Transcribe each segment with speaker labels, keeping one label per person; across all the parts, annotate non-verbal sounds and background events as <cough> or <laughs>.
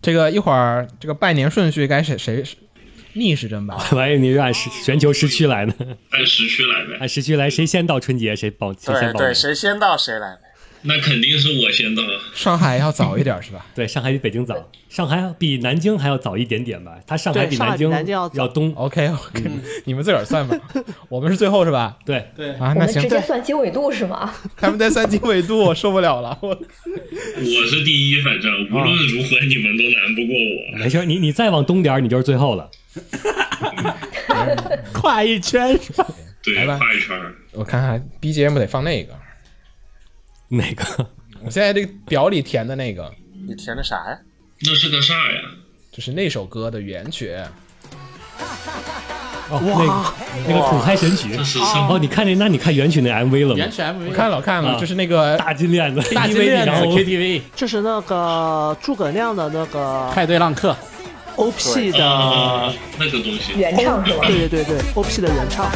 Speaker 1: 这个一会儿这个拜年顺序该谁谁逆时针吧？
Speaker 2: <laughs> 我还以为你是按时全球时区来呢， <laughs> 啊
Speaker 3: 按时区来呗。
Speaker 2: 按时区来，谁先到春节谁报，谁先
Speaker 4: 对
Speaker 2: 报
Speaker 4: 对，
Speaker 2: 名。
Speaker 4: 谁先到谁来呗。
Speaker 3: 那肯定是我先到，
Speaker 1: 上海要早一点是吧？
Speaker 2: 对，上海比北京早，上海比南京还要早一点点吧？它上海
Speaker 5: 对
Speaker 2: 比
Speaker 5: 上海
Speaker 2: 南京
Speaker 5: 比南京要早哦
Speaker 2: 要东。
Speaker 1: OK OK，、你们自个儿算吧，我们是最后是吧？
Speaker 2: 对，
Speaker 5: 对，
Speaker 1: 啊，
Speaker 6: 我
Speaker 1: 那
Speaker 6: 们
Speaker 1: 行
Speaker 6: 直，接算经纬度是吗？ <laughs>
Speaker 1: 他们在算经纬度，我受不了了，我
Speaker 3: 我是第一，反正无论如何你们都难不过我。
Speaker 2: 没事儿，你你再往东点儿，你就是最后了。
Speaker 5: 跨一圈是吧？
Speaker 3: 对，
Speaker 1: 来吧
Speaker 3: 画一圈儿，
Speaker 1: 我看看 BGM 得放那个，
Speaker 2: 哪个？
Speaker 1: 我现在这个表里填的那个
Speaker 4: 你填的啥呀？
Speaker 3: 那是个啥呀？
Speaker 1: 就是那首歌的原曲，
Speaker 2: 哦，那个那个土嗨神曲。
Speaker 3: 这是什么？
Speaker 2: 哦，你看那那你看原曲那 MV 了
Speaker 7: 原
Speaker 2: 吗？
Speaker 7: 曲 MV
Speaker 1: 我看老看了，
Speaker 2: 啊
Speaker 1: 就是那个
Speaker 2: 大金链子，
Speaker 7: 大金链子
Speaker 2: 然后
Speaker 7: KTV
Speaker 5: 这是那个诸葛亮的那个
Speaker 7: 派对浪客，
Speaker 5: OP
Speaker 3: 啊
Speaker 5: 的，，
Speaker 3: 那个东西。
Speaker 6: 原唱是吗？
Speaker 5: 对对对对，OP 的原唱。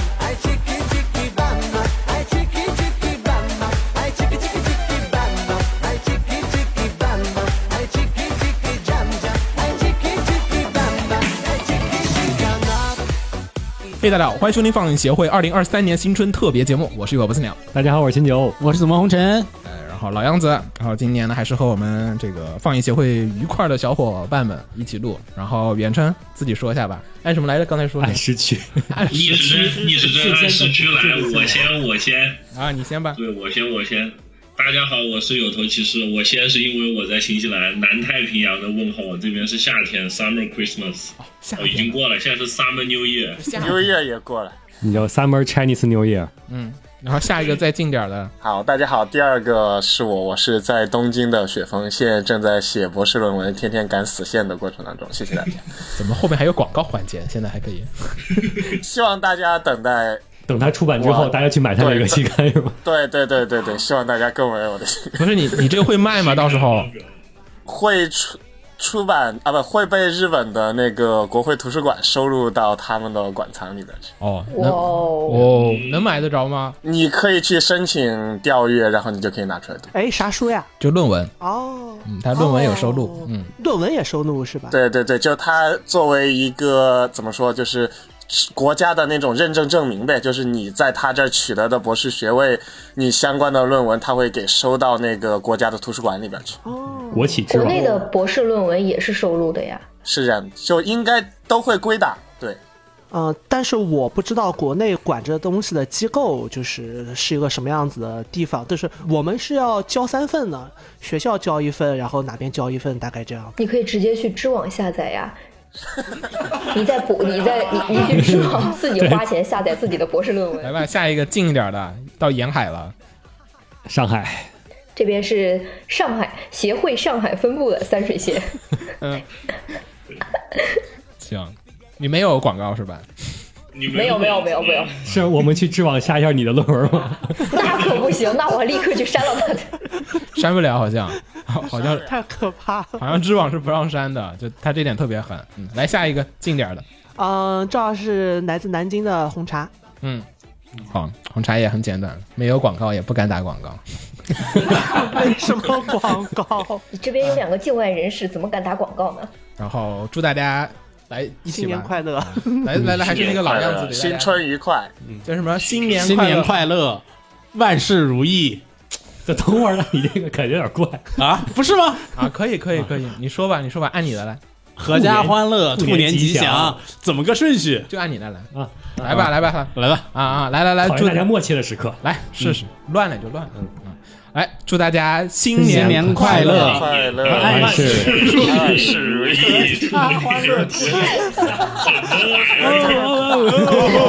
Speaker 1: 嘿，大家好，欢迎收听放映协会二零二三年新春特别节目，我是我不死鸟。
Speaker 2: 大家好，我是秦九。
Speaker 7: 我是紫梦红尘，
Speaker 1: 呃然后老样子，然后今年呢还是和我们这个放映协会一块儿的小伙伴们一起录。然后远琛自己说一下吧，按什么来着？刚才说的哎 <laughs>
Speaker 2: 按时区，
Speaker 1: 按
Speaker 3: 逆
Speaker 1: 时
Speaker 3: 时针，逆时针，按时区来，我先，我先，
Speaker 1: 啊，你先吧。
Speaker 3: 对我先，我先。大家好，我是有头骑士。我先是因为我在新西兰南太平洋的问号，这边是夏天，Summer Christmas，
Speaker 1: 下
Speaker 3: 哦，已经过了，现在是 Summer New Year。
Speaker 1: 下
Speaker 4: 六月也过了。
Speaker 2: 你叫 Summer Chinese New Year。
Speaker 1: 嗯，然后下一个再近点儿的，
Speaker 4: 好，大家好，第二个是我，我是在东京的雪峰，现在正在写博士论文，天天赶死线的过程当中，谢谢大家，
Speaker 1: 怎么后面还有广告环节？现在还可以。
Speaker 4: 希望大家等待，
Speaker 2: 等它出版之后，
Speaker 4: 哇
Speaker 2: 大家去买它那个期刊是吧？
Speaker 4: 对对对对对，希望大家跟我我的
Speaker 1: 不是你，你这个会卖吗？到时候
Speaker 4: 会出出版啊不会被日本的那个国会图书馆收入到他们的馆藏里边去，
Speaker 1: 哦，
Speaker 6: 哇
Speaker 1: 能
Speaker 6: 哦，
Speaker 1: 哦能买得着吗？
Speaker 4: 你可以去申请调阅，然后你就可以拿出来读。
Speaker 5: 哎，啥书呀？
Speaker 1: 就论文，
Speaker 5: 哦，
Speaker 1: 嗯，他论文有收录
Speaker 5: 哦，
Speaker 1: 嗯，
Speaker 5: 论文也收录是吧？
Speaker 4: 对对对，就它作为一个怎么说，就是国家的那种认证证明呗，就是你在他这儿取得的博士学位，你相关的论文，他会给收到那个国家的图书馆里边去。
Speaker 2: 国企之
Speaker 6: 国
Speaker 2: 王
Speaker 6: 内的博士论文也是收录的呀。
Speaker 4: 是这样，就应该都会归档。对，
Speaker 5: 呃，但是我不知道国内管这东西的机构就是是一个什么样子的地方，就是我们是要交三份呢，学校交一份，然后哪边交一份，大概这样。
Speaker 6: 你可以直接去知网下载呀。 <laughs> 你在
Speaker 1: <laughs>
Speaker 6: 博，你在你你去知网自己花钱下载自己的博士论
Speaker 1: 来
Speaker 6: 文。
Speaker 1: 吧，下一个近一点的，到沿海了。
Speaker 2: 上海，
Speaker 6: 这边是上海协会上海分部的三
Speaker 1: <laughs>
Speaker 6: 水县，
Speaker 1: 行，你没有广告是吧？
Speaker 3: 你们
Speaker 6: 没有没有没有没
Speaker 1: <laughs>
Speaker 6: 有，
Speaker 2: 是我们去知网下一下你的论文
Speaker 7: <laughs>
Speaker 2: 吗？
Speaker 6: 那可不行，那我立刻去删了他的。 <laughs>
Speaker 1: 删不了，好像，好好像
Speaker 5: 太可怕了。
Speaker 1: <laughs> 好像知网是不让删的，就他这点特别狠。嗯，来下一个近点儿的，
Speaker 5: 嗯、这儿是来自南京的红
Speaker 7: <laughs>
Speaker 5: 茶，
Speaker 1: 嗯，好，红茶也很简短，没有广告，也不敢打广告。
Speaker 5: 为哎什么广
Speaker 7: <laughs>
Speaker 5: 告？
Speaker 6: 你这边有两个境外人士，怎么敢打广告呢？
Speaker 1: 然后祝大家来一起
Speaker 5: 新年
Speaker 1: 吧，
Speaker 5: 快乐！
Speaker 1: 来来来，还是那个老样子，
Speaker 4: 新春愉快。
Speaker 1: 叫什么？新年
Speaker 7: 新年
Speaker 1: 乐，
Speaker 7: 快乐，万事如意
Speaker 2: 这等会儿呢，你这个感觉有点怪。
Speaker 7: 啊，不是吗？
Speaker 1: 啊！可以可以可以，你说吧，你说吧，按你的来，
Speaker 7: 阖家欢乐，
Speaker 2: 兔
Speaker 7: 兔
Speaker 2: 年
Speaker 7: 年
Speaker 2: 吉
Speaker 7: 吉
Speaker 2: 祥
Speaker 7: 祥，怎么个顺序？
Speaker 1: 就按你的来
Speaker 2: 啊，
Speaker 1: 来吧来吧
Speaker 7: 来吧，
Speaker 1: 啊啊！来来来，
Speaker 2: 考
Speaker 1: 祝
Speaker 2: 验大家默契的时刻。
Speaker 1: 来试试，乱了就乱了。嗯，来祝大家新
Speaker 7: 新年快乐
Speaker 4: 快乐，
Speaker 7: 哎
Speaker 2: 万事
Speaker 4: 万事如意。
Speaker 3: 啊，欢乐什么玩意儿？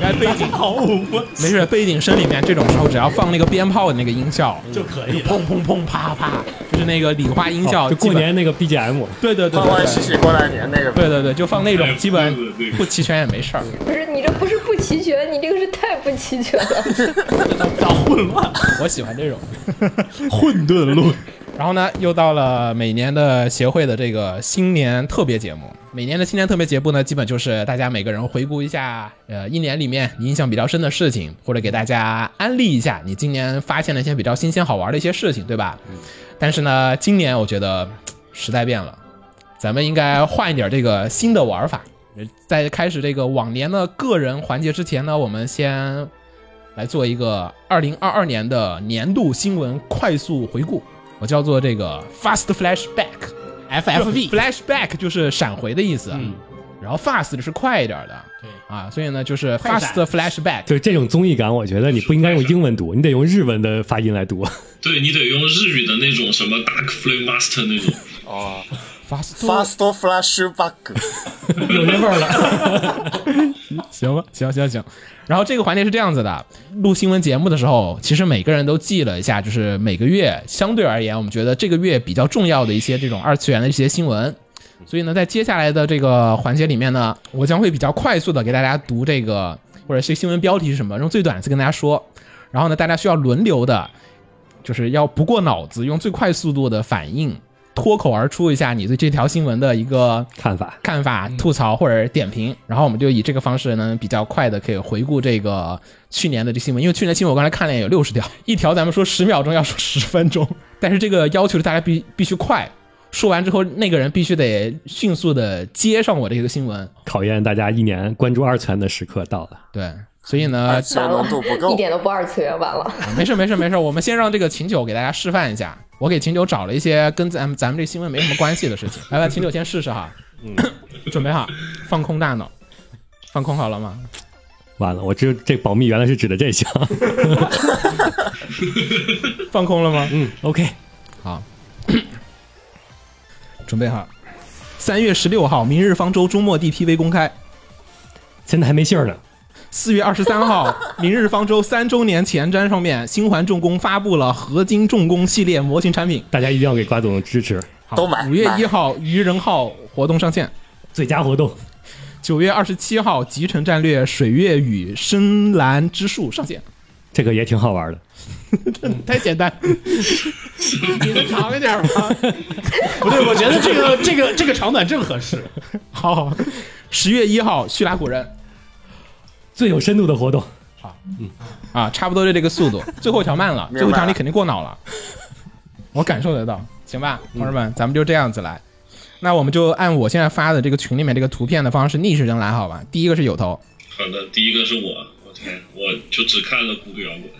Speaker 1: 来背景
Speaker 7: 好舞吗？
Speaker 1: 没事，背景声里面这种时候只要放那个鞭炮的那个音效，
Speaker 2: 就可以了。
Speaker 1: 砰砰砰啪啪，就是那个礼花音效，
Speaker 2: 就过
Speaker 1: 基本，
Speaker 2: 年那个 BGM，
Speaker 1: 对对对
Speaker 4: 欢欢喜
Speaker 1: 对
Speaker 4: 喜过来年那个
Speaker 1: 对对对，就放那种基本
Speaker 3: 对对对
Speaker 1: 不齐全也没事儿。
Speaker 6: 不是你这不是不齐全，你这个是太不齐全了。
Speaker 7: 叫混乱，
Speaker 1: 我喜欢这种。
Speaker 7: 混沌论。
Speaker 1: 然后呢，又到了每年的协会的这个新年特别节目。每年的新年特别节目呢，基本就是大家每个人回顾一下，呃，一年里面你印象比较深的事情，或者给大家安利一下你今年发现了一些比较新鲜好玩的一些事情，对吧？但是呢，今年我觉得嗯时代变了，咱们应该换一点这个新的玩法。在开始这个往年的个人环节之前呢，我们先来做一个二零二二年的年度新闻快速回顾，我叫做这个 fast flashback。
Speaker 7: FFB
Speaker 1: flashback 就是闪回的意思，
Speaker 7: 嗯
Speaker 1: 然后 fast 就是快一点的，
Speaker 7: 对
Speaker 1: 啊，所以呢就是 fast
Speaker 7: 闪
Speaker 1: flashback。
Speaker 2: 就是这种综艺感，我觉得你不应该用英文读，你得用日文的发音来读。
Speaker 3: 对你得用日语的那种什么 Dark Flame Master 那种，
Speaker 4: 哦
Speaker 1: fast
Speaker 4: ，Fast Flashback，
Speaker 2: 有那味儿了。
Speaker 1: <laughs> 行吧，行行行。然后这个环节是这样子的，录新闻节目的时候，其实每个人都记了一下，就是每个月相对而言，我们觉得这个月比较重要的一些这种二次元的一些新闻。所以呢，在接下来的这个环节里面呢，我将会比较快速的给大家读这个或者是新闻标题是什么，用最短的字跟大家说。然后呢，大家需要轮流的，就是要不过脑子，用最快速度的反应脱口而出一下你对这条新闻的一个
Speaker 2: 看法，
Speaker 1: 看法、吐槽或者点评，然后我们就以这个方式呢，比较快的可以回顾这个去年的这新闻，因为去年的新闻我刚才看了也有六十条， <laughs> 一条咱们说十秒钟要说十分钟，但是这个要求是大家必必须快，说完之后那个人必须得迅速的接上我这个新闻，
Speaker 2: 考验大家一年关注二次元的时刻到了。
Speaker 1: 对，所以呢啊
Speaker 4: 二，次元浓度不
Speaker 6: 一
Speaker 4: 够。
Speaker 6: 点都不二次元，完了。
Speaker 1: 没事没事没事，我们先让这个秦九给大家示范一下，我给秦九找了一些跟咱们咱们这新闻没什么关系的事情， <laughs> 来吧，秦九先试试哈，嗯，准备好，放空大脑，放空好了吗？
Speaker 2: 完了，我这这保密原来是指的这项。
Speaker 1: 放空了吗？
Speaker 2: 嗯，OK，
Speaker 1: 好，准备好。三月十六号，《明日方舟》周末 DPV 公开；
Speaker 2: 现在还没信儿呢。
Speaker 1: 四月二十三
Speaker 7: <laughs>
Speaker 1: 号，《明日方舟》三周年前瞻上面，星环重工发布了合金重工系列模型产品，
Speaker 2: 大家一定要给瓜总支持，
Speaker 1: 好
Speaker 4: 都买
Speaker 1: 五月
Speaker 4: 买
Speaker 1: 一号，愚人号活动上线；
Speaker 2: 最佳活动。
Speaker 1: 九月二十七号，《集成战略：水月与深蓝之树》上线。
Speaker 2: 这个也挺好玩的，
Speaker 1: 太简
Speaker 7: <laughs>
Speaker 1: 单，你能长一点吗？
Speaker 7: 不对，我觉得这个这个这个长短正合适。
Speaker 1: <laughs> 好好，十月一号，《叙拉古人》。
Speaker 2: 最有深度的活动。
Speaker 1: 啊，差不多就这个速
Speaker 4: <laughs>
Speaker 1: 度。最后一条慢了，
Speaker 4: 明白
Speaker 1: 最后一条你肯定过脑
Speaker 4: <laughs>
Speaker 1: 了，我感受得到，行吧，
Speaker 4: 嗯
Speaker 1: 同志们，咱们就这样子来。那我们就按我现在发的这个群里面这个图片的方式逆时针来，好吧？第一个是有头
Speaker 3: 好的，第一个是我，我天，我就只看了古古摇滚，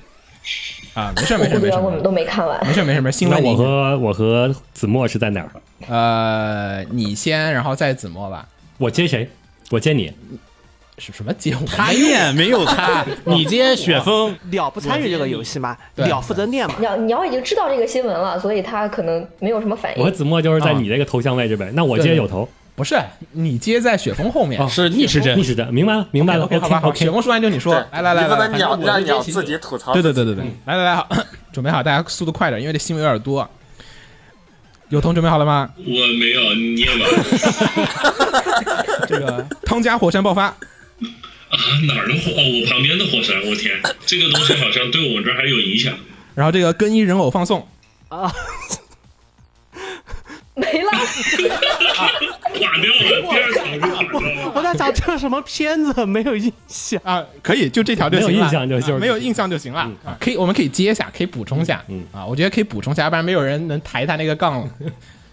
Speaker 1: 啊，没事
Speaker 6: 我
Speaker 1: 没事没
Speaker 6: 不知
Speaker 1: 事
Speaker 6: 道我们都没看完。
Speaker 1: 没事没事没事，新
Speaker 2: 那
Speaker 1: 闻
Speaker 2: 我
Speaker 1: 你
Speaker 2: 和我和子墨是在哪儿？啊
Speaker 1: 呃你先，然后再子墨吧。
Speaker 2: 我接谁？我接你。
Speaker 1: 什什么啊接我？
Speaker 2: 啊
Speaker 7: 他念没有他，你接雪峰，
Speaker 5: 了不参与这个游戏嘛，
Speaker 1: 对
Speaker 5: 了负责念嘛。
Speaker 6: 鸟鸟已经知道这个新闻了，所以他可能没有什么反
Speaker 2: 我和
Speaker 6: 应。
Speaker 2: 子墨就是
Speaker 1: 啊
Speaker 2: 在你那个头像位置呗。那我接有头，
Speaker 1: 不是你接在雪峰后面。
Speaker 7: 是逆时针
Speaker 2: 逆。时针，明白了，明白
Speaker 1: 哦
Speaker 2: 了。
Speaker 1: OK，好吧，好，雪
Speaker 2: 哦 OK，
Speaker 1: 峰说完就你说
Speaker 4: 对，
Speaker 1: 来来来
Speaker 4: 你
Speaker 1: 来，来
Speaker 4: 不能鸟
Speaker 1: 反正我
Speaker 4: 让
Speaker 1: 就接
Speaker 4: 鸟
Speaker 1: 秦
Speaker 4: 自
Speaker 1: 九
Speaker 4: 己吐槽。
Speaker 1: 对对对对对，
Speaker 2: 嗯
Speaker 1: 来来来，好， <coughs> 准备好，大家速度快点，因为这新闻有点多。有同准备好了
Speaker 2: <laughs>
Speaker 1: 吗？
Speaker 3: 我没有你念吧？
Speaker 1: 这个汤加火山爆发，
Speaker 3: 啊，哪儿的火？哦，我旁边的火山，我天，这个东西好像对我们这儿还有影响。
Speaker 1: 然后这个更衣人偶放送，
Speaker 6: <laughs> 没了，
Speaker 3: 垮掉了，第二条就垮掉了。
Speaker 5: <laughs> 我在想这是什么片子没有印象，
Speaker 1: 啊，可以，就这条就行了，
Speaker 2: 没有印象就就是
Speaker 1: 啊没有印象就行了。啊可以，我们可以接一下，可以补充一下。
Speaker 2: 嗯
Speaker 1: 啊，我觉得可以补充一下，要不然没有人能抬他那个
Speaker 2: <laughs>
Speaker 1: 杠了。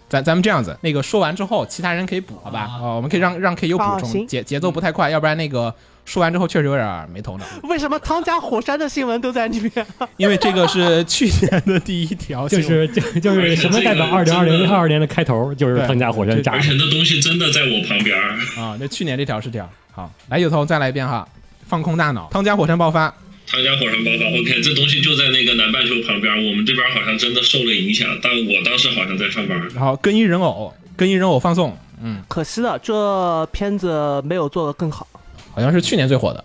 Speaker 1: 咱咱们这样子，那个说完之后，其他人可以补，好吧？
Speaker 2: 啊
Speaker 1: 哦，我们可以让让 K 有补
Speaker 5: 啊
Speaker 1: 充，
Speaker 5: 行
Speaker 1: 节节奏不太快，要不然那个说完之后确实有点没头脑。
Speaker 5: 为什么汤家火山的新闻都在里面？ <laughs>
Speaker 1: 因为这个是去年的第一条新
Speaker 2: 就
Speaker 1: 闻，
Speaker 2: 是就就是什么代表二零二零二二年的开头，就是汤加火山炸
Speaker 3: 而。且那东西真的在我旁边儿。
Speaker 1: 啊，那去年这条是这样。好，来有头再来一遍哈，放空大脑，汤加火山爆发，
Speaker 3: 汤加火山爆发，OK，这东西就在那个南半球旁边儿，我们这边儿好像真的受了影响，但我当时好像在上班儿。
Speaker 1: 然后更衣人偶，更衣人偶放送，嗯，
Speaker 5: 可惜了，这片子没有做得更好。
Speaker 1: 好像是去年最火的。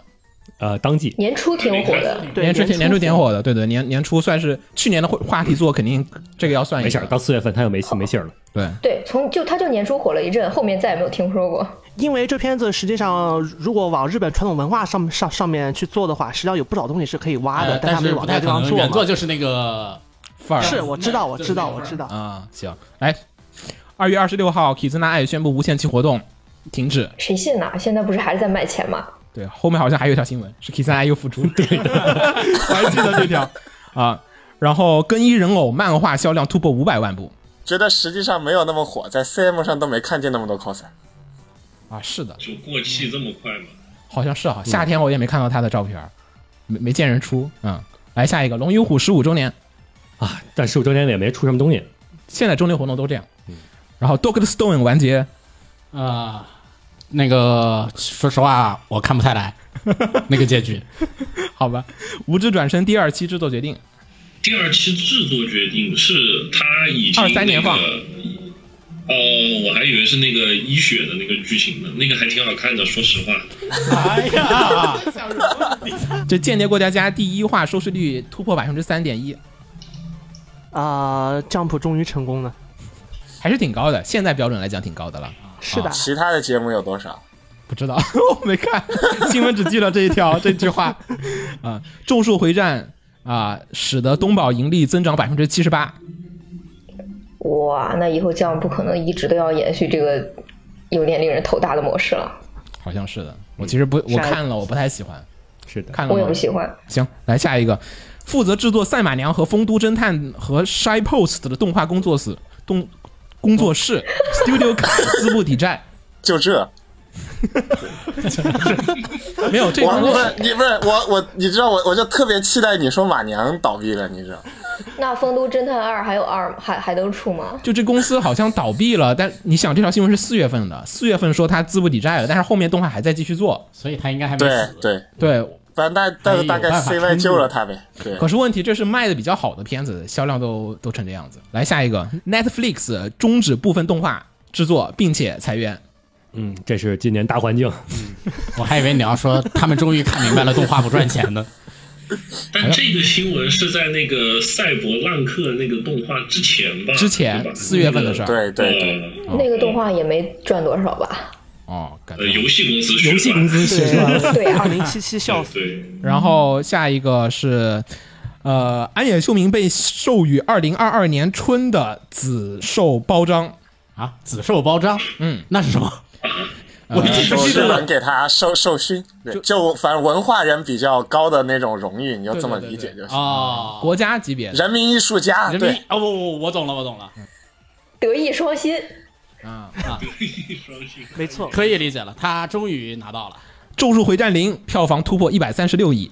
Speaker 2: 呃，当季
Speaker 6: 年初挺火的，
Speaker 5: 对，
Speaker 1: 年初挺年初点
Speaker 5: 火。
Speaker 1: 火的，对对，年年初算是去年的话话题做，肯定这个要算一
Speaker 2: 没事
Speaker 1: 下
Speaker 2: 儿，。到四月份他又没信没信儿了。
Speaker 1: 对，
Speaker 6: 对，从就他就年初火了一阵，后面再也没有听说过。
Speaker 5: 因为这片子实际上，如果往日本传统文化上上上面去做的话，实际上有不少东西是可以挖的，
Speaker 7: 呃但
Speaker 5: 他没
Speaker 7: 是
Speaker 5: 往
Speaker 7: 不
Speaker 5: 那个
Speaker 7: 太
Speaker 5: 地
Speaker 7: 可
Speaker 5: 方
Speaker 7: 能，
Speaker 5: 做
Speaker 7: 原作
Speaker 5: 嘛。
Speaker 7: 就是那个
Speaker 1: 范儿
Speaker 5: 是，我知道，我知道，
Speaker 7: 就是那
Speaker 5: 我
Speaker 7: 个
Speaker 5: 知道。
Speaker 1: 啊，行，来，二月二十六号，痞子娜爱宣布无限期活动停止。
Speaker 6: 谁信呐、现在不是还是在卖钱吗？
Speaker 1: <laughs> 对，后面好像还有一条新闻是 K 三 I 又复出，对，我还记得这条啊。然后《更衣人偶》漫画销量突破五百万部
Speaker 4: 觉得实际上没有那么火，在 CM 上都没看见那么多 coser。
Speaker 1: 啊，是的，
Speaker 3: 就过气这么快吗？
Speaker 1: 好像是哈、啊
Speaker 2: 嗯
Speaker 1: 夏天我也没看到他的照片儿，没没见人出。嗯，来下一个，《龙与虎》十五周年，
Speaker 2: 啊，但十五周年也没出什么东西，
Speaker 1: 现在周年活动都这样。
Speaker 2: 嗯
Speaker 1: 然后《Doctor Stone》完结，
Speaker 7: 啊，那个说实话我看不太来那个结局，
Speaker 1: 好吧，《无知转身》第二期制作决定，
Speaker 3: 第二期制作决定是他已经、那个、
Speaker 1: 23年放
Speaker 3: 哦，我还以为是那个医学的那个剧情呢，那个还挺好看的。说实话，
Speaker 7: 哎呀，
Speaker 1: 这《间谍过家家》第一话收视率突破百分之三点一，
Speaker 5: 啊，Jump 终于成功了，
Speaker 1: 还是挺高的，现在标准来讲挺高的了。
Speaker 5: 是
Speaker 7: 啊
Speaker 5: 的，
Speaker 4: 其他的节目有多少？
Speaker 1: 不知道， <laughs> 我没看新闻，只记了这一
Speaker 2: <laughs>
Speaker 1: 条这句话啊，咒术回战》啊，使得东宝盈利增长百分之七十八，
Speaker 6: 哇，那以后这样不可能一直都要延续这个有点令人头大的模式了，
Speaker 1: 好像是的。我其实不，我看了，我不太喜欢。
Speaker 2: 是的，
Speaker 1: 看了
Speaker 6: 我
Speaker 1: 吗
Speaker 6: 也不喜欢。
Speaker 1: 行，来下一个，负责制作《赛马娘》和《丰都侦探》和《Shy Post》的动画工作室动工作室 Studio <laughs> 卡资不抵债，
Speaker 4: 就这，
Speaker 1: 没有这个
Speaker 4: 我
Speaker 1: 工
Speaker 4: 不
Speaker 1: 作
Speaker 4: 是你不是我我你知道我我就特别期待你说马娘倒闭了，你知道？
Speaker 2: 嗯
Speaker 6: 那《丰都侦探二》还有二还还能出吗？
Speaker 1: 就这公司好像倒闭了，但你想这条新闻是四月份的，四月份说它资不抵债了，但是后面动画还在继续做。
Speaker 7: 所以他应该还没
Speaker 4: 对
Speaker 7: 死。
Speaker 4: 对，
Speaker 1: 对，
Speaker 4: 反正大
Speaker 7: 哎
Speaker 4: 大
Speaker 7: 有
Speaker 4: 大概
Speaker 7: 办法
Speaker 4: C
Speaker 7: 撑
Speaker 4: Y
Speaker 7: 住
Speaker 4: 救了他呗。对，
Speaker 1: 可是问题这是卖的比较好的片子，销量都都成这样子。来下一个，Netflix 终止部分动画制作并且裁员，
Speaker 2: 嗯，这是今年大环境，
Speaker 7: 我还以为你要说他们终于看明白了动画不赚
Speaker 5: <laughs>
Speaker 7: 钱呢。
Speaker 3: 但这个新闻是在那个《赛博浪客》那个动画之前吧？
Speaker 1: 之前
Speaker 3: 对吧
Speaker 1: 4月份的事儿
Speaker 4: 对对对，
Speaker 3: 呃
Speaker 2: 嗯
Speaker 6: 那个动画也没赚多少吧？
Speaker 1: 哦，感
Speaker 3: 呃，
Speaker 1: 觉
Speaker 3: 游戏公司
Speaker 2: 游戏公
Speaker 3: 司
Speaker 2: 司是吧？
Speaker 5: 对，
Speaker 6: 对
Speaker 5: 二
Speaker 6: 啊，
Speaker 5: 零七七笑死，
Speaker 7: 哦
Speaker 3: 对，
Speaker 1: 然后下一个是，呃，安野秀明被授予二零二二年春的紫绶包章。
Speaker 7: 啊，紫绶包章，
Speaker 1: 嗯，
Speaker 7: 那是什么？我 <laughs> 记不
Speaker 4: 说
Speaker 7: 记
Speaker 4: 日
Speaker 7: 得
Speaker 3: <laughs>
Speaker 4: 本
Speaker 7: 了？
Speaker 4: 给他授授勋，对，就反正文化人比较高的那种荣誉，你就这么
Speaker 1: 对对对
Speaker 4: 理解就行。
Speaker 7: 哦，
Speaker 1: 国家级别的
Speaker 4: 人民艺术家，
Speaker 7: 人民
Speaker 4: 对，
Speaker 7: 哦，我我我懂了，我懂了，
Speaker 6: 德艺双馨，
Speaker 1: 啊，
Speaker 5: 没错，
Speaker 7: 可以理解了，他终于拿到
Speaker 1: 《
Speaker 7: 了。
Speaker 1: 咒术回战零》票房突破一百三十六亿，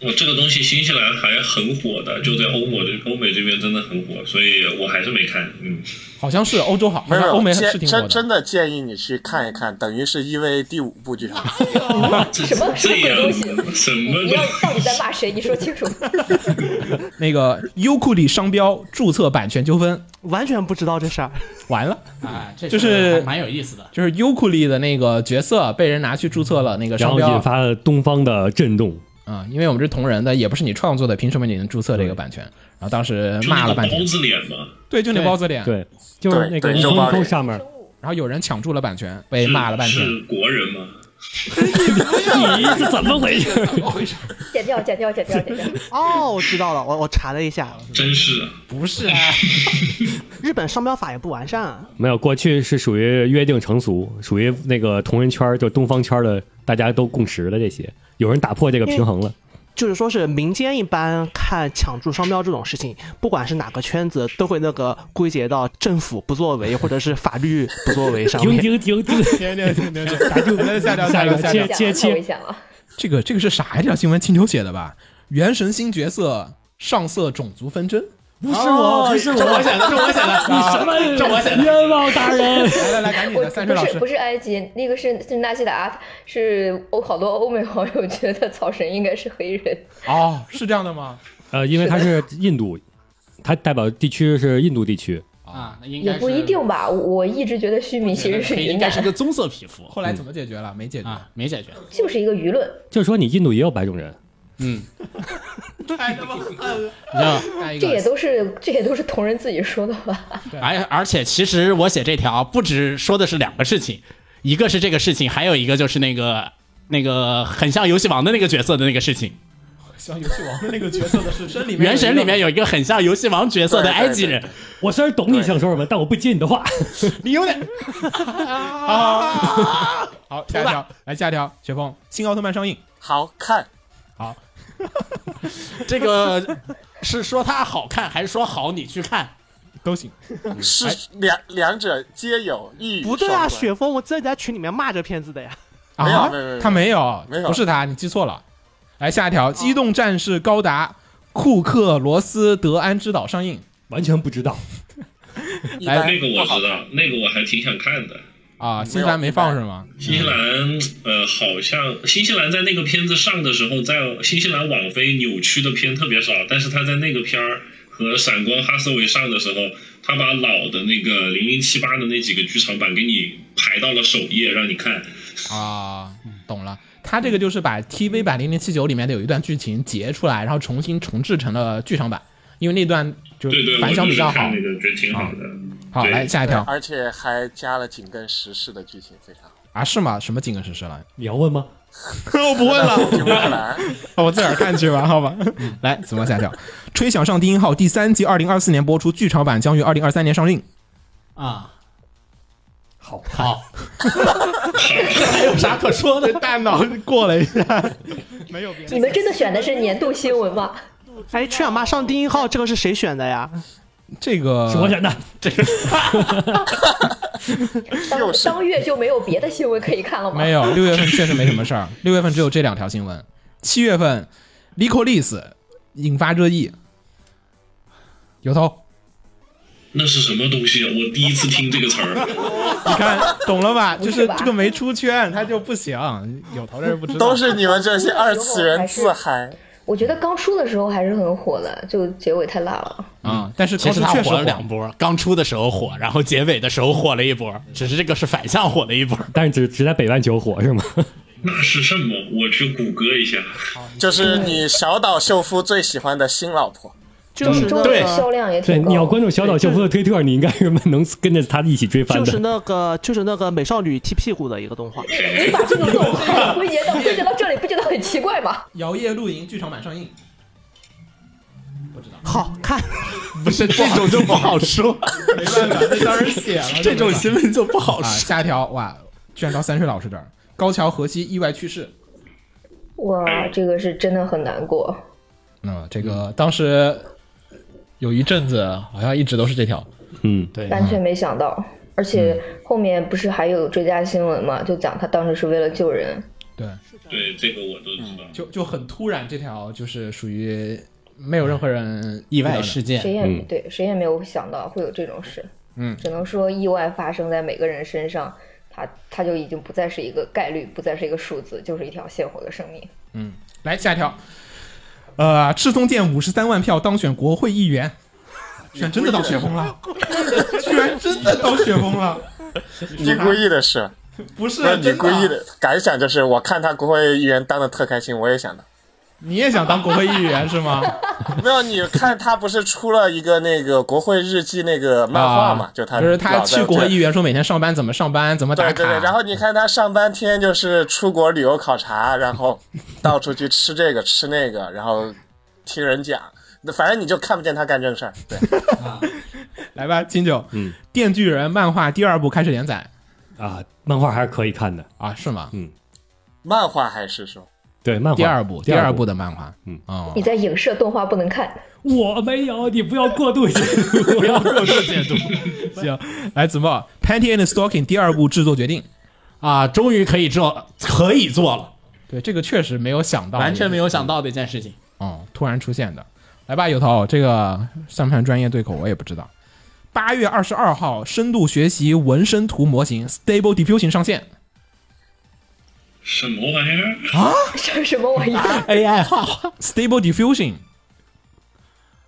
Speaker 3: 我呃这个东西新西兰还很火的，就在欧美这欧美这边真的很火，所以我还是没看。嗯，
Speaker 1: 好像是欧洲好，
Speaker 4: 没
Speaker 1: 好
Speaker 4: 有
Speaker 1: 像
Speaker 4: 没有
Speaker 1: 欧美
Speaker 4: 建
Speaker 1: 是挺火
Speaker 4: 真
Speaker 1: 的。
Speaker 4: 真的建议你去看一看，等于是 EVA 第五部剧场。
Speaker 3: 这
Speaker 6: 什么什么
Speaker 3: 这
Speaker 6: 鬼
Speaker 3: 样
Speaker 6: 东西
Speaker 2: <laughs>
Speaker 3: 什么
Speaker 6: 你要
Speaker 3: 都
Speaker 6: 到底在骂谁？你说清楚。
Speaker 1: 那个优酷里商标注册版权纠纷
Speaker 5: 完全不知道这事儿。
Speaker 1: 完了，
Speaker 7: 啊，这
Speaker 1: 就是
Speaker 7: 还蛮有意思的。
Speaker 1: 就是优酷里的那个角色被人拿去注册了那个
Speaker 2: 然
Speaker 1: 商
Speaker 2: 后
Speaker 1: 标
Speaker 2: 引发了东方的震动。
Speaker 1: 啊、因为我们是同人的，也不是你创作的，凭什么你能注册这个版权？然后当时骂了半
Speaker 3: 就
Speaker 1: 天
Speaker 3: 那个包，子脸嘛，
Speaker 1: 对，就那
Speaker 7: 对
Speaker 1: 包子脸，
Speaker 2: 对，就是那个
Speaker 4: 对对
Speaker 2: 东
Speaker 4: 周八
Speaker 2: 方
Speaker 4: 里
Speaker 2: 上面，
Speaker 1: 然后有人抢注了版权，被骂了半天。
Speaker 3: 是国人吗？
Speaker 2: 你是怎么回事？
Speaker 6: 剪掉，剪掉，剪掉，剪掉。
Speaker 2: <laughs>
Speaker 5: 哦，我知道了，我我查了一下，
Speaker 3: 真是
Speaker 1: 不是啊，
Speaker 5: 日本商标法也不完善，啊
Speaker 2: 没有，过去是属于约定成俗，属于那个同人圈儿就东方圈儿的，大家都共识的这些，有人打破这个平衡
Speaker 7: <laughs>
Speaker 2: 了。
Speaker 5: 就是说是民间一般看抢注商标这种事情，不管是哪个圈子，都会那个归结到政府不作为或者是法律不作为上
Speaker 2: 停
Speaker 5: 面。
Speaker 2: 停停停！
Speaker 1: 停停停停停，打住，下掉下掉下
Speaker 2: 接
Speaker 1: 掉。
Speaker 2: 接接
Speaker 6: 讲了太危险了。
Speaker 1: 这个这个是啥呀？这条新闻青丘写的吧？原神新角色上色种族纷争。
Speaker 7: 不是我，哦不是我，这我写的，这我写的，你什么？这我写的。
Speaker 2: 冤枉大人！
Speaker 1: 来来 <laughs> 来，赶紧
Speaker 6: 我
Speaker 1: 的，三水老
Speaker 6: 不是
Speaker 1: 师
Speaker 6: 不。是埃及，那个是是纳西达，是欧好多欧美网友觉得草神应该是黑人。
Speaker 1: 哦，是这样的吗？
Speaker 2: 呃，因为他是印度，他代表地区是印度地区，
Speaker 7: 啊，那应该
Speaker 6: 也
Speaker 7: 是
Speaker 6: 不一定吧，我我一直觉得须弥其实是云
Speaker 7: 应该
Speaker 6: 南，
Speaker 7: 是个棕色皮肤
Speaker 1: 后来怎么解决了？没解决。
Speaker 7: 啊，没解决。
Speaker 6: 就是一个舆论。
Speaker 2: 就是说你印度也有白种人，
Speaker 7: 嗯，
Speaker 1: 太他妈狠了！
Speaker 7: 你知道，
Speaker 1: 下一
Speaker 6: 这也
Speaker 1: 个，
Speaker 6: 都是这也都是同人自己说的吧？
Speaker 7: 而而且其实我写这条不止说的是两个事情，一个是这个事情，还有一个就是那个那个很像游戏王的那个角色的那个事情。
Speaker 1: 像游戏王的那个角色的是真里面有一个
Speaker 7: 原神里面有一个很像游戏王角色的埃及人，
Speaker 2: 我虽然懂你想说什么，但我不接你的话。 <laughs>
Speaker 7: <laughs> 你有点
Speaker 1: 好，下一条来下一条，雪峰新奥特曼上映，
Speaker 4: 好看，
Speaker 1: 好，
Speaker 7: 这个是说它好看，还是说好你去看？
Speaker 1: 都行。
Speaker 4: 是两两者皆有一语
Speaker 5: <laughs> 不对啊，
Speaker 4: 双关
Speaker 5: 雪峰，我记得你在群里面骂这片子的呀。
Speaker 1: 啊，
Speaker 4: 没有没有没有
Speaker 1: 他没有，
Speaker 4: 没有
Speaker 1: 不是他，你记错了。来下一条，《机动战士高达》库克罗斯德安之岛上映。
Speaker 2: 完全不知道。
Speaker 4: 一
Speaker 1: 哎
Speaker 4: 般
Speaker 3: 那个我
Speaker 4: 不好
Speaker 3: 知道，那个我还挺想看的。
Speaker 1: 啊，新番没放是吗？
Speaker 3: 新西兰，
Speaker 1: 嗯
Speaker 3: 呃，好像新西兰在那个片子上的时候，在新西兰网飞扭曲的片特别少，但是他在那个片儿和闪光哈斯维上的时候，他把老的那个零零七八的那几个剧场版给你排到了首页让你看。 <laughs>
Speaker 1: 啊，懂了。他这个就是把 TV 版《零零七九》里面的有一段剧情截出来，然后重新重制成了剧场版，因为那段就
Speaker 3: 对对，我
Speaker 1: 反响
Speaker 3: 就
Speaker 1: 比
Speaker 3: 是
Speaker 1: 较好嗯
Speaker 3: 看。那个觉得挺好的。
Speaker 1: 好，
Speaker 3: 对
Speaker 1: 来下一条
Speaker 4: 而且还加了紧跟时事的剧情，非常好。
Speaker 1: 啊，是吗？什么紧跟时事了？
Speaker 2: 你要问
Speaker 7: <laughs>
Speaker 2: 吗？
Speaker 1: 我不问了。
Speaker 4: 乌克兰，
Speaker 1: 啊，我自个儿看去吧，好
Speaker 3: <laughs>
Speaker 1: 吧。来，怎么下调？《吹响上低音号》第三季，二零二四年播出，剧场版将于二零二三年上映。
Speaker 7: 啊，
Speaker 2: 好看，
Speaker 7: 好， <laughs> 还有啥可说的？
Speaker 1: 大脑过了一下，没有别
Speaker 6: 你们真的选的是年度新闻
Speaker 4: <laughs>
Speaker 6: 吗？
Speaker 5: 哎，去俺妈上低音号，这个是谁选的呀？
Speaker 1: 这个
Speaker 2: 是我选的。
Speaker 7: 这个
Speaker 6: 当
Speaker 4: 就是
Speaker 6: 当月就没有别的新闻可以看了吗？
Speaker 1: <laughs> 没有，六月份确实没什么 <laughs> 事儿。六月份只有这两条新闻，七月份 l i c o l i s 引发热议。有头，
Speaker 3: 那是什么东西？我第一次听这个词
Speaker 1: <laughs>
Speaker 3: 儿。
Speaker 1: 你看懂了
Speaker 7: <laughs>
Speaker 1: 吧？就
Speaker 6: 不
Speaker 1: 是
Speaker 6: 是吧
Speaker 1: 这个没出圈，它就不行。有头这是不知道，
Speaker 4: 都是你们这些二次元自
Speaker 1: <laughs>
Speaker 4: 嗨。
Speaker 6: 我觉得刚出的时候还是很火的，就结尾太烂了。
Speaker 1: 啊、但是
Speaker 7: 其
Speaker 1: 高
Speaker 7: 实
Speaker 1: 斯
Speaker 7: 它
Speaker 1: 确实
Speaker 7: 火了两波，刚出的时候火，然后结尾的时候火了一波，只是这个是反向火的一波。
Speaker 2: 但是只只在北半球火是吗？
Speaker 3: 那是什么？我去谷歌一下。
Speaker 4: 就是你小岛秀夫最喜欢的新老婆，
Speaker 5: 就
Speaker 6: 中
Speaker 5: 是
Speaker 6: 国
Speaker 5: 那
Speaker 6: 的
Speaker 7: 对
Speaker 6: 销量也
Speaker 2: 对，
Speaker 6: 挺
Speaker 2: 你要
Speaker 6: 高。
Speaker 2: 关注小岛秀夫的推特，你应该是能跟着他一起追番
Speaker 5: 就是
Speaker 2: 的。
Speaker 5: 那个就是那个美少女踢屁股的一个动画。
Speaker 6: 你把这个动画归结到归结到这里，不觉得很奇怪吗？
Speaker 1: 摇曳露营剧场版上映。
Speaker 5: 好看， <laughs>
Speaker 7: 不是这种就不好说，
Speaker 1: <laughs> 没办法，那当然写了
Speaker 7: 这种
Speaker 1: 新
Speaker 7: 新闻就不好
Speaker 1: 啊。
Speaker 7: 说。
Speaker 1: 下一条哇，居然到三水老师这儿，高桥和希意外去世。
Speaker 6: 哇，这个是真的很难过。
Speaker 1: 那、啊么这个当时有一阵子好像一直都是这条。
Speaker 2: 嗯，
Speaker 7: 对，
Speaker 6: 完全没想到。而且后面不是还有追加新闻嘛，就讲他当时是为了救人，
Speaker 1: 对，
Speaker 3: 对，这个我都知道。
Speaker 1: 就就很突然，这条就是属于没有任何人
Speaker 7: 意外
Speaker 1: 是
Speaker 7: 哎事件
Speaker 6: 谁也、
Speaker 2: 嗯
Speaker 6: 对谁也没有想到会有这种事。
Speaker 1: 嗯
Speaker 6: 只能说意外发生在每个人身上，它它就已经不再是一个概率，不再是一个数字，就是一条鲜活的生命。
Speaker 1: 来下一条，呃，赤松健五十三万票当选国会议
Speaker 4: <laughs>
Speaker 1: 员，居然真的当选疯了，居然真的当选疯了，
Speaker 4: 你故意的是？
Speaker 1: 不是
Speaker 4: 不是你
Speaker 1: 真
Speaker 4: 故意，的？啊感想就是，我看他国会议员当的特开心，我也想当。
Speaker 1: 你也想当国会议员是
Speaker 4: <laughs>
Speaker 1: 吗？
Speaker 4: 没有，你看他不是出了一个那个国会日记那个漫画嘛？
Speaker 1: 啊
Speaker 4: 就他
Speaker 1: 就是
Speaker 4: 老
Speaker 1: 他
Speaker 4: 在
Speaker 1: 去国会
Speaker 4: 这
Speaker 1: 议员说每天上班怎么上班，怎么打
Speaker 4: 对
Speaker 1: 卡，
Speaker 4: 对对，然后你看他上半天就是出国旅游考
Speaker 1: <laughs>
Speaker 4: 察，然后到处去吃这个吃那个，然后听人讲，那反正你就看不见他干正事儿。对，
Speaker 1: 来吧，金九，嗯，电锯人漫画第二部开始连载
Speaker 2: 啊，漫画还是可以看的。
Speaker 1: 啊，是吗？
Speaker 4: 漫画还是说
Speaker 2: 对，漫画
Speaker 1: 第二部，
Speaker 2: 第
Speaker 1: 第二
Speaker 2: 二
Speaker 1: 部，的漫画，嗯哦
Speaker 6: 你，在影射动画不能看， <laughs>
Speaker 2: 我没有，你不要过度解读，不要过度解读。
Speaker 1: <laughs> 行，来子墨，《Panty and Stocking》第二部制作决定，
Speaker 7: 啊，终于可以做，可以做了，
Speaker 1: 对这个确实没有想到，
Speaker 7: <laughs> 完全没
Speaker 1: 有，
Speaker 7: 有想到的一件事 <laughs> 情。
Speaker 1: 哦，突然出现的。来吧，有头，这个算不算专业对口我也不知道。八月二十二号，深度学习纹身图模型 Stable Diffusion 上线
Speaker 3: 什么玩意儿？
Speaker 6: 这是什么玩意
Speaker 7: 啊
Speaker 6: 儿？
Speaker 7: AI 画画，
Speaker 1: ，Stable Diffusion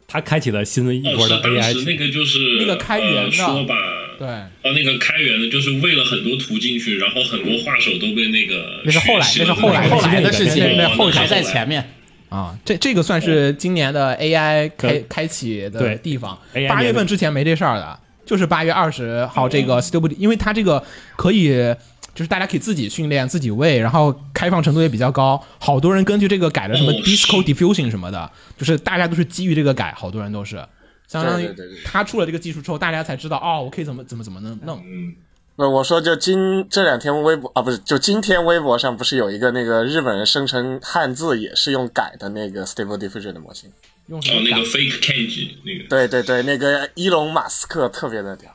Speaker 2: 他开启了新的一
Speaker 3: 哦，
Speaker 2: 波
Speaker 3: 是
Speaker 2: 的
Speaker 3: 当时
Speaker 2: AI，
Speaker 3: 那个就是
Speaker 1: 那个开源的
Speaker 3: 呃、说把
Speaker 1: 对
Speaker 3: 哦，那个开源的，就是喂了很多图进去，然后很多画手都被那个
Speaker 1: 那是后来
Speaker 3: 学习
Speaker 1: 那
Speaker 3: 了
Speaker 1: 是后来
Speaker 7: 后来
Speaker 2: 的
Speaker 7: 的事情
Speaker 1: 那那后
Speaker 7: 还
Speaker 3: 来
Speaker 7: 在前面。
Speaker 1: 啊，这这个算是今年的 AI 开
Speaker 2: 对
Speaker 1: 开启的
Speaker 2: 对
Speaker 1: 地方。
Speaker 2: AI
Speaker 1: 八月份之前没这事儿的，就是八月二十号这
Speaker 4: 嗯
Speaker 1: 个 Stable，因为它这个可以。就是大家可以自己训练、自己喂，然后开放程度也比较高。好多人根据这个改了什么
Speaker 4: 嗯
Speaker 3: 哦
Speaker 1: Disco
Speaker 3: 是
Speaker 1: Diffusion 什么的，就是大家都是基于这个改，好多人都是相当于
Speaker 4: 对对对对
Speaker 1: 他出了这个技术之后，大家才知道哦，我可以怎么怎么怎么弄弄。
Speaker 4: 嗯不，我说就今这两天微博啊，不是，就今天微博哦上不是有一个那个日本人生成汉字也是用改的那个 Stable Diffusion 的模型，
Speaker 1: 用什
Speaker 3: 然后
Speaker 1: 么
Speaker 3: 哦那
Speaker 1: 打
Speaker 3: 个 fake Kenji 那个
Speaker 4: 对对对，那个伊隆马斯克特别的屌。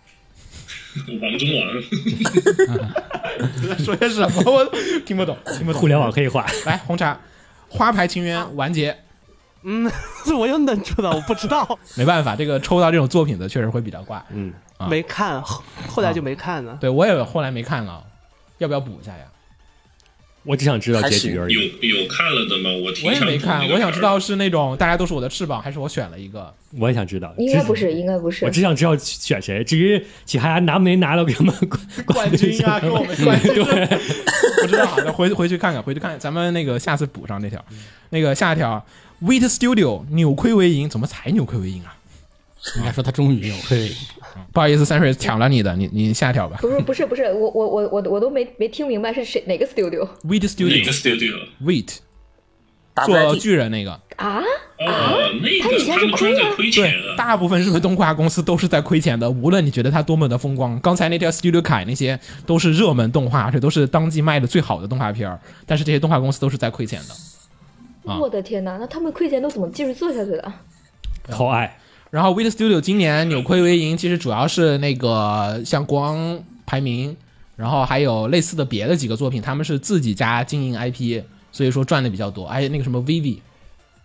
Speaker 3: <laughs> 王中
Speaker 1: <laughs>
Speaker 3: 王，
Speaker 1: 说些什么？我听不懂，听不懂。
Speaker 2: 互联网黑化，
Speaker 1: 来红茶，花牌情缘完结，
Speaker 5: 这我又愣住了，我不知道，
Speaker 1: <laughs> 没办法，这个抽到这种作品的确实会比较怪。
Speaker 2: 嗯，
Speaker 1: 啊
Speaker 5: 没看，后后来就没看了。
Speaker 1: 对我也后来没看了，要不要补一下呀？
Speaker 2: 我只想知道结局而
Speaker 3: 有
Speaker 2: 已。
Speaker 3: 有看了的吗？我挺
Speaker 1: 我也
Speaker 3: 想
Speaker 1: 没
Speaker 3: 补
Speaker 1: 看
Speaker 3: 那，个
Speaker 1: 我想知
Speaker 3: 片儿
Speaker 1: 道是那种大家都是我的翅膀，还是我选了一个？
Speaker 2: 我也想知道，
Speaker 6: 应该
Speaker 2: 只
Speaker 6: 不是，应该不是
Speaker 2: 我。只想知道选谁。至于其他拿没拿到什么冠
Speaker 1: 冠军啊，
Speaker 2: 什
Speaker 1: 跟
Speaker 2: 么
Speaker 1: 我们冠军，不知道，好的，回回去看看，回去看看，咱们那个下次补上那条，
Speaker 3: 嗯
Speaker 1: 那个下一条，Wait Studio 扭亏为盈，怎么才扭亏为盈啊？
Speaker 7: 应该说他终于有会
Speaker 1: 不好意思，三水抢了你的，你你下一条吧
Speaker 6: 不是不是不是，我我我我我都没没听明白是谁哪个 studio
Speaker 1: ，Wait
Speaker 3: 哪
Speaker 1: Studio
Speaker 3: 个 studio？
Speaker 1: Wait 做
Speaker 4: WIT
Speaker 1: 巨人那个，
Speaker 6: 啊？
Speaker 3: 哦，那
Speaker 6: 他
Speaker 3: 个
Speaker 6: 以前
Speaker 3: 他
Speaker 6: 是
Speaker 3: 们专
Speaker 6: 亏
Speaker 3: 在
Speaker 6: 吗
Speaker 3: 亏 <laughs>
Speaker 1: 对
Speaker 3: 钱，啊。
Speaker 1: 大部分日本动画公司都是在亏钱的，无论你觉得它多么的风光。刚才那条 Studio 凯那些都是热门动画，而且都是当季卖的最好的动画片儿，但是这些动画公司都是在亏钱的。啊
Speaker 6: 我的天哪，那他们亏钱都怎么继续做下去的？
Speaker 2: 好爱，
Speaker 1: 然后 Wit Studio 今年扭亏为盈，其实主要是那个像国王排名，然后还有类似的别的几个作品，他们是自己家经营 IP，所以说赚的比较多。还有那个什么 Vivi，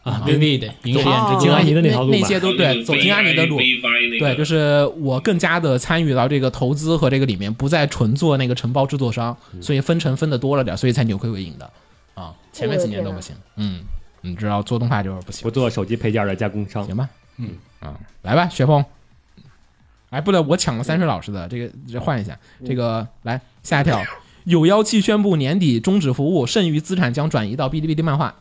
Speaker 7: 啊，微微的影
Speaker 5: 啊
Speaker 7: 响之
Speaker 2: 金阿
Speaker 7: 间
Speaker 2: 尼的那条路
Speaker 1: 那
Speaker 2: 吧
Speaker 1: 些都对，走金阿尼的路。对，就是是我更加的参与到这个投资和这个里面，不再纯做那个承包制作商，所以分成分的多了点，所以才扭亏为盈的啊。前面几年都不行，嗯，你知道做动画就是不行
Speaker 2: 不，做手机配件的加工商
Speaker 1: 行吧，嗯啊，来吧，雪峰。哎，不对，我抢了三水老师的这个，这换一下，这个来下一条，有妖气宣布年底终止服务，剩余资产将转移到哔哩哔哩漫画。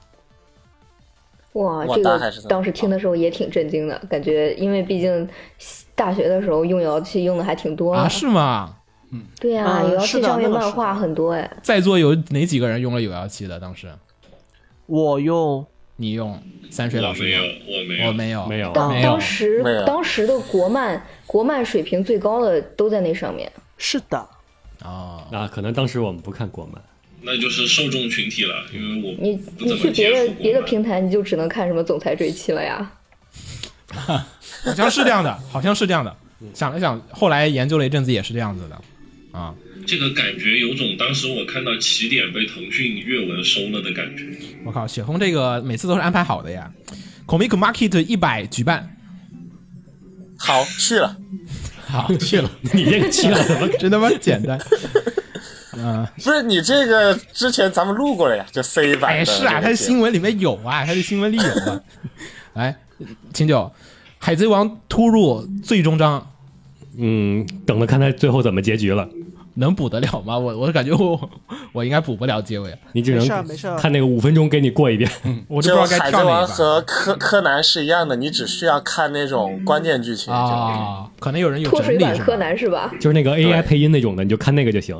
Speaker 6: 哇，
Speaker 4: 哇
Speaker 6: 这
Speaker 4: 大概是
Speaker 6: 个
Speaker 4: 这么
Speaker 6: 当时听的时候也挺震惊的，感觉因为毕竟大学的时候用遥器用的还挺多
Speaker 1: 啊，
Speaker 6: 的
Speaker 1: 是吗？
Speaker 6: 对呀、
Speaker 5: 啊
Speaker 6: 遥
Speaker 5: 是
Speaker 6: 器
Speaker 5: 的
Speaker 6: 上面
Speaker 5: 那个
Speaker 6: 漫
Speaker 5: 是
Speaker 6: 画
Speaker 5: 的
Speaker 6: 很多哎。
Speaker 1: 在座有哪几个人用了有妖气的？当时
Speaker 5: 我用
Speaker 1: 你用三水
Speaker 3: 我
Speaker 1: 老师哦
Speaker 3: 没有
Speaker 1: 用，，
Speaker 3: 我没
Speaker 1: 我
Speaker 3: 有，
Speaker 1: 没有，
Speaker 2: 没有？
Speaker 6: 当
Speaker 7: 没有
Speaker 6: 当时
Speaker 4: 没有
Speaker 6: 当时的国漫国漫水平最高的都在那上面，
Speaker 5: 是的，
Speaker 1: 哦，
Speaker 2: 啊，可能当时我们不看国漫，
Speaker 3: 那就是受众群体了，因为我
Speaker 6: 你
Speaker 3: 不
Speaker 6: 你
Speaker 3: 怎
Speaker 6: 去
Speaker 3: 么
Speaker 6: 别
Speaker 3: 接
Speaker 6: 的
Speaker 3: 触
Speaker 6: 别的
Speaker 3: 过嘛
Speaker 6: 平台，你就只能看什么总裁追妻了呀。
Speaker 1: 好像是这样的，好像是这样的。想了想，后来研究了一阵子，也是这样子的。啊，
Speaker 3: 这个感觉有种当时我看到起点被腾讯阅文收了的感觉。
Speaker 1: 我靠，雪峰这个每次都是安排好的呀。Comic Market 一百举办，
Speaker 4: 好去了，
Speaker 7: 好去了，
Speaker 2: 你这个期待怎么？
Speaker 1: 真他妈简单。
Speaker 4: 不是你这个之前咱们录过了呀，就 C
Speaker 1: <laughs>
Speaker 4: 版
Speaker 1: 哎，
Speaker 4: 的。
Speaker 1: 是啊，它是新闻里面有啊，它是新闻里有啊。 <laughs> 来，秦九，《海贼王》突入最终章，
Speaker 2: 嗯，等着看他最后怎么结局了。
Speaker 1: 能补得了吗？我我感觉我我应该补不了结尾，
Speaker 2: 你只能
Speaker 5: 没事儿没事儿
Speaker 2: 看那个五分钟给你过一遍。
Speaker 1: 我都不
Speaker 4: 嗯就
Speaker 1: 知道该
Speaker 4: 海贼
Speaker 1: 跳哪
Speaker 4: 王
Speaker 1: 一把
Speaker 4: 和柯柯南是一样的，你只需要看那
Speaker 6: 嗯
Speaker 4: 种关键剧情就。
Speaker 1: 啊。可能有人有
Speaker 6: 脱
Speaker 1: 整
Speaker 6: 水
Speaker 1: 理
Speaker 6: 版
Speaker 1: 是
Speaker 6: 柯
Speaker 1: 吧？
Speaker 6: 南是吧？
Speaker 2: 就是那个 AI 配音那种的，你就看那个就行。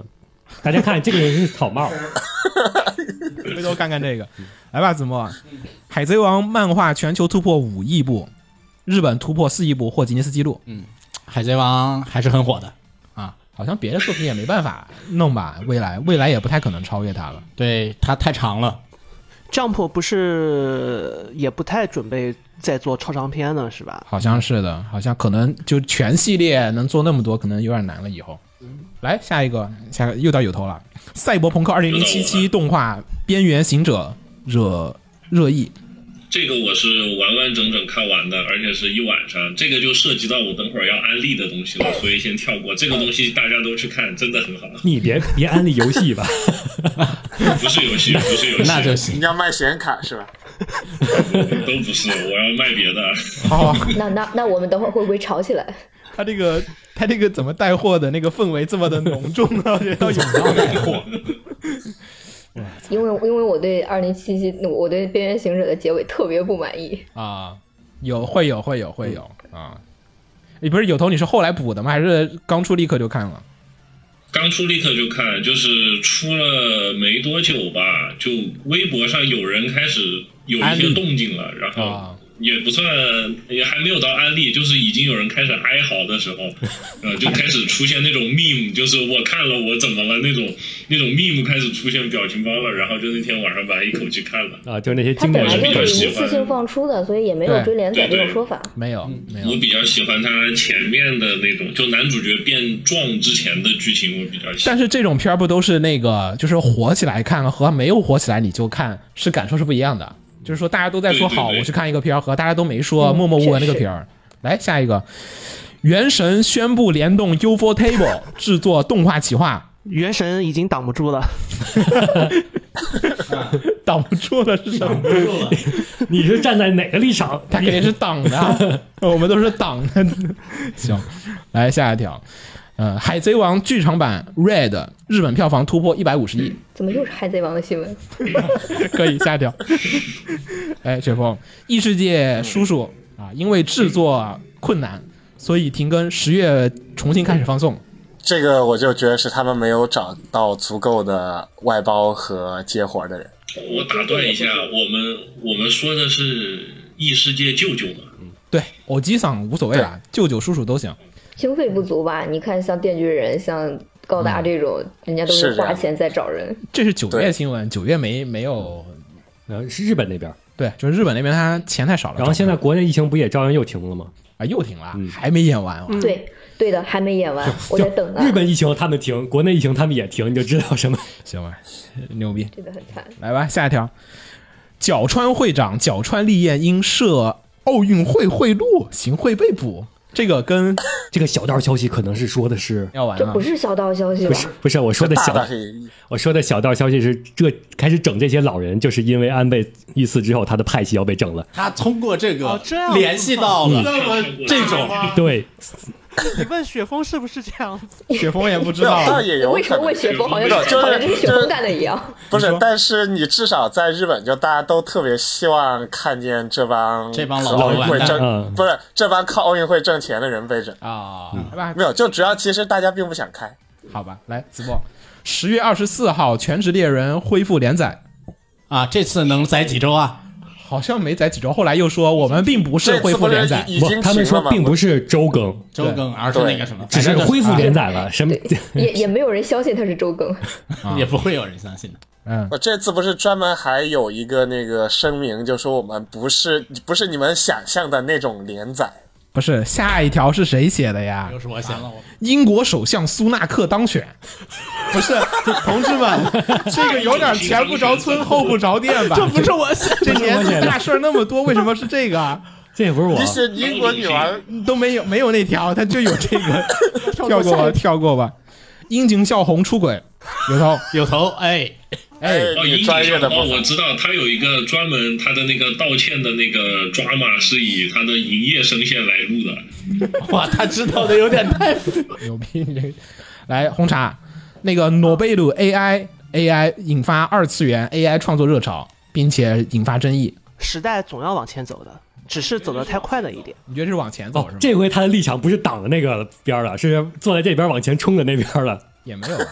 Speaker 2: 大家看这个人是草帽， <laughs>
Speaker 1: <laughs> 回头看看这个，来吧，子墨，《海贼王》漫画全球突破五亿部，日本突破四亿部，获吉尼斯纪录。
Speaker 7: 海贼王还是很火的。
Speaker 1: 啊，好像别的作品也没办法弄吧，未来未来也不太可能超越它了。
Speaker 7: 对它太长了，
Speaker 5: Jump 不是也不太准备再做超长篇了，是吧？
Speaker 1: 好像是的，好像可能就全系列能做那么多，可能有点难了。以后，来下一个，下个又到有头了，《赛博朋克2007七动画《边缘行者》惹热议。
Speaker 3: 这个我是完完整整看完的，而且是一晚上。这个就涉及到我等会儿要安利的东西了，所以先跳过。这个东西大家都去看，真的很好，
Speaker 2: 你别别安利游戏吧。
Speaker 3: 不是游戏，不
Speaker 1: <laughs>
Speaker 3: 是游戏，
Speaker 7: 那就
Speaker 4: 你
Speaker 7: 行。
Speaker 4: 要卖显卡是吧？
Speaker 3: 都不是。我要卖别的，
Speaker 1: 哦，
Speaker 6: 那那那我们等会儿会不会吵起来？
Speaker 1: 他这个他这个怎么带货的那个氛围这么的浓重呢？ <laughs> 我觉得到有头带货。
Speaker 6: 因为因为我对二零七七，我对《边缘行者》的结尾特别不满意。
Speaker 1: 啊，有会有会有会有啊！你不是有头，你是后来补的吗？还是刚出立刻就看了？
Speaker 3: 刚出立刻就看，就是出了没多久吧，就微博上有人开始有一
Speaker 1: 安利
Speaker 3: 些动静了，然后
Speaker 1: 啊
Speaker 3: 也不算，也还没有到安利，就是已经有人开始哀嚎的时
Speaker 4: <laughs>
Speaker 3: 候，呃，就开始出现那种 meme，就是我看了我怎么了那种那种 meme 开始出现表情包了，然后就那天晚上把它一口气看了。
Speaker 2: 啊，就是那些
Speaker 6: 它
Speaker 2: 经
Speaker 6: 本
Speaker 2: 典的
Speaker 6: 来
Speaker 3: 我
Speaker 2: 梗
Speaker 3: 比较
Speaker 6: 就
Speaker 3: 喜
Speaker 6: 是一
Speaker 3: 欢
Speaker 6: 次性放出的，所以也没有
Speaker 1: 对
Speaker 6: 追连载这
Speaker 3: 对
Speaker 6: 种
Speaker 3: 对
Speaker 6: 说法。
Speaker 1: 没有没有
Speaker 3: 我，比较喜欢他前面的那种，就男主角变壮之前的剧情，我比较喜欢。
Speaker 1: 但是这种片儿不都是那个，就是火起来看和没有火起来你就看，是感受是不一样的。就是说大家都在说
Speaker 3: 对对
Speaker 1: 好，
Speaker 3: 对
Speaker 1: 我去看一个片儿，和大家都没说默默无闻那个片儿。来下一个，《原神》宣布联动 UFO Table 制作动画企划，
Speaker 5: 原神已经挡不住了，
Speaker 1: <laughs> 挡不住了是什么？
Speaker 2: 你是站在哪个立场？
Speaker 1: 他肯定是挡的 <laughs> 啊，我们都是挡的。 <laughs> 行，来下一条，呃，《海贼王》剧场版 Red 日本票房突破一百五十 <laughs> 亿，
Speaker 6: 怎么又是海贼王的新闻？
Speaker 1: 可以下一条。哎，雪峰，异世界叔叔啊，因为制作困难，所以停更，十月重新开始放送。
Speaker 4: 这个我就觉得是他们没有找到足够的外包和接活的人。
Speaker 3: 我打断一下，我们我们说的是异世界舅舅嘛？
Speaker 1: 对，偶机嗓无所谓啦，舅舅叔叔都行。
Speaker 6: 经费不足吧？你看，像电锯人、像高达这种，人家都
Speaker 4: 是这
Speaker 6: 是
Speaker 4: 样
Speaker 6: 花钱在找人。
Speaker 1: 这是九月
Speaker 4: 对
Speaker 1: 新闻，九月没没有。
Speaker 2: 呃，是日本那边。
Speaker 1: 对，就是日本那边他钱太少了，
Speaker 2: 然后现在国内疫情不也照样又停了吗？
Speaker 1: 啊又停了，还没演完啊。
Speaker 5: 嗯
Speaker 6: 对对的，还没演完，我在等啊
Speaker 2: 日。本疫情他们停，国内疫情他们也停，你就知道什么。
Speaker 1: 行吧，牛逼。
Speaker 6: 真的很惨，
Speaker 1: 来吧，下一条。角川会长角川利彦因涉奥运会贿赂行贿被捕，这个跟
Speaker 2: <laughs> 这个小道消息可能是说的是，
Speaker 1: 要完啊
Speaker 6: 这
Speaker 1: 了
Speaker 6: 不。是小道消息啊
Speaker 2: 不
Speaker 6: 吧？
Speaker 2: 是不是我说的
Speaker 4: 大
Speaker 2: 小
Speaker 4: 的
Speaker 2: 道，
Speaker 4: 黑
Speaker 2: 我说的小道消息是这开始整这些老人，就是因为安倍遇刺之后他的派系要被整了。
Speaker 7: 他通过这
Speaker 5: 哦
Speaker 7: 个
Speaker 5: 这样
Speaker 7: 联系到了这种，
Speaker 2: 对，
Speaker 5: <laughs> 你问雪峰是不是这样子？
Speaker 1: <laughs> 雪峰也不知
Speaker 4: 没有，
Speaker 1: 道
Speaker 4: 倒，也有
Speaker 6: <laughs> 为什
Speaker 4: 可
Speaker 6: 么
Speaker 4: 能
Speaker 6: 问。雪峰好像
Speaker 4: 不是就是
Speaker 6: 好像这是雪
Speaker 4: 就
Speaker 6: 峰
Speaker 4: 是
Speaker 6: 干的一样？
Speaker 4: 不
Speaker 1: 你
Speaker 4: 是
Speaker 1: 说，
Speaker 4: 但是你至少在日本，就大家都特别希望看见这帮
Speaker 7: 这帮老
Speaker 4: 靠奥运会
Speaker 7: 老
Speaker 2: 完蛋
Speaker 4: 挣，
Speaker 2: 嗯
Speaker 4: 不是这帮靠奥运会挣钱的人被整。
Speaker 1: 啊，来吧，
Speaker 4: 没有，就主要其实大家并不想开。
Speaker 1: 好吧，来子墨，十月二十四号《全职猎人》恢复连载，
Speaker 7: 啊，这次能载几周啊？
Speaker 1: 好像没载几周，后来又说我们并不是
Speaker 4: 这
Speaker 1: 恢
Speaker 4: 次
Speaker 1: 复
Speaker 4: 不
Speaker 1: 连
Speaker 4: 是
Speaker 1: 载，
Speaker 4: 已已
Speaker 2: 不
Speaker 4: 经，
Speaker 2: 他们
Speaker 4: 停了
Speaker 2: 说
Speaker 4: 吗？
Speaker 2: 并不是周更，
Speaker 7: 周更，而是那个什么，
Speaker 2: 只是
Speaker 7: 反正
Speaker 2: 恢复连载了。什么？ <laughs>
Speaker 6: 也也没有人相信他是周更，
Speaker 1: 啊
Speaker 7: 也不会有人相信的。
Speaker 1: 嗯，
Speaker 4: 我这次不是专门还有一个那个声明，就说我们不是不是你们想象的那种连载。
Speaker 1: 不是下一条是谁写的呀
Speaker 7: 又？是我想了，我
Speaker 1: 英国首相苏纳克当选， <laughs> 不是，同志 <laughs> 们，这个有点前不着村后不着店吧？
Speaker 5: 这不是我想
Speaker 1: 这年纪大事儿那么多，为什么是这个啊？
Speaker 2: 这也不是我
Speaker 4: 你写英国女王
Speaker 1: 都没有没有那条，他就有这个，嗯 <laughs> 跳过
Speaker 5: 下
Speaker 1: 吧，
Speaker 5: 一条
Speaker 1: 跳过吧。樱井孝宏出轨，有 <laughs> 头，
Speaker 7: 有头哎，
Speaker 1: 哎，
Speaker 3: 哦，
Speaker 4: 你
Speaker 3: 英
Speaker 4: 专业的部
Speaker 3: 哦，我
Speaker 4: 分，
Speaker 3: 知道他有一个专门他的那个道歉的那个 drama 是以他的营业声线来录的。
Speaker 7: 哇，他知道的有点太复杂
Speaker 1: 牛逼！你这个来红茶，那个诺贝鲁 AI AI 引发二次元 AI 创作热潮，并且引发争议。
Speaker 5: 时代总要往前走的，只是走得太快了一点。
Speaker 1: 你觉得这是往前走
Speaker 2: 哦
Speaker 1: 是吗？，
Speaker 2: 这回他的立场不是挡的那个边儿了，是坐在这边往前冲的那边儿了。
Speaker 1: 也没有啊。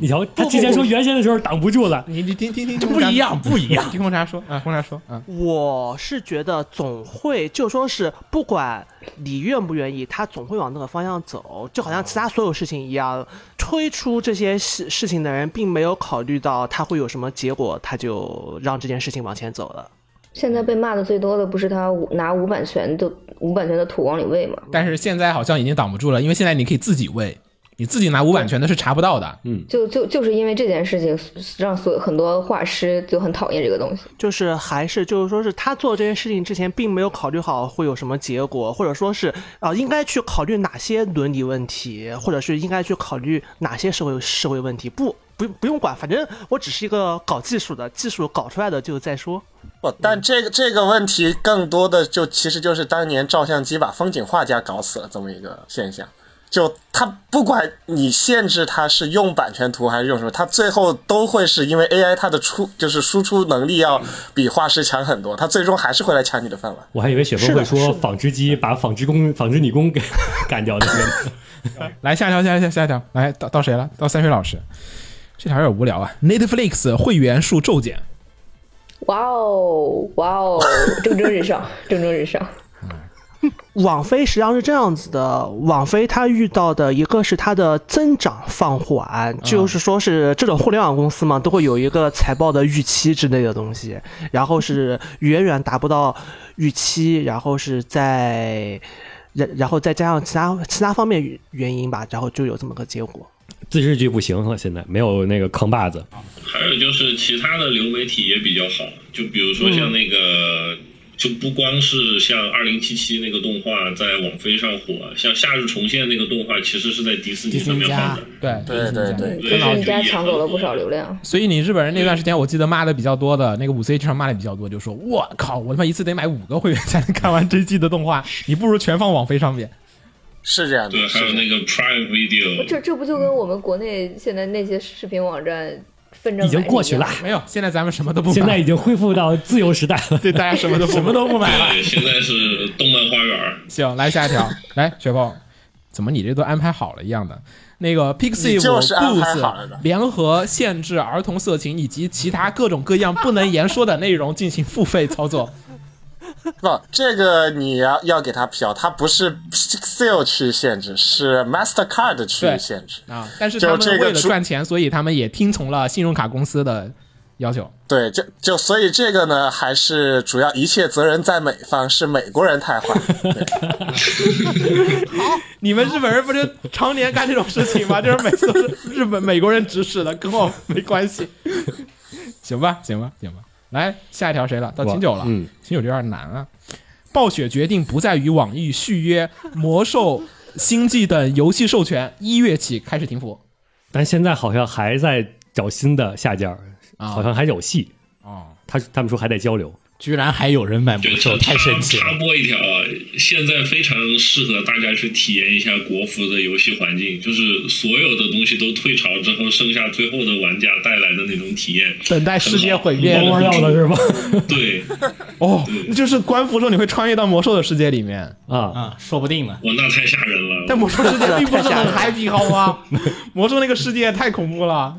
Speaker 2: 你瞧，他之前说原先的时候挡不住了，
Speaker 1: 你你听听听，
Speaker 7: <laughs> 不一样，不一样。
Speaker 1: <laughs> 听红茶说啊，红茶说啊，
Speaker 5: 我是觉得总会就说是不管你愿不愿意，他总会往那个方向走，就好像其他所有事情一样，推出这些事事情的人并没有考虑到他会有什么结果，他就让这件事情往前走了。
Speaker 6: 现在被骂的最多的不是他无拿无版权的无版权的土往里喂吗？
Speaker 1: 但是现在好像已经挡不住了，因为现在你可以自己喂，你自己拿无版权的是查不到的。
Speaker 6: 就就就是因为这件事情，让所有很多画师就很讨厌这个东西。
Speaker 5: 就是还是就是说是他做这件事情之前并没有考虑好会有什么结果，或者说是啊、呃应该去考虑哪些伦理问题，或者是应该去考虑哪些社会社会问题。不，不用不用管，反正我只是一个搞技术的，技术搞出来的就再说。
Speaker 4: 不，但这个这个问题更多的就其实就是当年照相机把风景画家搞死了这么一个现象。就他不管你限制他是用版权图还是用什么，他最后都会是因为 AI 它的出就是输出能力要比画师强很多，他最终还是会来抢你的饭碗。
Speaker 2: 我还以为雪峰会说纺织机把纺织工、纺织女工 <laughs> 给干掉那个。
Speaker 1: 来下一条，下一条，下一条，来到到谁了？到三水老师。这条有点无聊啊！Netflix 会员数骤减，
Speaker 6: 哇哦哇哦，蒸蒸日上，蒸蒸日上。
Speaker 5: 网飞实际上是这样子的，网飞它遇到的一个是它的增长放缓，就是说是这种互联网公司嘛，都会有一个财报的预期之类的东西，然后是远远达不到预期，然后是在，然然后再加上其他其他方面原因吧，然后就有这么个结
Speaker 1: <laughs>
Speaker 5: 果。
Speaker 2: 自治剧不行了，现在没有那个扛把子。
Speaker 3: 还有就是其他的流媒体也比较好，就比如说像那个，就不光是像二零七七那个动画在网飞上火，像夏日重现那个动画其实是在迪士尼上面放的。
Speaker 1: 对
Speaker 4: 对对对
Speaker 6: 对，迪士尼家抢走了不少流量。
Speaker 1: 所以你日本人那段时间，我记得骂的比较多的那个五 C 上骂的比较多，就说我靠，我他妈一次得买五个会员才能看完这一季的动画，你不如全放网飞上面。
Speaker 4: 是这样的
Speaker 3: 对，，还有那个 Prime
Speaker 6: 这
Speaker 3: Video，
Speaker 6: 这不就跟我们国内现在那些视频网站纷争
Speaker 2: 已经
Speaker 6: 买
Speaker 2: 过
Speaker 6: 是
Speaker 2: 去
Speaker 6: 一样
Speaker 2: 了
Speaker 6: 的，
Speaker 1: 没有，现在咱们什么都不买，
Speaker 2: 现在已经恢复到自由时代了。
Speaker 1: 对大家什么都什么都不买了。
Speaker 3: 对，现在是动漫花园。
Speaker 1: 行，来下一条，来雪峰，怎么你这都安排好了一样的？那个 Pixie
Speaker 4: 你就是安排好了
Speaker 1: Booth
Speaker 4: 的
Speaker 1: 联合限制儿童色情以及其他各种各样不能言说的内容进行付费操作。
Speaker 4: 不，这个你要要给他嫖，它不是 Pixel 区域限制，是 Mastercard 区域限制。
Speaker 1: 啊，但是他们
Speaker 4: 就这个
Speaker 1: 为了
Speaker 4: 出
Speaker 1: 赚钱，所以他们也听从了信用卡公司的要求。
Speaker 4: 对，就就所以这个呢，还是主要一切责任在美方，是美国人 <laughs> 太坏。对
Speaker 1: 你们日本人不就常年干这种事情 <laughs> 吗？就是每次都是日本美国人指使的，跟我没关系。 <laughs> 行吧，行吧，行吧。来下一条谁了？到秦九了。
Speaker 2: 嗯，
Speaker 1: 秦九这有点难啊。暴雪决定不再与网易续约《魔兽》《星际》等游戏授权，一月起开始停服。
Speaker 2: 但现在好像还在找新的下家，
Speaker 1: 啊
Speaker 2: 好像还有戏。
Speaker 1: 哦，
Speaker 2: 他他们说还在交流，
Speaker 7: 居然还有人买魔
Speaker 3: 对，
Speaker 7: 兽，太神奇
Speaker 3: 插
Speaker 7: 了！
Speaker 3: 播一条啊，现在非常适合大家去体验一下国服的游戏环境，就是所有的东西都退潮之后，剩下最后的玩家带来的那种体验。
Speaker 1: 等待世界毁灭
Speaker 3: 很好
Speaker 2: 光耀了是吧？
Speaker 3: 对
Speaker 1: <laughs> 哦，那就是官服说你会穿越到魔兽的世界里面，
Speaker 2: <laughs> 啊，
Speaker 7: <laughs> 啊，说不定呢。
Speaker 3: 我那太吓人了。
Speaker 1: 但 <laughs> 魔兽世界并不是 <laughs> 很 happy 好吗？魔兽那个世界太恐怖了，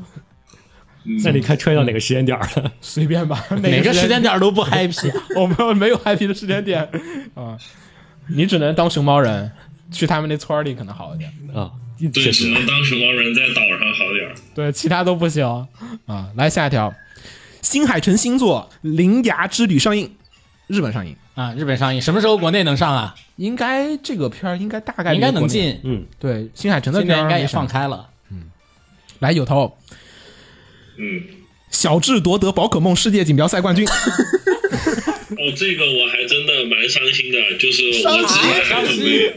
Speaker 2: 那你看穿越到哪个时间点儿了？
Speaker 1: 随便吧，
Speaker 7: 哪个时
Speaker 1: 点
Speaker 7: 间点都不 happy，啊
Speaker 1: <laughs> 我们没有 happy 的时间点啊，你只能当熊猫人，去他们那村儿里可能好一点，
Speaker 2: 啊，
Speaker 3: 对，
Speaker 2: 确
Speaker 3: 只
Speaker 2: 实
Speaker 3: 能当熊猫人在岛上好点儿。
Speaker 1: 对，其他都不行啊。来下一条，新海诚新作《铃芽之旅》上映，日本上映，
Speaker 7: <laughs> 啊！日本上映什么时候国内能上 <laughs> 啊？
Speaker 1: 应该这个片儿应该大概率
Speaker 7: 应该能
Speaker 1: 国内。
Speaker 7: 进，
Speaker 1: 对，新海诚的
Speaker 7: 嗯今
Speaker 1: 片
Speaker 7: 年
Speaker 1: 儿
Speaker 7: 应该也
Speaker 1: 没上
Speaker 7: 放开了。
Speaker 1: 来有头，
Speaker 3: 嗯，啊
Speaker 1: 小智夺得宝可梦世界锦标赛冠军。
Speaker 3: 哦，这个我还真的蛮伤心的，就是我之前还准备，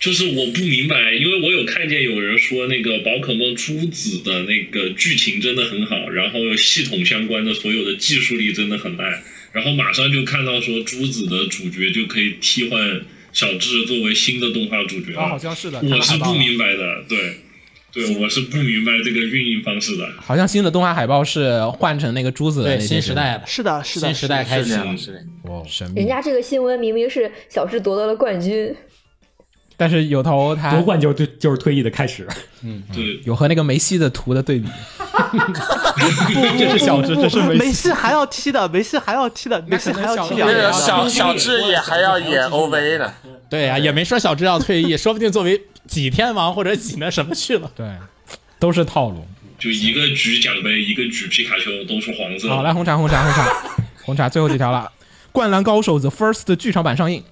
Speaker 3: 就是我不明白，因为我有看见有人说那个宝可梦朱子的那个剧情真的很好，然后系统相关的所有的技术力真的很烂，然后马上就看到说朱子的主角就可以替换小智作为新的动画主角了，
Speaker 1: 啊好像是的看
Speaker 3: 我
Speaker 1: 了海
Speaker 3: 是
Speaker 1: 报
Speaker 3: 不
Speaker 1: 了
Speaker 3: 明白的，对，对，我是不明白这个运营方式的。
Speaker 1: 好像新的动画海报是换成那个珠子的
Speaker 7: 对，
Speaker 1: 那些
Speaker 7: 新时代了，
Speaker 5: 是的，是的，
Speaker 7: 新时代开
Speaker 4: 是这
Speaker 7: 始。
Speaker 4: 样，是这样。
Speaker 1: 是吧，哦，神
Speaker 6: 人
Speaker 1: 秘。
Speaker 6: 家这个新闻明明是小智夺得了冠军，
Speaker 1: 但是有头他
Speaker 2: 夺冠就是对就是退役的开 <laughs> 始。
Speaker 3: 对，
Speaker 1: 有和那个梅西的图的对比，这是小智，这是
Speaker 5: 梅
Speaker 1: 梅西。
Speaker 5: 西还要踢的，梅西还要踢的，梅西还要
Speaker 1: 那
Speaker 5: 踢两
Speaker 1: 可
Speaker 4: 那
Speaker 1: 能
Speaker 4: 个
Speaker 5: 年的。
Speaker 4: 小小智也还要演 OV 呢，
Speaker 7: 对啊，也没说小智要退役，说不定作为几天王或者几那什么去了。
Speaker 1: 对，都是套路。
Speaker 3: 就一个举奖杯，一个举皮卡丘，都是黄色的。
Speaker 1: 好，来红茶，红茶，红茶，红茶，最后几条了。《灌篮高手》The First 剧场版上映，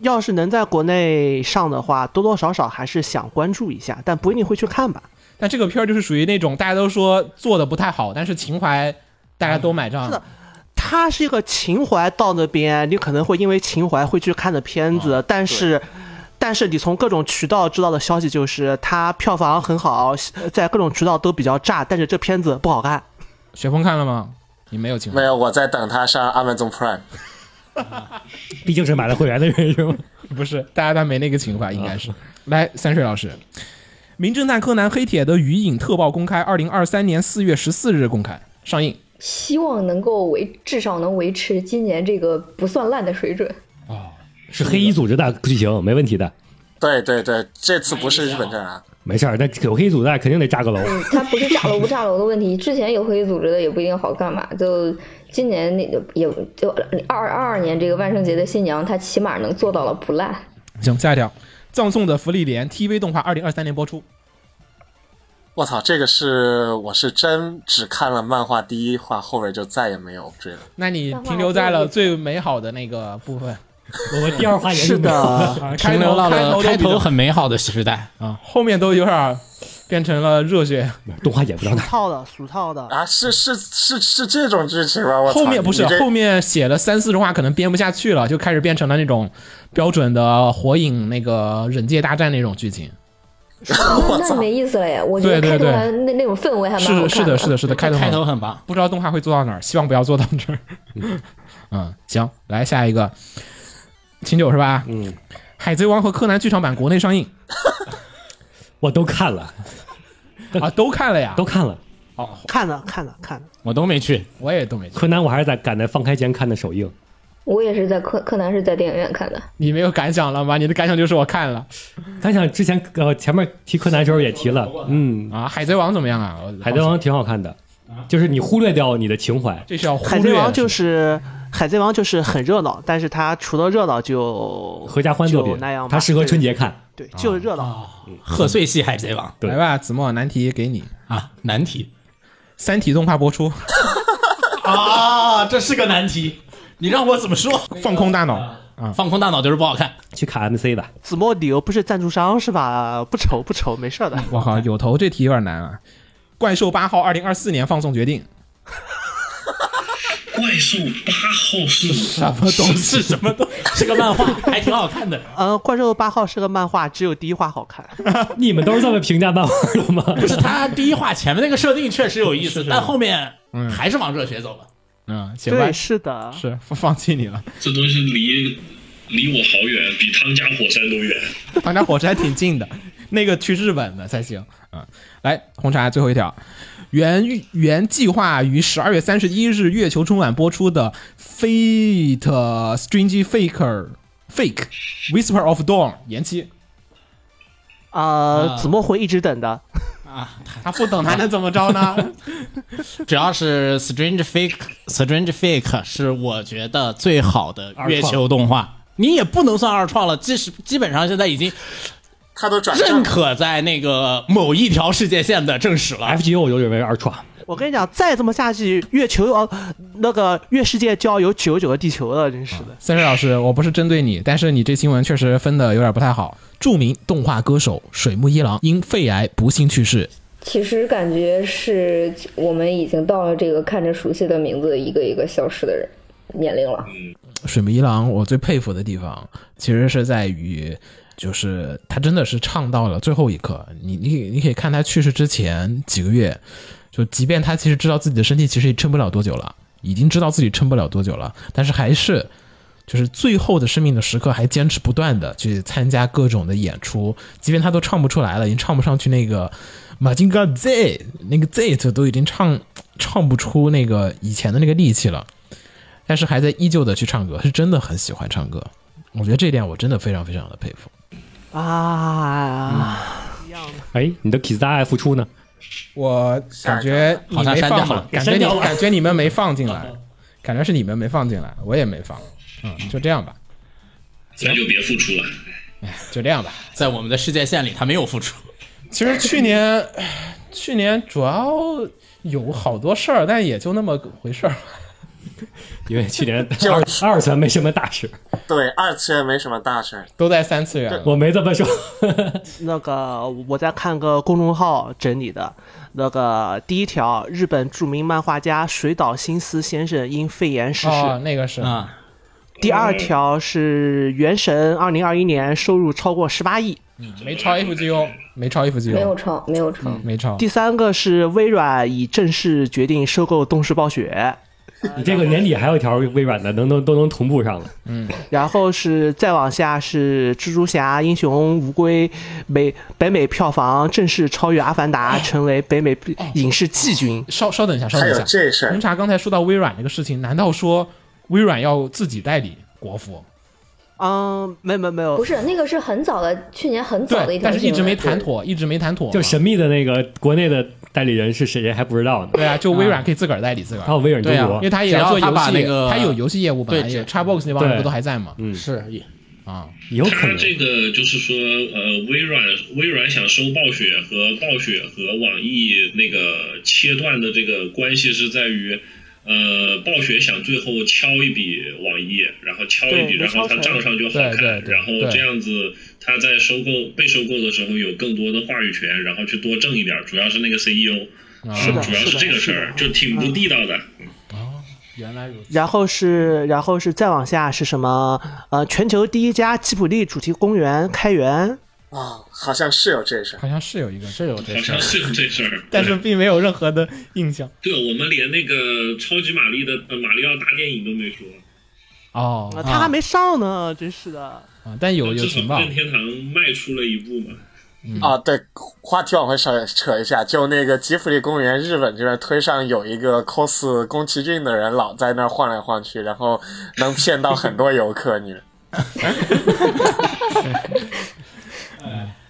Speaker 5: 要是能在国内上的话，多多少少还是想关注一下，但不一定会去看吧。
Speaker 1: 但这个片儿就是属于那种大家都说做的不太好，但是情怀大家都买账。
Speaker 5: 是的它是一个情怀到那边，你可能会因为情怀会去看的片
Speaker 2: 啊
Speaker 5: 子，但是。但是你从各种渠道知道的消息就是，它票房很好，呃在各种渠道都比较炸，但是这片子不好看。
Speaker 1: 雪峰看了吗？你没有情怀
Speaker 4: 没。有，我在等他上 Amazon Prime。
Speaker 2: 毕竟是买了会员的人是吧？
Speaker 1: 不是，大家他没那个情怀，应该是。来，三水老师，《名侦探柯南：黑铁的余影》特报公开，二零二三年四月十四日公开上映。
Speaker 6: 希望能够维至少能维持今年这个不算烂的水准。
Speaker 2: 是黑衣组织的剧情，没问题的。
Speaker 4: 对对对，这次不是日本站啊，
Speaker 2: 没事儿，那有黑组在，肯定得炸个 <laughs> 楼。
Speaker 6: 嗯，它不是炸楼不炸楼的问题，之前有黑组织的也不一定好干嘛。就今年那个也就二二二年这个万圣节的新娘，她起码能做到了不烂。
Speaker 1: 行，下一条，葬送的福利莲 TV 动画二零二三年播出。
Speaker 4: 我操，这个是我是真只看了漫画第一话，后面就再也没有追了。
Speaker 1: 那你停留在了最美好的那个部分，
Speaker 2: 我们第二话也
Speaker 5: 是的， <laughs>
Speaker 1: 啊开
Speaker 7: 停
Speaker 1: 头
Speaker 7: 留到了
Speaker 1: 开
Speaker 7: <laughs> 开
Speaker 1: 头都
Speaker 7: 头
Speaker 1: 比较
Speaker 7: 很美好的时代，
Speaker 1: 后面都有点儿变成了热血。
Speaker 2: 动画演不到那儿，
Speaker 5: 套的俗套的，
Speaker 4: 啊，是是是是这种剧情吗？我操
Speaker 1: 后面不是
Speaker 4: 你这
Speaker 1: 后面写了三四十话，可能编不下去了，就开始变成了那种标准的火影那个忍界大战那种剧情。
Speaker 6: 那那没意思了呀，我觉得
Speaker 1: 对对
Speaker 6: 开头
Speaker 1: 对
Speaker 6: 还那那种氛围还蛮好看
Speaker 1: 是是的，是的，是的，开头
Speaker 7: 开
Speaker 1: 很
Speaker 7: 头很棒。
Speaker 1: 不知道动画会做到哪儿，希望不要做到这儿。嗯，行，来下一个，秦九是吧？
Speaker 2: 嗯，
Speaker 1: 海贼王和柯南剧场版国内上映
Speaker 2: 我都看了，
Speaker 1: 啊，都看了呀，
Speaker 2: 都看了。
Speaker 5: 看了看了看了，
Speaker 7: 我都没去，
Speaker 1: 我也都没去，
Speaker 2: 柯南我还是在赶在放开前看的首映，
Speaker 6: 我也是在柯柯南是在电影院看的，
Speaker 1: 你没有感想了吗？你的感想就是我看了
Speaker 2: 感想之前呃前面提柯南的时候也提了，嗯，
Speaker 1: 啊，海贼王怎么样啊？我
Speaker 2: 海贼王挺好看的，就是你忽略掉你的情怀，
Speaker 1: 这是要忽略
Speaker 5: 海贼王就是是海贼王就是很热闹，但是它除了热闹就
Speaker 2: 合家欢作
Speaker 5: 就
Speaker 2: 品
Speaker 5: 那样，吧，
Speaker 2: 它适合春节啊看。
Speaker 5: 对，对就是热闹。
Speaker 7: 贺岁系海贼王
Speaker 2: 对
Speaker 1: 来吧，子墨难题给你，《
Speaker 7: 啊，难题
Speaker 1: 三体》动画播出，
Speaker 7: 啊，这是个难题，你让我怎么说？
Speaker 1: <laughs> 放空大脑。啊，
Speaker 7: 放空大脑就是不好看，
Speaker 2: 去卡 MC 吧，
Speaker 5: 子墨理由不是赞助商是吧？不愁不愁，没事儿的。
Speaker 1: 我靠，有头这题有点难啊！《怪兽八号》二零二四年放送决定，
Speaker 3: 怪兽八号是什
Speaker 1: 什么东西？<laughs>
Speaker 7: <laughs> 是什么都 <laughs> 是个漫画，还挺好看的。
Speaker 5: 呃，《怪兽八号》是个漫画，只有第一话好看。
Speaker 2: <laughs> 你们都是这么评价漫画的 <laughs> 吗？
Speaker 7: 不是他第一话前面那个设定确实有意思，但后面还是往热血走 <laughs> 了。
Speaker 1: 嗯，行吧
Speaker 5: 对，，是的，
Speaker 1: 是放 <laughs> 放弃你了。
Speaker 3: 这东西离离我好远，比汤加火山都远。
Speaker 1: 唐家火车还挺近的，那个去日本的才行。嗯，来红茶最后一条，原预原计划于十二月三十一日月球春晚播出的《Fate 呃 Strange Faker Fake Whisper of Dawn》延期，
Speaker 5: 呃，子墨会一直等的。
Speaker 1: 他不等他能怎么着呢？
Speaker 7: 主要是 Strange Fake Strange Fake 是我觉得最好的月球动画，你也不能算二创了，即使基本上现在已经
Speaker 4: 他都转
Speaker 7: 认
Speaker 4: 正，
Speaker 7: 可在那个某一条世界线的正史了。
Speaker 2: FGO 我就认为二创，
Speaker 5: 我跟你讲，再这么下去，月球呃，那个月世界就要有九十九个地球了，真是的。
Speaker 1: <laughs> 森瑞老师，我不是针对你，但是你这新闻确实分的有点不太好。著名动画歌手水木一郎因肺癌不幸去世，
Speaker 6: 其实感觉是我们已经到了这个看着熟悉的名字一个一个消失的人年龄了。
Speaker 1: 水木一郎，我最佩服的地方其实是在于，就是他真的是唱到了最后一刻。你你你可以看他去世之前几个月，就即便他其实知道自己的身体其实也撑不了多久了，已经知道自己撑不了多久了，但是还是就是最后的生命的时刻还坚持不断的去参加各种的演出，即便他都唱不出来了，已经唱不上去那个马金嘎 Z 那个 Z 都已经唱唱不出那个以前的那个力气了。但是还在依旧的去唱歌，是真的很喜欢唱歌。我觉得这点我真的非常非常的佩服。
Speaker 5: 嗯啊，
Speaker 2: 哎，你的 Kiss 大爱复出呢？
Speaker 1: 我感觉你
Speaker 7: 好像
Speaker 1: 没
Speaker 7: 删掉
Speaker 1: 放
Speaker 7: 了
Speaker 1: 嘛，感觉你
Speaker 2: 删掉了
Speaker 1: 感觉你们没放进来，感觉是你们没放进来，我也没放。嗯，就这样吧，
Speaker 3: 那就别付出了。
Speaker 1: 就这样吧。
Speaker 7: 在我们的世界线里，他没有付出。
Speaker 1: 其实去年， <sighs> 去年主要有好多事儿，但也就那么回事儿。
Speaker 2: 因为去年二二次元没什么大事，
Speaker 4: 对，二次元没什么大事儿。
Speaker 1: 都在三次元了。
Speaker 2: 我没这么说。
Speaker 5: 那个我在看个公众号整理的，那个第一条，日本著名漫画家水岛新司先生因肺炎逝世。
Speaker 1: 哦，那个是
Speaker 7: 啊，
Speaker 5: 第二条是《原神》二零二一年收入超过十八亿。
Speaker 1: 没超 FGO，没哦超
Speaker 6: 没有
Speaker 1: FGO，
Speaker 6: 成，没有成。
Speaker 1: 没超。
Speaker 5: 第三个是微软已正式决定收购动视暴雪，
Speaker 2: 你这个年底还有一条微软的，能能都能同步上了。
Speaker 5: 然后是再往下是蜘蛛侠、英雄无归，美北美票房正式超越《阿凡达》，成为北美影视季军。
Speaker 1: 稍稍等一下，稍
Speaker 4: 还
Speaker 1: 等一
Speaker 4: 有
Speaker 1: 下。
Speaker 4: 这事儿
Speaker 1: 红，茶刚才说到微软这个事情，难道说微软要自己代理国服？
Speaker 5: 嗯，没有没有没有
Speaker 6: 不，是那个是很早的，去年很早的一
Speaker 1: 对，
Speaker 6: 条
Speaker 1: 但是
Speaker 6: 新闻，
Speaker 1: 一直没谈妥，一直没谈妥嘛。
Speaker 2: 就神秘的那个国内的代理人是谁还不知道呢。
Speaker 1: 对啊，就微软可以自个儿代理自个儿。
Speaker 2: 还有微软中
Speaker 1: 对啊，
Speaker 2: 国
Speaker 1: 因为他也
Speaker 7: 只
Speaker 1: 要
Speaker 7: 要
Speaker 1: 做游
Speaker 7: 他把
Speaker 1: 戏，
Speaker 7: 那个
Speaker 1: 他有游戏业务本来
Speaker 7: 对
Speaker 1: 也，Xbox 那帮人
Speaker 2: 对
Speaker 1: 不都还在吗？
Speaker 2: 嗯
Speaker 7: 是也
Speaker 1: 啊，
Speaker 2: 有可
Speaker 3: 他
Speaker 2: 能
Speaker 3: 这个就是说，呃，微软微软想收暴雪和暴雪和网易那个切断的这个关系是在于，呃，暴雪想最后敲一笔网易，然后敲一笔，
Speaker 5: 对
Speaker 3: 然后它
Speaker 5: 没敲
Speaker 3: 账
Speaker 5: 成
Speaker 3: 上就好
Speaker 1: 对对
Speaker 3: 看，
Speaker 1: 对
Speaker 3: 然后
Speaker 1: 对
Speaker 3: 这样子他在收购被收购的时候有更多的话语权，然后去多挣一点，主要是那个 CEO，
Speaker 1: 啊
Speaker 5: 是的
Speaker 3: 主要是这个事儿，
Speaker 5: 是的
Speaker 3: 就挺不地道的。
Speaker 1: 原来如此。
Speaker 5: 然后是，然后是再往下是什么？呃，全球第一家吉普力主题公园开园，
Speaker 4: 啊，好像是有这事儿。
Speaker 1: 好像是有一个，
Speaker 7: 是有这
Speaker 3: 好
Speaker 7: 事
Speaker 3: 像
Speaker 7: 儿。
Speaker 3: 是有这事儿，
Speaker 1: 但是并没有任何的印象。
Speaker 3: 对我们连那个超级玛丽的呃马里奥大电影都没说。
Speaker 1: 哦，
Speaker 5: 呃它还没上呢，真是的。
Speaker 1: 啊，但有有
Speaker 3: 至少
Speaker 1: 情报
Speaker 3: 任天堂迈出了一步嘛。
Speaker 1: 嗯
Speaker 4: 啊，对，话题往回扯扯一下，就那个吉普力公园，日本这边推上有一个 cos 宫崎骏的人，老在那儿晃来晃去，然后能骗到很多游客。你们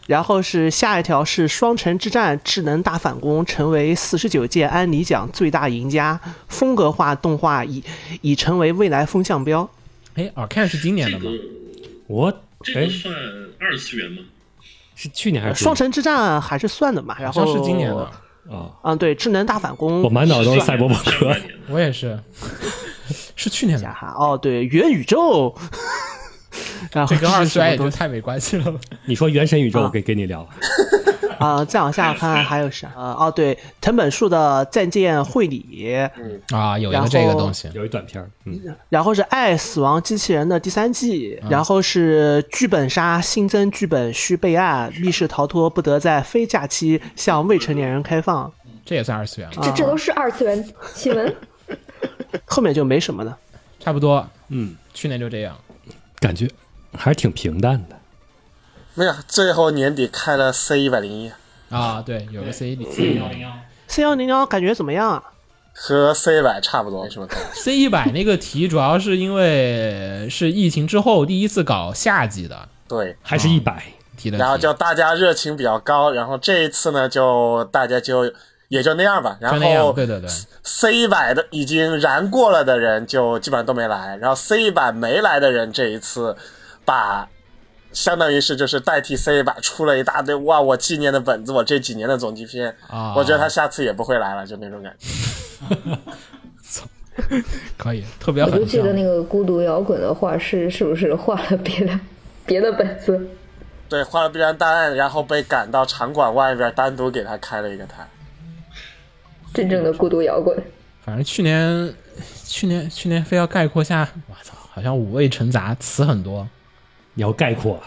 Speaker 5: 然后是下一条是双城之战智能大反攻成为四十九届安妮奖最大赢家，风格化动画已已成为未来风向标。
Speaker 1: 哎，Arcan 是今年
Speaker 3: 这
Speaker 1: 的吗
Speaker 3: 个？
Speaker 2: 我
Speaker 3: 这
Speaker 2: 哎
Speaker 3: 个算二次元吗？
Speaker 2: 是去年还
Speaker 5: 呃
Speaker 2: 是今
Speaker 5: 双城之战还是算的嘛，然
Speaker 1: 好
Speaker 5: 后
Speaker 1: 像是今年的。
Speaker 2: 年啊？
Speaker 5: 嗯，对，智能大反攻
Speaker 2: 我满脑都是赛博朋
Speaker 3: 上
Speaker 2: 克
Speaker 3: 半，年的。
Speaker 1: 我也是， <laughs> 是去年的
Speaker 5: 加。哈哦，对，元宇宙， <laughs> 然后
Speaker 1: 这跟
Speaker 5: <laughs>
Speaker 1: 二次
Speaker 5: 是什么
Speaker 1: 元也就
Speaker 5: 东西
Speaker 1: 太没关系了吧？
Speaker 2: 你说原神宇宙，
Speaker 5: 啊
Speaker 2: 我可以跟
Speaker 1: <laughs>
Speaker 2: 你聊。
Speaker 5: 啊、再往下看还有啥？呃，哦，对，藤本树的《再见绘里》，
Speaker 1: 啊，有一
Speaker 5: 然
Speaker 1: 个
Speaker 5: 后
Speaker 1: 这个东西，
Speaker 2: 有一短片儿，嗯，
Speaker 5: 然后是《爱死亡机器人》的第三季，
Speaker 1: 嗯
Speaker 5: 然后是剧本杀新增剧本需备案，密室逃脱不得在非假期向未成年人开放。
Speaker 1: 这也算二次元了，
Speaker 6: 这这都是二次元
Speaker 1: <laughs>
Speaker 6: 新闻。
Speaker 5: 后面就没什么了。
Speaker 1: 差不多。
Speaker 2: 嗯，
Speaker 1: 去年就这样。
Speaker 2: 感觉还是挺平淡的。
Speaker 4: 没有，最后年底开了 C 一百零一
Speaker 1: 啊，对，有个 C 1
Speaker 5: C 幺零幺感觉怎么样啊？
Speaker 4: 和 C 一百差不多，没什么感觉。
Speaker 1: C 一百那个题，主要是因为是疫情之后第一次搞夏季的
Speaker 4: 对，
Speaker 2: 还
Speaker 1: 啊
Speaker 2: 是一百，
Speaker 1: 提的题，
Speaker 4: 然后就大家热情比较高，然后这一次呢，就大家就也就那样吧。然
Speaker 1: 就那样，
Speaker 4: 后
Speaker 1: 对对对，
Speaker 4: C 一百的已经燃过了的人就基本上都没来，然后 C 一百没来的人这一次把相当于是就是代替 C 一百出了一大堆哇，我纪念的本子，我这几年的总集篇，
Speaker 1: 啊
Speaker 4: 我觉得他下次也不会来了，就那种感觉。
Speaker 1: 可以，特别
Speaker 6: 我就
Speaker 1: 很
Speaker 6: 记得
Speaker 1: 像
Speaker 6: 那个孤独摇滚的画室是不是画了别的别的本子？
Speaker 4: 对，画了《必然档案》，然后被赶到场馆外边，单独给他开了一个台。
Speaker 6: 真正的孤独摇滚，
Speaker 1: 反正去年，去年，去年非要概括下，我操，好像五味陈杂，词很多。
Speaker 2: 你要概括啊，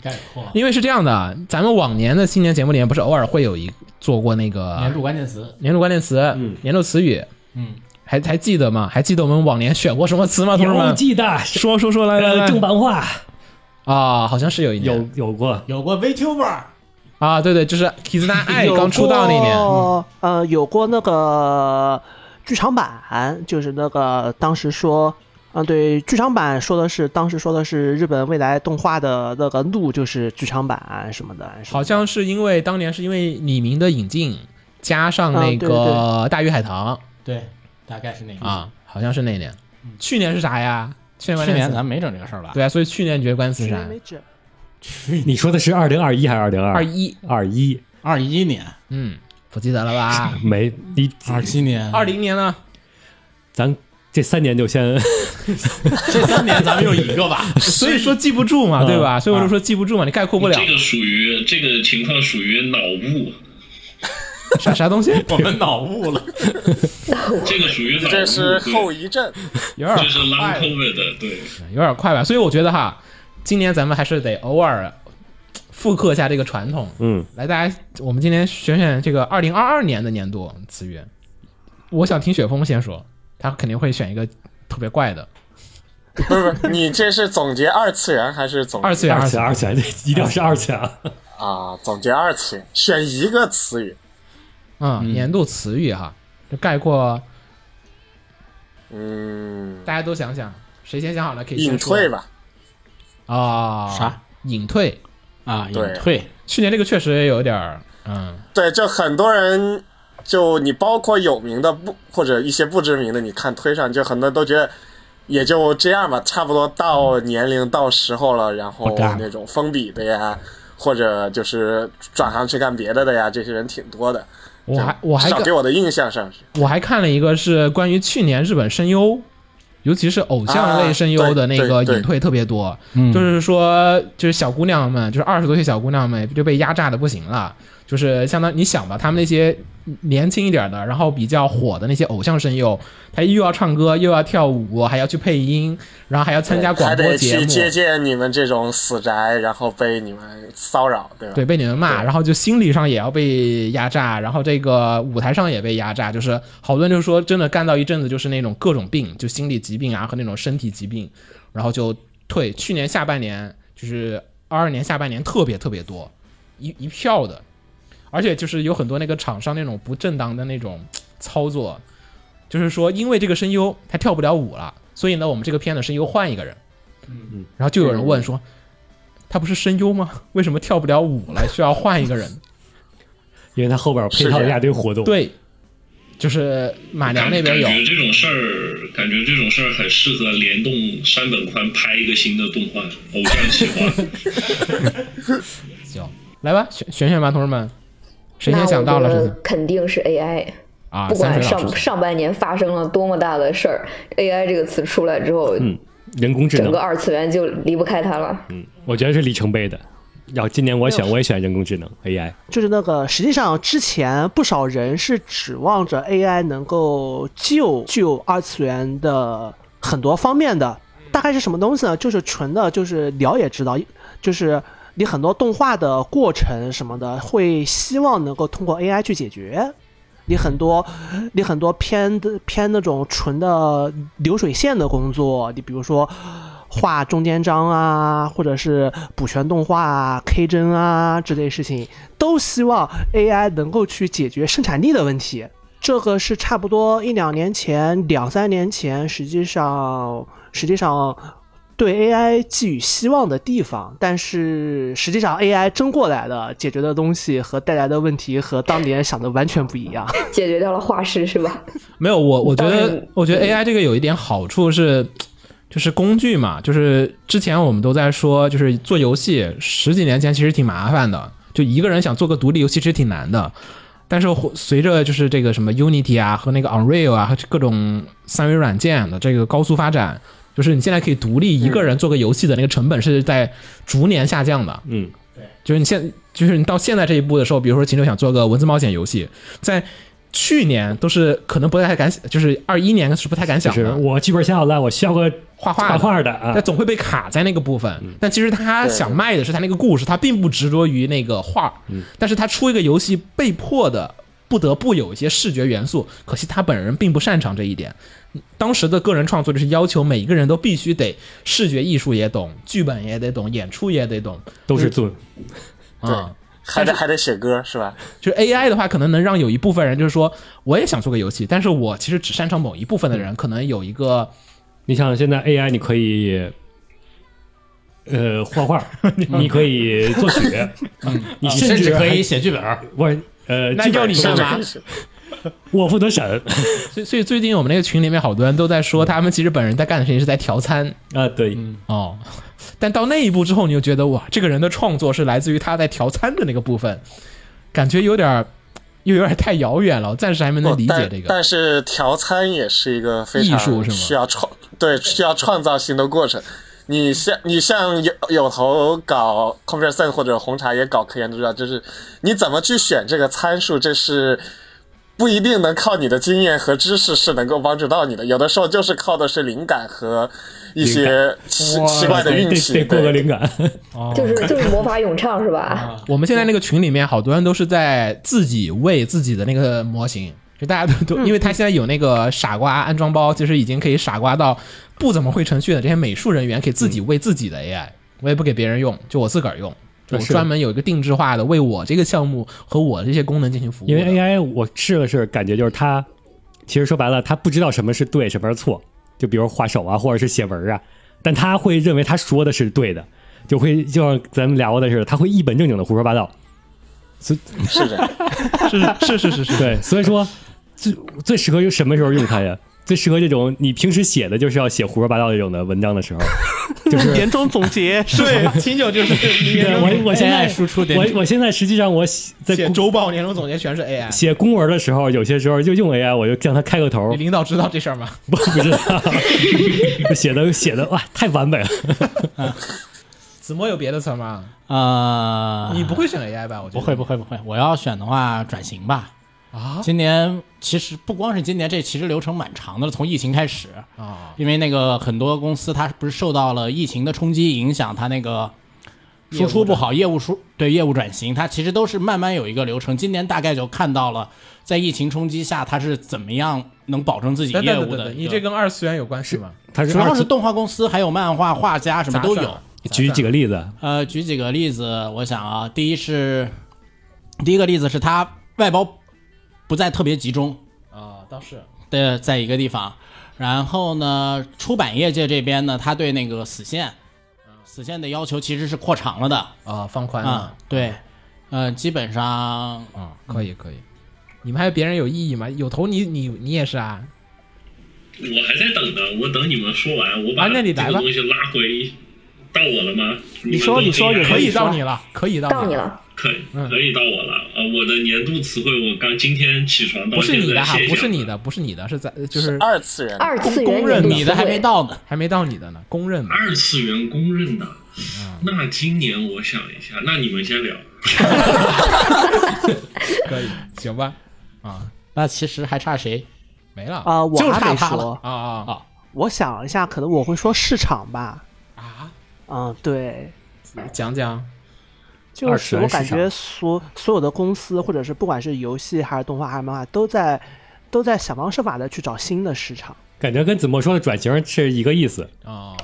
Speaker 7: 概括
Speaker 1: 因为是这样的，咱们往年的新年节目里面不是偶尔会有一做过那个
Speaker 7: 年度关键词，
Speaker 1: 年度关键词、年度词语，
Speaker 7: 嗯，
Speaker 1: 还还记得吗？还记得我们往年选过什么词吗？同志
Speaker 2: 有
Speaker 1: 们，
Speaker 2: 记得，
Speaker 1: 说说说来来
Speaker 2: 呃，
Speaker 1: 来
Speaker 2: 正版化
Speaker 1: 啊，好像是有一
Speaker 2: 有
Speaker 1: 年
Speaker 2: 有过，
Speaker 7: 有过 VTuber，
Speaker 1: 啊，对对，就是 Kizuna 爱
Speaker 5: 有
Speaker 1: 刚出道那年，
Speaker 5: 过呃，有过那个剧场版，就是那个当时说。嗯，对，剧场版说的是当时说的是日本未来动画的那个路，就是剧场版什么的。是吧
Speaker 1: 好像是因为当年是因为李明的引进，加上
Speaker 5: 啊
Speaker 1: 那
Speaker 5: 对
Speaker 1: 个大鱼海棠
Speaker 7: 对，大概是那个。
Speaker 1: 啊，好像是那年。嗯去年是啥呀？去年关
Speaker 7: 去
Speaker 1: 键
Speaker 7: 年
Speaker 1: 词
Speaker 7: 咱没整这个事儿吧？
Speaker 1: 对啊，所以去年你觉得关系
Speaker 5: 去
Speaker 1: 是啥
Speaker 5: 年？没整
Speaker 2: 你说的是二零二一还是二零二
Speaker 1: 二？一，
Speaker 2: 二一
Speaker 7: 二一年、
Speaker 1: 嗯，不记得了吧？
Speaker 2: 没你
Speaker 7: 二七年、
Speaker 1: <laughs> 二零年呢？
Speaker 2: 咱这三年就先
Speaker 7: 这三年咱们用一 <laughs> 个吧。
Speaker 1: 所以说记不住嘛，
Speaker 2: 嗯
Speaker 1: 对吧？所以我就说记不啊住嘛，你概括不了
Speaker 3: 这个属于这个情况属于脑雾，
Speaker 1: 啥啥东西，
Speaker 7: 我们脑雾了，
Speaker 3: 这个属于脑雾，
Speaker 4: 这是
Speaker 3: 对
Speaker 4: 后遗症，
Speaker 1: <laughs> 有点
Speaker 3: 这是 long
Speaker 1: 快，
Speaker 3: covid 的，对，
Speaker 1: 有点快吧？所以我觉得哈，今年咱们还是得偶尔复刻一下这个传统，
Speaker 2: 嗯，
Speaker 1: 来大家，我们今天选选这个二零二二年的年度词语。我想听雪峰先说，他肯定会选一个特别怪的
Speaker 4: 不是不是，你这是总结二次元还是总
Speaker 1: 二次元，
Speaker 2: 二次
Speaker 1: 元
Speaker 2: 元二次元，这一定要是二次元啊。
Speaker 4: 啊？总结二次元，选一个词语。
Speaker 1: 嗯，年度词语哈，就概括
Speaker 4: 嗯，
Speaker 1: 大家都想想，谁先想好了可以
Speaker 4: 隐
Speaker 1: 先说
Speaker 4: 退吧，
Speaker 1: 啊，
Speaker 7: 啥
Speaker 1: 隐退？
Speaker 7: 啊，隐
Speaker 4: 对
Speaker 7: 退
Speaker 1: 去年这个确实也有点儿，嗯，
Speaker 4: 对，就很多人，就你包括有名的不或者一些不知名的，你看推上，就很多人都觉得也就这样吧，差不多到年龄到时候了，然后
Speaker 7: 不干了
Speaker 4: 那种封笔的呀，或者就是转行去干别的的呀，这些人挺多的。
Speaker 1: 我还我还
Speaker 4: 至少
Speaker 1: 看
Speaker 4: 给我的印象上是，
Speaker 1: 我还看了一个是关于去年日本声优，尤其是偶像类声优的那
Speaker 4: 啊
Speaker 1: 个
Speaker 4: 对对
Speaker 1: 隐退特别多，就是说就是小姑娘们，就是二十多岁小姑娘们就被压榨的不行了，就是相当你想吧，他们那些年轻一点的，然后比较火的那些偶像声优，他又要唱歌又要跳舞，还要去配音，然后还要参加广
Speaker 4: 还
Speaker 1: 播
Speaker 4: 得
Speaker 1: 节
Speaker 4: 去
Speaker 1: 目。
Speaker 4: 接见你们这种死宅，然后被你们骚扰，对吧？
Speaker 1: 对，被你们骂，然后就心理上也要被压榨，然后这个舞台上也被压榨，就是好多人就说，真的干到一阵子就是那种各种病，就心理疾病啊和那种身体疾病，然后就退。去年下半年就是二二年下半年特别特别多，一一票的，而且就是有很多那个厂商那种不正当的那种操作，就是说因为这个声优他跳不了舞了，所以呢我们这个片的声优换一个人，嗯，然后就有人问说。他不是声优吗？为什么跳不了舞了？需要换一个
Speaker 6: <laughs>
Speaker 1: 人？
Speaker 2: 因为他后边配套一大堆活动，，
Speaker 1: 对，就是马娘
Speaker 3: 感
Speaker 1: 那边有
Speaker 3: 感觉这种事儿，感觉这种事儿很适合联动山本宽拍一个新的动画《偶像
Speaker 4: <laughs>
Speaker 3: 企划》。
Speaker 1: 行，来吧，选选选吧，同志们，谁
Speaker 6: 那
Speaker 1: 先
Speaker 6: 我
Speaker 1: 想到了
Speaker 6: 觉
Speaker 1: 谁
Speaker 6: 得
Speaker 1: 先
Speaker 6: 肯定是 AI。
Speaker 1: 啊？
Speaker 6: 不
Speaker 1: 三
Speaker 6: 管
Speaker 1: 水老
Speaker 6: 上
Speaker 1: 师先，
Speaker 6: 上半年发生了多么大的事儿，AI 这个词出来之后，
Speaker 1: 嗯
Speaker 2: 人工智
Speaker 6: 整
Speaker 2: 能
Speaker 6: 个，二次元就离不开它了。
Speaker 2: 我觉得是里程碑的。要今年我选我也选人工智能 AI，
Speaker 5: 就是那个，实际上之前不少人是指望着 AI 能够救救二次元的很多方面的。大概是什么东西呢？就是纯的，就是聊也知道，就是你很多动画的过程什么的，会希望能够通过 AI 去解决。你很多，你很多偏的偏那种纯的流水线的工作，你比如说画中间章啊，或者是补全动画啊、K 帧啊之类事情，都希望 AI 能够去解决生产力的问题。这个是差不多一两年前、两三年前，实际上实际上对 AI 寄予希望的地方，但是实际上 AI 真过来的解决的东西和带来的问题和当年想的完全不一样。
Speaker 6: 解决掉了画师是吧？
Speaker 1: 没有我，我觉
Speaker 6: 当
Speaker 1: 得
Speaker 6: 然，
Speaker 1: 我觉得 AI 这个有一点好处是，就是工具嘛，就是之前我们都在说，就是做游戏十几年前其实挺麻烦的，就一个人想做个独立游戏其实挺难的。但是随着就是这个什么 Unity 啊和那个 Unreal 啊和各种三维软件的这个高速发展，就是你现在可以独立一个
Speaker 6: 嗯
Speaker 1: 人做个游戏的那个成本是在逐年下降的。
Speaker 2: 嗯，
Speaker 1: 就是你现就是你到现在这一步的时候，比如说秦九想做个文字冒险游戏，在去年都是可能不太敢，就是二一年是不太敢
Speaker 2: 就
Speaker 1: 想
Speaker 2: 是
Speaker 1: 的，
Speaker 2: 我剧本写好了，我需要个
Speaker 1: 画画
Speaker 2: 画嗯
Speaker 1: 的
Speaker 2: 画的啊
Speaker 1: 但，总会被卡在那个部分。但其实他想卖的是他那个故事，他并不执着于那个画儿，
Speaker 2: 嗯
Speaker 1: 但是他出一个游戏，被迫的不得不有一些视觉元素。可惜他本人并不擅长这一点。当时的个人创作就是要求每一个人都必须得视觉艺术也懂，剧本也得懂，演出也得懂
Speaker 2: 都是尊，
Speaker 1: 啊。嗯
Speaker 4: 还得还得写歌是吧？
Speaker 1: 就是 AI 的话，可能能让有一部分人就是说，我也想做个游戏，但是我其实只擅长某一部分的人，可能有一个
Speaker 2: 你想现在 AI 你可以，呃，画画，你可以作曲，你
Speaker 7: 你啊甚
Speaker 2: 至
Speaker 7: 至可以
Speaker 2: 还
Speaker 7: 写剧本儿，
Speaker 2: 我呃，
Speaker 1: 那
Speaker 2: 剧本
Speaker 1: 要你
Speaker 2: 不
Speaker 1: 干
Speaker 2: 是
Speaker 1: 嘛？
Speaker 2: 我负责审
Speaker 1: 所以所以最近我们那个群里面好多人都在说，他们其实本人在干的事情是在调餐
Speaker 2: 啊，对，
Speaker 1: 哦，但到那一步之后，你就觉得哇，这个人的创作是来自于他在调餐的那个部分，感觉有点儿又有点太遥远了，我暂时还没能
Speaker 4: 不
Speaker 1: 理解
Speaker 4: 但
Speaker 1: 这个。
Speaker 4: 但是调餐也是一个非
Speaker 1: 艺术
Speaker 4: 常
Speaker 1: 是吗
Speaker 4: 需要创对需要创造性的过程。你像你像有有头搞 c o m p r e s o n 或者红茶也搞科研都知道，就是你怎么去选这个参数，这是不一定能靠你的经验和知识是能够帮助到你的，有的时候就是靠的是灵感和一些奇
Speaker 1: 哇
Speaker 4: 奇怪的
Speaker 2: 得
Speaker 4: 运
Speaker 2: 得
Speaker 4: 气。
Speaker 2: 得过个
Speaker 4: 对
Speaker 2: 灵感，
Speaker 7: 哦 <laughs>
Speaker 6: 就是就是魔法咏唱是
Speaker 7: 啊
Speaker 6: 吧？
Speaker 1: 我们现在那个群里面，好多人都是在自己喂自己的那个模型，就大家都都，因为他现在有那个傻瓜安装包，其实已经可以傻瓜到不怎么会程序的这些美术人员可以自己喂自己的 AI，、我也不给别人用，就我自个儿用，就我
Speaker 2: 是的
Speaker 1: 专门有一个定制化的为我这个项目和我这些功能进行服务的。
Speaker 2: 因为 AI 我试了试，感觉就是它，其实说白了，它不知道什么是对，什么是错，就比如画手啊，或者是写文啊，但他会认为他说的是对的，就会就像咱们聊的似的，他会一本正经的胡说八道。
Speaker 4: 是这样。
Speaker 1: 是是是是是，
Speaker 2: 对，所以说最最适合用什么时候用它呀？最适合这种你平时写的就是要写胡说八道这种的文章的时
Speaker 7: <laughs>
Speaker 2: 候，就是
Speaker 5: 年终总 <laughs> 结是
Speaker 1: 对，秦九就是
Speaker 2: 对
Speaker 7: <laughs>
Speaker 2: 我我现在
Speaker 7: AI 输出点
Speaker 2: 我我现在实际上我写在
Speaker 1: 写
Speaker 2: 公
Speaker 1: 周报、年终总结全是
Speaker 7: <laughs>
Speaker 1: AI。
Speaker 2: 写公文的时候，有些时候就用 AI，我就让它开个头
Speaker 1: 你，
Speaker 7: <laughs>
Speaker 1: 领导知道这事儿吗？
Speaker 2: 我不知道 <laughs> 写的写的哇太完美了，
Speaker 1: 子墨有别的词儿吗？
Speaker 7: 呃，
Speaker 1: 你不会选 AI 吧？我觉得
Speaker 7: 不会不会不会，我要选的话转型吧。
Speaker 1: 啊
Speaker 7: 今年其实不光是今年，这其实流程蛮长的了，从疫情开始， <laughs>
Speaker 1: 啊！
Speaker 7: 因为那个很多公司它不是受到了疫情的冲击影响，它那个输出不好，业务输对业务转型，它其实都是慢慢有一个流程。今年大概就看到了，在疫情冲击下，它是怎么样能保证自己
Speaker 1: 等
Speaker 7: 业
Speaker 1: 等
Speaker 7: 务
Speaker 1: 等
Speaker 7: 的
Speaker 1: 等，
Speaker 7: 一
Speaker 1: 你
Speaker 7: 个
Speaker 1: 这跟二次元有关系吗？
Speaker 2: 它是
Speaker 7: 主
Speaker 2: 二
Speaker 7: 要是
Speaker 2: 次
Speaker 7: 动画公司，还有漫画画家什么都
Speaker 1: 杂
Speaker 7: 有
Speaker 1: 耍。
Speaker 2: 举几个例子，
Speaker 7: 呃，举几个例子，我想啊，第一是第一个例子是它外包不再特别集中，
Speaker 1: 啊，倒是
Speaker 7: 的在一个地方。然后呢，出版业界这边呢，他对那个死线，死线的要求其实是扩长了的
Speaker 1: 啊，放宽
Speaker 7: 啊、
Speaker 1: 了
Speaker 7: 对，呃，基本上
Speaker 1: 啊，可以可以。你们还有别人有异议吗？有头你你你也是啊？
Speaker 3: 我还在等呢，我等你们说完，我
Speaker 1: 啊
Speaker 3: 把
Speaker 1: 那你
Speaker 3: 这
Speaker 1: 来
Speaker 3: 个
Speaker 1: 吧
Speaker 3: 东西拉回到我了吗？
Speaker 5: 你说
Speaker 3: 们都
Speaker 5: 你说
Speaker 3: 这样
Speaker 5: 有
Speaker 1: 可以
Speaker 5: 说
Speaker 1: 到你了，可以
Speaker 6: 到
Speaker 1: 到
Speaker 6: 你
Speaker 1: 了。
Speaker 6: 了，
Speaker 3: 可以
Speaker 1: 嗯
Speaker 3: 可以到我了。呃，我的年度词汇我刚今天起床到
Speaker 1: 不是
Speaker 3: 现
Speaker 1: 你
Speaker 3: 在
Speaker 1: 的哈
Speaker 3: 谢，谢
Speaker 1: 不是啊你的，不是你的，是在就是
Speaker 4: 二次元，
Speaker 6: 二次元
Speaker 1: 公认
Speaker 6: 年度
Speaker 7: 你的
Speaker 6: 词
Speaker 7: 还
Speaker 6: 汇
Speaker 7: 没到呢。
Speaker 1: 还没到你的呢，公认的。
Speaker 3: 二次元公认的。
Speaker 1: 嗯
Speaker 3: 那今年我想一下，那你们先聊。
Speaker 1: 可以，行吧？啊，
Speaker 7: 那其实还差谁？
Speaker 1: 没了
Speaker 5: 啊、我
Speaker 7: 就
Speaker 5: 还
Speaker 7: 差
Speaker 5: 没
Speaker 7: 他了
Speaker 5: 说，
Speaker 1: 啊啊
Speaker 5: 我想了一下，可能我会说市场吧。
Speaker 1: 啊！
Speaker 5: 嗯，对，
Speaker 1: 讲讲
Speaker 5: 就
Speaker 2: 二次
Speaker 5: 是
Speaker 2: 元
Speaker 5: 我感
Speaker 2: 市场
Speaker 5: 觉所所有的公司，或者是不管是游戏还是动画还是漫画，都在都在想方设法的去找新的市场。
Speaker 2: 感觉跟子墨说的转型是一个意思，
Speaker 1: 啊，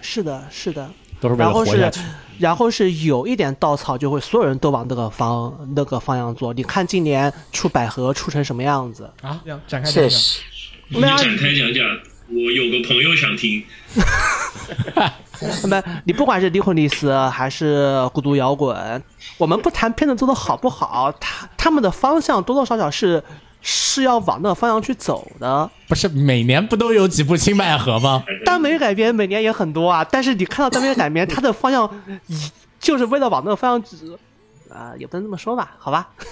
Speaker 5: 是的，是的。
Speaker 2: 都是为
Speaker 5: 然
Speaker 2: 了
Speaker 5: 后
Speaker 2: 活
Speaker 5: 是
Speaker 2: 下去。，
Speaker 5: 然后是有一点稻草，就会所有人都往那个方那个方向做。你看今年出百合出成什么样子？
Speaker 1: 啊，让展开讲
Speaker 4: 确
Speaker 1: 讲。
Speaker 4: 实，
Speaker 3: 你展开讲讲，我有个朋友想听。
Speaker 5: 那么你不管是离婚丽丝还是孤独摇滚，我们不谈片子做的好不好，他他们的方向多多少少是是要往那个方向去走
Speaker 1: 嗯
Speaker 5: 的。
Speaker 7: 不是每年不都有几部清迈河吗？
Speaker 5: 耽美改编每年也很多啊，但是你看到耽美改编，它的方向以就是为了往那个方向指，啊、也不能这么说吧，好吧。 <laughs>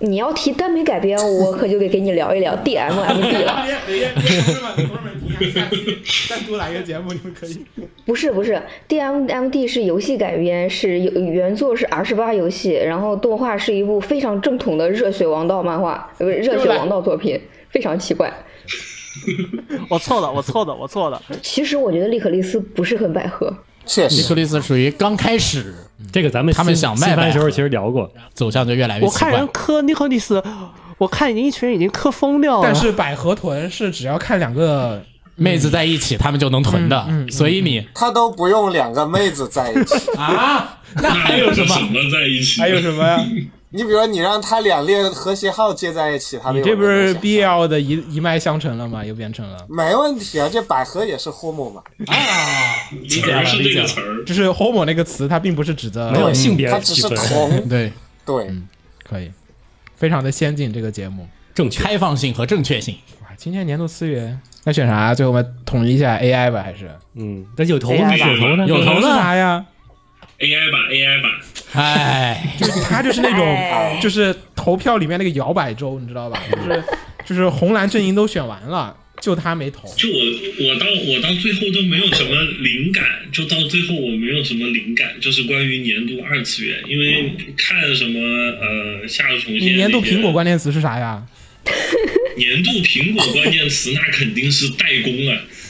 Speaker 6: 你要提耽美改
Speaker 7: <laughs>
Speaker 6: 编，我可就得给你聊一聊 DMMD 了。 <laughs>
Speaker 1: 别别别，同志们，同志们，听下期单独来个节目，你们可以。
Speaker 6: 不是不是，DMMD 是游戏改编，是有原作是 R 十八游戏，然后动画是一部非常正统的热血王道漫画，呃不是热血王道作品，非常奇怪。
Speaker 5: 我错了，我错了，我
Speaker 1: <laughs>
Speaker 5: 错了。
Speaker 6: 其实我觉得利可利斯不是很百合，
Speaker 4: 确
Speaker 7: <laughs> 尼
Speaker 4: 实
Speaker 7: 克利斯属于刚开始
Speaker 2: 这个咱们
Speaker 7: 他们
Speaker 2: 新
Speaker 7: 想
Speaker 2: 新
Speaker 7: 卖
Speaker 2: 番的时候
Speaker 7: 呗
Speaker 2: 其实聊过，
Speaker 7: 走向就越来越
Speaker 5: 我
Speaker 7: 奇
Speaker 5: 看
Speaker 7: 怪
Speaker 5: 人。磕尼克利斯，我看您一群人已经磕疯
Speaker 1: <laughs>
Speaker 5: 掉了。
Speaker 1: 但是百合臀是只要看两 <laughs> 个，
Speaker 7: 妹子在一起，他们就能囤的，
Speaker 5: 嗯
Speaker 7: 所以你
Speaker 4: 他都不用两个妹子在一起。
Speaker 7: 啊，那
Speaker 3: 那
Speaker 7: 还有什
Speaker 3: 是什
Speaker 7: 么？
Speaker 3: 么在一起？
Speaker 1: 什么呀？
Speaker 4: 你比如说，你让他俩练和谐号接在一起，他
Speaker 1: 你
Speaker 4: 们
Speaker 1: 这
Speaker 4: 有
Speaker 1: 不
Speaker 4: 没有
Speaker 1: 是
Speaker 4: 想
Speaker 1: BL 的一一脉相承了吗？又变成了，
Speaker 4: 没问题啊，这百合也是 homo 嘛，
Speaker 5: 嗯
Speaker 7: 理
Speaker 3: 词
Speaker 7: 解了
Speaker 1: 啊
Speaker 3: 儿是
Speaker 7: 理
Speaker 3: 这
Speaker 7: 解
Speaker 3: 个
Speaker 7: 了
Speaker 3: 词儿，
Speaker 1: 就是 homo 那个词，它并不是指的
Speaker 2: 没有性别
Speaker 4: 他只
Speaker 2: 区
Speaker 4: 是
Speaker 2: 分，
Speaker 7: <laughs>
Speaker 4: 同
Speaker 7: 对，
Speaker 4: 对。
Speaker 1: 可以，非常的先进这个节目。
Speaker 2: 正确。
Speaker 7: 开放性和正确性。
Speaker 1: 哇，今年年度资源那选啥？最后我们统一一下 AI 吧，还是
Speaker 2: 嗯，但有头
Speaker 5: 哎呀
Speaker 2: 呢，有头呢，
Speaker 7: 有头
Speaker 1: 是
Speaker 7: 呢
Speaker 1: 啥呀？
Speaker 3: AI 吧，AI 吧，
Speaker 7: 哎，
Speaker 1: <laughs> 就是他就是那
Speaker 6: 哎
Speaker 1: 种就是投票里面那个摇摆州，你知道吧？就是就是红蓝阵营都选完了，就他没投。
Speaker 3: 就我我到我到最后都没有什么灵感，就到最后我没有什么灵感，就是关于年度二次元，因为看什么呃夏日重现那
Speaker 1: 哦你
Speaker 3: 些，
Speaker 1: 年度苹果关键词是啥呀？
Speaker 3: 年度苹果关键词那肯定是代工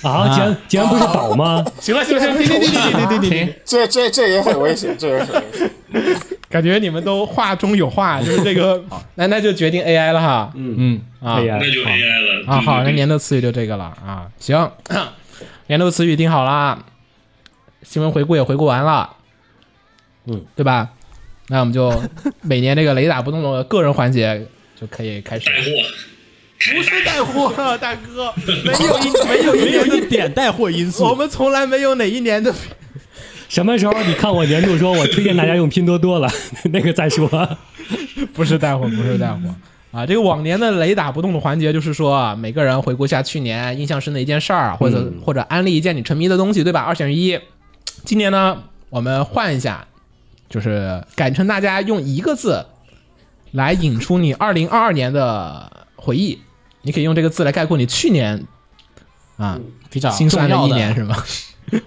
Speaker 3: 啊，
Speaker 2: 啊，竟然竟然不是宝吗？
Speaker 1: 行了行了行 <laughs> 了，停停停停停停停，
Speaker 4: 这这这也很危险，这也很危险。
Speaker 1: 感觉你们都话中有话，就是这 <laughs> 个，那那就决定 AI 了哈。
Speaker 7: 嗯，
Speaker 1: 啊
Speaker 2: 哎呀，
Speaker 3: 那就
Speaker 2: 好
Speaker 3: AI 了
Speaker 1: 啊，好，那
Speaker 3: 对对对
Speaker 1: 年度词语就这个了啊。行， <clears throat> 年度词语定好了，新闻回顾也回顾完了，
Speaker 2: 嗯，
Speaker 1: 对吧？那我们就每年这个雷打不动的个人环节就可以开始了
Speaker 3: 带。货，
Speaker 1: 不是带货， <laughs> 大哥，没有一没有一
Speaker 7: 没有
Speaker 1: 年
Speaker 7: 一
Speaker 1: 的，
Speaker 7: 点带货因
Speaker 1: 我
Speaker 7: 素。
Speaker 1: 们从来没有哪一年的
Speaker 2: 什么时候你看我年度说我推荐大家用拼多多了， <laughs> 那个再说。
Speaker 1: 不是带货，不是带货啊！这个往年的雷打不动的环节就是说啊，每个人回顾一下去年印象深的一件事儿，啊或者、
Speaker 7: 嗯
Speaker 1: 或者安利一件你沉迷的东西，对吧？二选一。今年呢，我们换一下，就是改成大家用一个字来引出你二零二二年的回忆。你可以用这个字来概括你去年啊
Speaker 7: 比较
Speaker 1: 心
Speaker 7: 嗯重
Speaker 1: 酸
Speaker 7: 要
Speaker 1: 一年，
Speaker 7: 的
Speaker 1: 是，吗？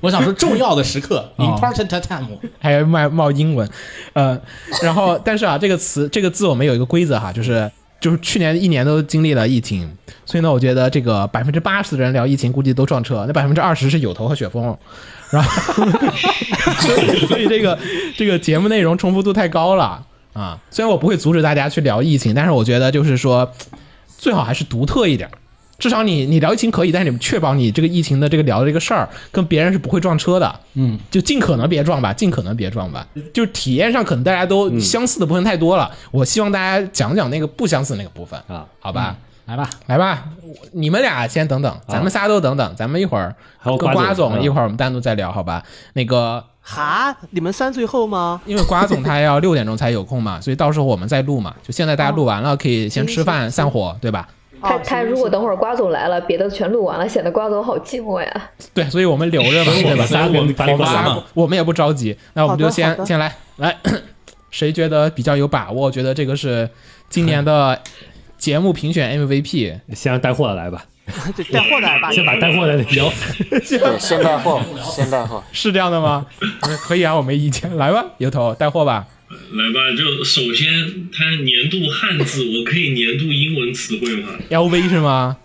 Speaker 7: 我想说重要的时刻，important
Speaker 5: 哦
Speaker 7: time。
Speaker 1: 还有冒冒英文，呃，然后但是啊，这个词这个字我们有一个规则哈，就是就是去年一年都经历了疫情，所以呢，我觉得这个百分之八十的人聊疫情估计都撞车，那百分之二十是有头和雪峰，然后所以所以这个这个节目内容重复度太高了啊，虽然我不会阻止大家去聊疫情，但是我觉得就是说最好还是独特一点儿。至少你你聊疫情可以，但是你确保你这个疫情的这个聊的这个事儿跟别人是不会撞车的，嗯，就尽可能别撞吧，尽可能别撞吧。就是体验上可能大家都相似的部分太多了，我希望大家讲讲那个不相似那个部分
Speaker 2: 啊，
Speaker 1: 好吧？
Speaker 7: 来吧，
Speaker 1: 来吧，我你们俩先等等，咱们仨都等等，咱们一会儿
Speaker 2: 还有
Speaker 1: 跟瓜
Speaker 2: 瓜总
Speaker 1: 总
Speaker 2: 嗯
Speaker 1: 一会儿我们单独再聊，好吧？那个
Speaker 5: 哈，你们三最后吗？ <laughs>
Speaker 1: 因为瓜总他要六点钟才有空嘛， <laughs> 所以到时候我们再录嘛。就现在大家录完了，可以先吃饭散伙，对吧？
Speaker 5: 啊
Speaker 6: 他，他如果等会儿瓜总来了，别的全录完了，显得瓜总好寂寞呀。
Speaker 1: 对，所以我们留着
Speaker 2: <laughs>
Speaker 1: 嘛，对吧？
Speaker 2: 仨
Speaker 1: 我
Speaker 2: 给
Speaker 1: 们
Speaker 2: 把你
Speaker 1: 我们
Speaker 2: 管
Speaker 1: 仨
Speaker 2: 了
Speaker 1: 不我们也不着急，那我们就
Speaker 5: 好的好
Speaker 1: 先
Speaker 5: 的
Speaker 1: 先来来， <coughs> 谁觉得比较有把握？觉得这个是今年
Speaker 2: <laughs>
Speaker 1: 的节目评选 MVP，
Speaker 2: 先让带货的来吧，
Speaker 5: 对，带货来
Speaker 1: <laughs>
Speaker 5: 吧。
Speaker 2: 先把带货的聊。
Speaker 4: 对，先带货，先带货。
Speaker 1: 是这样的吗？ <laughs> 可以啊，我没意见，来吧，有头带货吧。
Speaker 3: 来吧，就首先它年度汉字，我可以年度英文词汇吗？
Speaker 1: LV 是吗？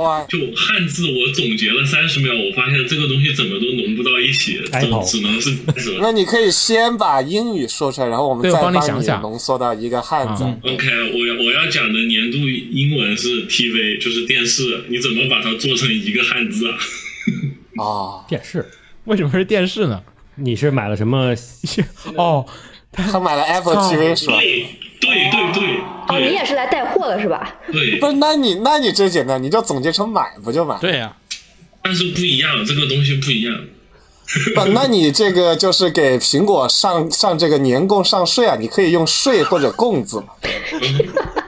Speaker 4: 哇，
Speaker 3: 就汉字，我总结了三十秒，我发现这个东西怎么都融不到一起，
Speaker 2: Apple
Speaker 3: 总只能是什
Speaker 4: <laughs>
Speaker 3: 么
Speaker 4: 那你可以先把英语说出来，然后我们
Speaker 1: 对
Speaker 4: 再
Speaker 1: 我帮你
Speaker 4: 帮
Speaker 1: 想
Speaker 4: 你
Speaker 1: 想
Speaker 4: 浓缩到一个汉字。
Speaker 3: OK，我要我要讲的年度英文是 TV，就是电视，你怎么把它做成一个汉字啊？ <laughs>
Speaker 4: 哦，
Speaker 2: 电视，
Speaker 1: 为什么是电视呢？
Speaker 2: 你是买了什
Speaker 7: <laughs>
Speaker 2: 么？
Speaker 1: 哦，
Speaker 4: 他买了 Apple TV 是吧？
Speaker 3: 对对对对
Speaker 6: 哦，你也
Speaker 3: 对
Speaker 6: 是来带货的是吧？
Speaker 3: 对
Speaker 4: 不，是，那你那你最简单，你就总结成买不就买？
Speaker 7: 对啊呀、
Speaker 3: 但是不一样，这个东西不一样。
Speaker 4: 不，那你这个就是给苹果上上这个年供上税啊，你可以用税或者供字嘛。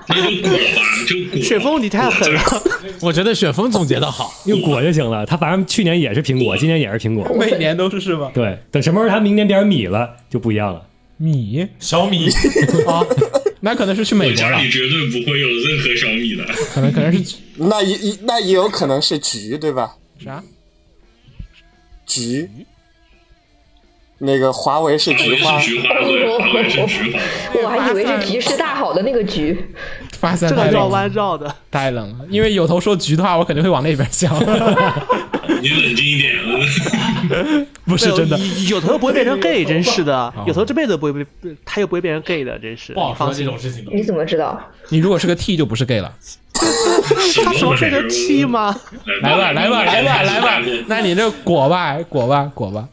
Speaker 3: 那就果吧，就果。
Speaker 5: 雪峰，你
Speaker 1: <laughs>
Speaker 5: 太狠了！
Speaker 7: 我觉得雪峰总结的好，
Speaker 2: 用果就行了。他反正去年也是苹果，今年也是苹果。
Speaker 1: 每年都是是吗？
Speaker 2: 对，等什么时候他明年变成米了就不一样了。
Speaker 1: 米
Speaker 7: 小米
Speaker 1: 啊， <laughs> 那可能是去
Speaker 3: 我
Speaker 1: 美国 <laughs>
Speaker 3: 家
Speaker 1: 了，
Speaker 3: 里绝对不会有任何小米的。
Speaker 1: 可能可能是
Speaker 4: 那也也那也有可能是橘，对吧？
Speaker 1: 啥？
Speaker 4: 橘，那个华为是
Speaker 3: 华为
Speaker 4: 菊花
Speaker 3: 是，菊花，对，华为是菊花。
Speaker 6: 我还以为是局势大好的那个 <laughs> 局，
Speaker 1: 发散
Speaker 5: 这个
Speaker 1: 太
Speaker 5: 绕
Speaker 1: 冷了，
Speaker 5: 弯绕的，
Speaker 1: 太冷了。因为有头说局的话，我肯定会往那边
Speaker 5: <laughs>
Speaker 1: 想，
Speaker 3: 你冷静一点。
Speaker 1: 不是真的。哦
Speaker 5: 有有头不会变成 gay，真是的，有头这辈子不会被，他又不会变成 gay 的，真是。
Speaker 7: 不好
Speaker 5: 你放
Speaker 7: 说这
Speaker 5: 心，
Speaker 7: 种事情的。
Speaker 6: 你怎么知道？
Speaker 1: 你如果是个 T 就不是 gay 了。
Speaker 5: 他什么变成 T 吗？ <laughs>
Speaker 1: 来
Speaker 3: <laughs>
Speaker 1: 吧，来吧，来吧，来吧，那你这果吧，果吧，果吧，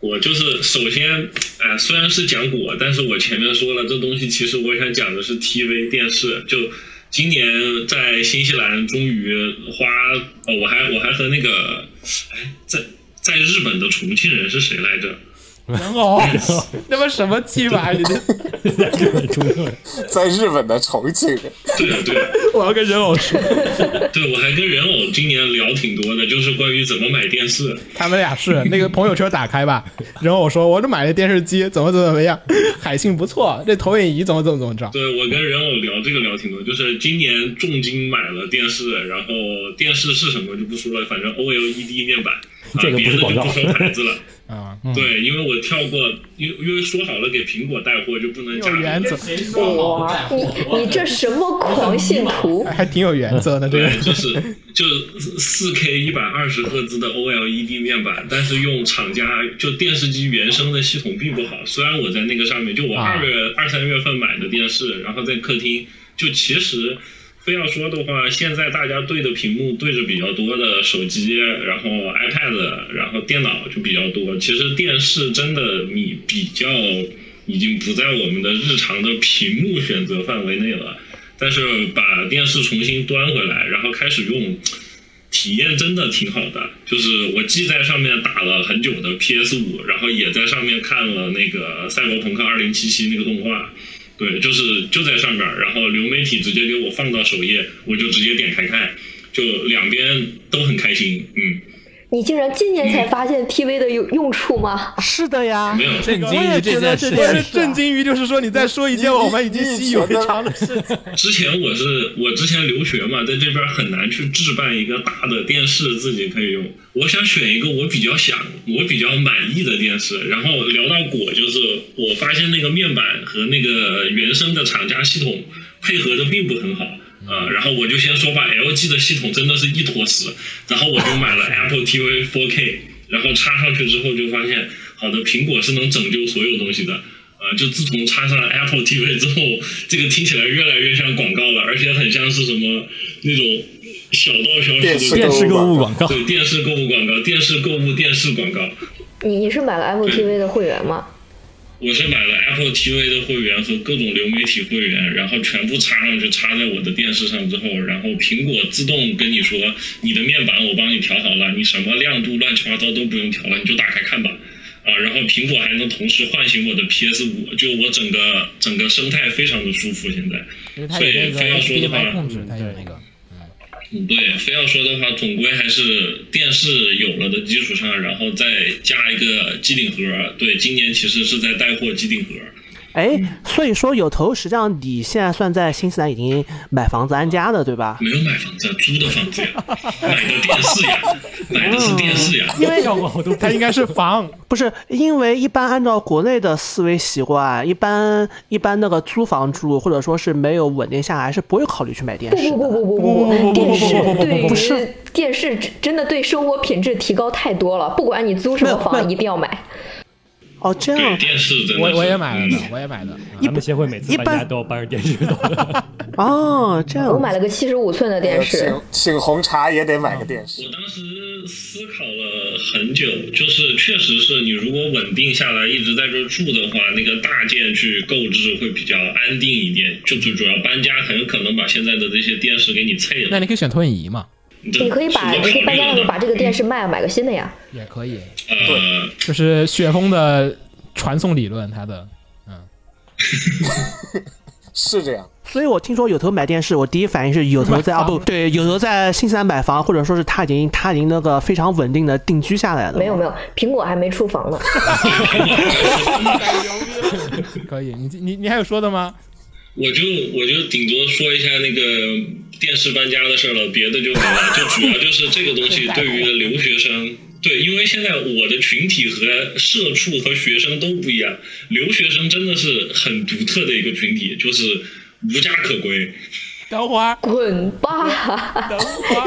Speaker 3: 我就是首先，哎、虽然是讲果，但是我前面说了，这东西其实我想讲的是 TV 电视。就今年在新西兰终于花，哦、我还我还和那个，哎，在在日本的重庆人是谁
Speaker 1: <laughs>
Speaker 3: 来着？
Speaker 1: 然后那么什么鸡吧，你这
Speaker 4: <laughs> 在日本的重庆，
Speaker 3: 对对
Speaker 1: 我要跟人偶 <laughs> 说，
Speaker 3: 对，我还跟人偶今年聊挺多的，就是关于怎么买电视。
Speaker 1: 他们俩是那个朋友圈打开吧，人偶说，我这买了电视机，怎么怎么怎么样，海信不错，这投影仪怎么怎么怎么着，
Speaker 3: 对，我跟人偶聊这个聊挺多，就是今年重金买了电视，然后电视是什么就不说了，反正 OLED 面板，啊、
Speaker 2: 这个不
Speaker 3: 别
Speaker 2: 是
Speaker 3: 的就
Speaker 2: 广告
Speaker 3: 不说牌子了。
Speaker 1: 啊，
Speaker 3: 对，因为我跳过，因为因为说好了给苹果带货就不能加
Speaker 1: 有原则，
Speaker 7: 谁说好不带
Speaker 6: 你
Speaker 7: 货？
Speaker 6: 你这什么狂信徒？
Speaker 1: 还挺有原则的，这个
Speaker 3: 对，就是就是四 K 一百二十赫兹的 OLED 面板，但是用厂家就电视机原生的系统并不好。虽然我在那个上面，就我
Speaker 1: 啊
Speaker 3: 二月二三月份买的电视，然后在客厅，就其实非要说的话，现在大家对着屏幕对着比较多的手机，然后 iPad，然后电脑就比较多。其实电视真的你比较已经不在我们的日常的屏幕选择范围内了。但是把电视重新端回来，然后开始用，体验真的挺好的，就是我既在上面打了很久的 PS 五，然后也在上面看了那个《赛博朋克2077》那个动画，对，就是就在上面，然后流媒体直接给我放到首页，我就直接点开看，就两边都很开心，嗯，
Speaker 6: 你竟然今年才发现 TV 的用用处吗？
Speaker 5: 是的呀
Speaker 3: 没，有，
Speaker 1: 震
Speaker 5: 我
Speaker 1: 惊于
Speaker 5: 也
Speaker 1: 这件
Speaker 5: 觉得
Speaker 1: 事情，
Speaker 5: 这件事啊
Speaker 1: <laughs> 震惊于就是说你再说一件我们已经习以为常的事情。
Speaker 3: 之前我是我之前留学嘛，在这边很难去置办一个大的电视自己可以用。我想选一个我比较想、我比较满意的电视。然后聊到果，就是我发现那个面板和那个原生的厂家系统配合的并不很好。啊，然后我就先说吧，LG 的系统真的是一坨屎，然后我就买了 Apple TV 4K，然后插上去之后就发现，好的，苹果是能拯救所有东西的。呃，就自从插上 Apple TV 之后，这个听起来越来越像广告了，而且很像是什么那种小道消息
Speaker 4: 电视
Speaker 3: 的
Speaker 2: 电视购物广告，
Speaker 3: 对电视购物广告、电视购物、电视广告。
Speaker 6: 你你是买了 Apple TV 的会员吗？
Speaker 3: 我是买了 Apple TV 的会员和各种流媒体会员，然后全部插上去，插在我的电视上之后，然后苹果自动跟你说，你的面板我帮你调好了，你什么亮度乱七八糟都不用调了，你就打开看吧。啊，然后苹果还能同时唤醒我的 PS 五，就我整个整个生态非常的舒服。现在，
Speaker 1: 因为它有那个
Speaker 3: 非要说的话
Speaker 1: HDMI 控制，它有那个。
Speaker 3: 嗯，对，非要说的话，总归还是电视有了的基础上，然后再加一个机顶盒。对，今年其实是在带货机顶盒。
Speaker 5: <laughs> 哎，所以说有头，实际上你现在算在新西兰已经买房子安家的，对吧？
Speaker 3: 没有买房子，租的房子呀， <laughs> 买的电视呀，买的是电视呀。
Speaker 2: <laughs>
Speaker 5: 因为
Speaker 2: 效果我都
Speaker 1: 它应该是 <laughs> 房，
Speaker 5: 不是因为一般按照国内的思维习惯，一般一般那个租房住或者说是没有稳定下来，是不会考虑去买电视
Speaker 6: 不不
Speaker 5: 的。
Speaker 6: 不不不不不，电视对
Speaker 5: 不是
Speaker 6: 于电视真真的对生活品质提高太多了。不管你租什么
Speaker 5: 没有没
Speaker 6: 房，
Speaker 5: 有
Speaker 6: 一定要买。
Speaker 5: 哦，这
Speaker 6: 嗯
Speaker 3: 对，
Speaker 5: 样
Speaker 3: 电视真的
Speaker 1: 我
Speaker 3: 是
Speaker 1: 我也买了的
Speaker 3: 嗯，
Speaker 1: 我也买的。嗯
Speaker 2: 咱们协会每次
Speaker 5: 一
Speaker 2: 搬
Speaker 5: 般
Speaker 2: 家都要搬着电视 <laughs> 走的。
Speaker 5: 哦，这样
Speaker 6: 我买了个七十五寸的电视
Speaker 4: 呃请，请红茶也得买个电视。
Speaker 3: 我当时思考了很久，就是确实是你如果稳定下来一直在这儿住的话，那个大件去购置会比较安定一点。就最主要搬家很有可能把现在的这些电视给你碎
Speaker 1: 那
Speaker 3: 了。
Speaker 1: 你可以选投影仪嘛，
Speaker 3: 这
Speaker 6: 你可以把
Speaker 3: 是我
Speaker 6: 你可以搬家
Speaker 3: 考虑
Speaker 6: 的时
Speaker 3: 的
Speaker 6: 候把这个电视卖了，买个新的呀。
Speaker 1: <laughs> 也可以。
Speaker 3: 呃，
Speaker 1: 就是雪峰的传送理论，它 <laughs> 的
Speaker 4: 是这样，
Speaker 5: 所以我听说有头买电视，我第一反应是有头在
Speaker 1: 买
Speaker 5: 啊
Speaker 1: 房
Speaker 5: 不对，有头在新西兰买房，或者说是他已经他已经那个非常稳定的定居下来了。
Speaker 6: 没有没有，苹果还没出房呢。
Speaker 3: <laughs>
Speaker 1: 可以。你你你还有说的吗？
Speaker 3: 我就我就顶多说一下那个电视搬家的事儿了，别的就没了。就主要就是这个东西对于留学生，对，因为现在我的群体和社畜和学生都不一样，留学生真的是很独特的一个群体，就是无家可归。
Speaker 1: 等会儿，
Speaker 6: 滚吧！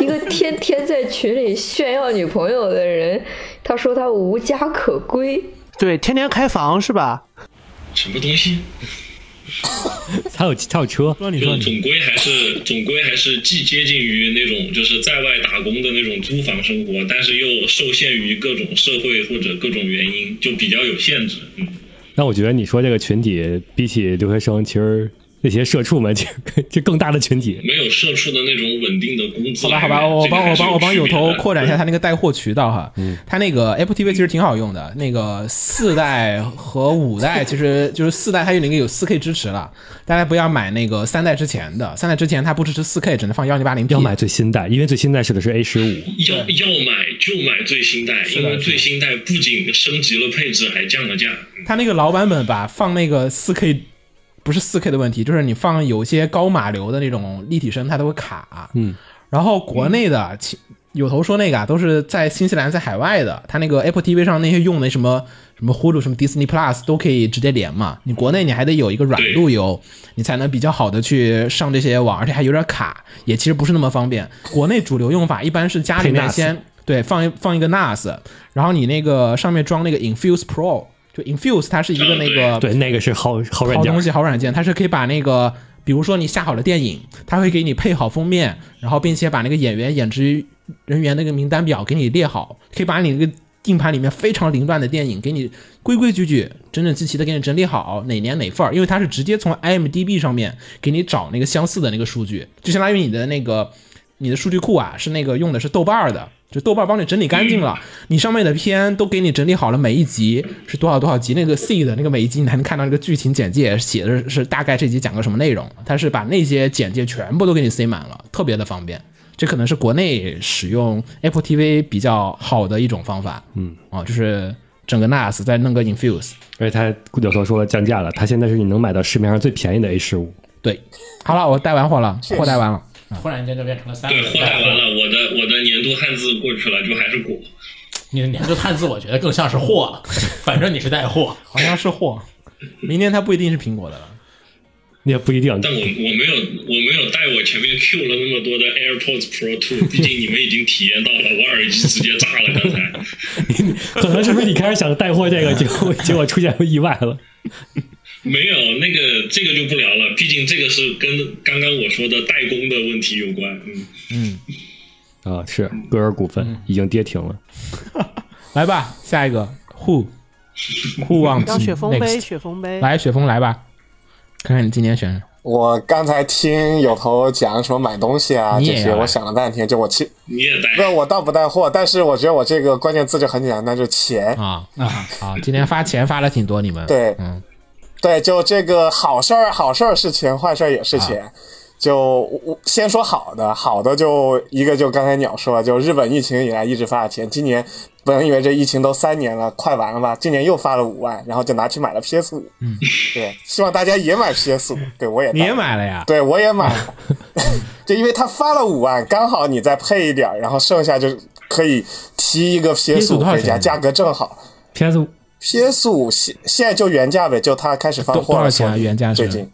Speaker 6: 一个天天在群里炫耀女朋友的人，他说他无家可归。
Speaker 5: 对，天天开房是吧？
Speaker 3: 什么东西？
Speaker 2: 他有他有车，
Speaker 1: 说你
Speaker 3: 就
Speaker 1: 说
Speaker 3: 是
Speaker 1: 你，
Speaker 3: 总归还是总归还是既接近于那种就是在外打工的那种租房生活，但是又受限于各种社会或者各种原因，就比较有限制。嗯。
Speaker 2: 但我觉得你说这个群体比起留学生，其实那些社畜们，其 <laughs> 实这更大的群体。
Speaker 3: 没有社畜的那种稳定的工资
Speaker 1: 好吧
Speaker 3: 来
Speaker 1: 好吧，我
Speaker 3: 源。这个
Speaker 1: 帮
Speaker 3: 还
Speaker 1: 我
Speaker 3: 是
Speaker 1: 帮我帮
Speaker 3: 有
Speaker 1: 有
Speaker 3: 区别
Speaker 1: 头
Speaker 3: 的
Speaker 1: 扩展一下他那个带货渠道哈。
Speaker 2: 嗯
Speaker 1: 他那个 Apple TV 其实挺好用的，那个四代和五代其实就是四代它有那个有四 K 支持了，大家不要买那个三代之前的，三代之前它不支持四 K，只能放幺零八零 P。
Speaker 2: 要买最新代，因为最新代使的是 A 十五，
Speaker 3: 要要买就买最新代，因为最新代不仅升级了配置，还降了价。
Speaker 1: 它那个老版本吧，放那个四 K 不是四 K 的问题，就是你放有些高码流的那种立体声，它都会卡。
Speaker 2: 嗯，
Speaker 1: 然后国内的、其有头说那个啊，都是在新西兰在海外的，它那个 Apple TV 上那些用的什么什么 Hulu、什么 Disney Plus 都可以直接连嘛。你国内你还得有一个软路由，你才能比较好的去上这些网，而且还有点卡，也其实不是那么方便。国内主流用法一般是家里
Speaker 2: 配
Speaker 1: 面
Speaker 2: NAS
Speaker 1: 先对放一放一个 NAS，然后你那个上面装那个 Infuse Pro，就 Infuse 它是一个那个
Speaker 2: 对，那个是好好软
Speaker 1: 啊好东
Speaker 2: 件。
Speaker 1: 西、好软件，它是可以把那个，比如说你下好了电影，它会给你配好封面，然后并且把那个演员、演职人员那个名单表给你列好，可以把你那个硬盘里面非常凌乱的电影给你规规矩矩、整整齐齐的给你整理好，哪年哪份儿，因为它是直接从 IMDB 上面给你找那个相似的那个数据，就相当于你的那个。你的数据库啊是那个用的是豆瓣儿的，就豆瓣儿帮你整理干净了，你上面的片都给你整理好了，每一集是多少多少集，那个 C 的那个每一集你还能看到那个剧情简介写的是是大概这集讲个什么内容，它是把那些简介全部都给你塞满了，特别的方便。这可能是国内使用 Apple TV 比较好的一种方法，嗯，啊，就是整个 NAS 再弄个 Infuse，
Speaker 2: 而且他有时候说了降价了，他现在是你能买到市面上最便宜的 A 十五。
Speaker 1: 对，好了，我带完货了，货带完了。
Speaker 7: 突然间就变成了三
Speaker 3: 对，
Speaker 7: 个
Speaker 3: 货带完了，我的我的年度汉字过去了，就还是果。
Speaker 7: 你的年度汉字，我觉得更像是货了。反正你是带货，
Speaker 1: 好像是货，明年它不一定是苹果的了。
Speaker 2: 那也不一定，
Speaker 3: 但我我没有我没有带我前面 Q 了那么多的 AirPods
Speaker 1: <laughs>
Speaker 3: Pro Two，毕竟你们已经体验到了，我耳机直接炸了刚
Speaker 1: <laughs>
Speaker 3: 才。
Speaker 2: 可能是不是你开始想带货这个，结果结果出现意外了？
Speaker 3: 没有那个这个就不聊了，毕竟这个是跟刚刚我说的代工的问题有关。嗯，
Speaker 2: 啊，是歌尔股份已经跌停了。
Speaker 1: 来吧，下一个 Who Who 忘
Speaker 5: 让
Speaker 1: 记
Speaker 5: 雪峰杯，
Speaker 1: next，
Speaker 5: 雪峰杯，
Speaker 1: 嗯来雪峰来吧，看看你今年选什么。
Speaker 4: 我刚才听有头讲什么买东西啊
Speaker 1: 你也
Speaker 4: 这些，
Speaker 1: 要
Speaker 4: 我想了半天，就我其
Speaker 3: 你也带
Speaker 4: 不，是我倒不带货，但是我觉得我这个关键字就很简单，就是钱。
Speaker 1: 啊啊啊！今年发钱发了挺多，你们
Speaker 4: 对
Speaker 1: 嗯，
Speaker 4: 对，就这个好事儿，好事儿是钱，坏事儿也是钱。
Speaker 1: 啊
Speaker 4: 就我我先说好的，好的就一个就刚才鸟说，就日本疫情以来一直发的钱，今年本以为这疫情都三年了，快完了吧，今年又发了五万，然后就拿去买了 PS 五。嗯，对，希望大家也买 PS 五，对我也
Speaker 1: 你
Speaker 4: 带
Speaker 1: 也买了呀？
Speaker 4: 对我也
Speaker 1: <laughs>
Speaker 4: 买了，就因为他发了五万，刚好你再配一点儿，然后剩下就可以提一个 PS
Speaker 1: 多
Speaker 4: 五
Speaker 1: 少
Speaker 4: 回家，
Speaker 1: 钱
Speaker 4: 价格正好。
Speaker 2: PS 五
Speaker 4: PS 五现现在就原价呗，就它开始放
Speaker 1: 多
Speaker 4: 货
Speaker 1: 多少
Speaker 4: 了，
Speaker 1: 钱啊
Speaker 4: 所以
Speaker 1: 原价是
Speaker 4: 最近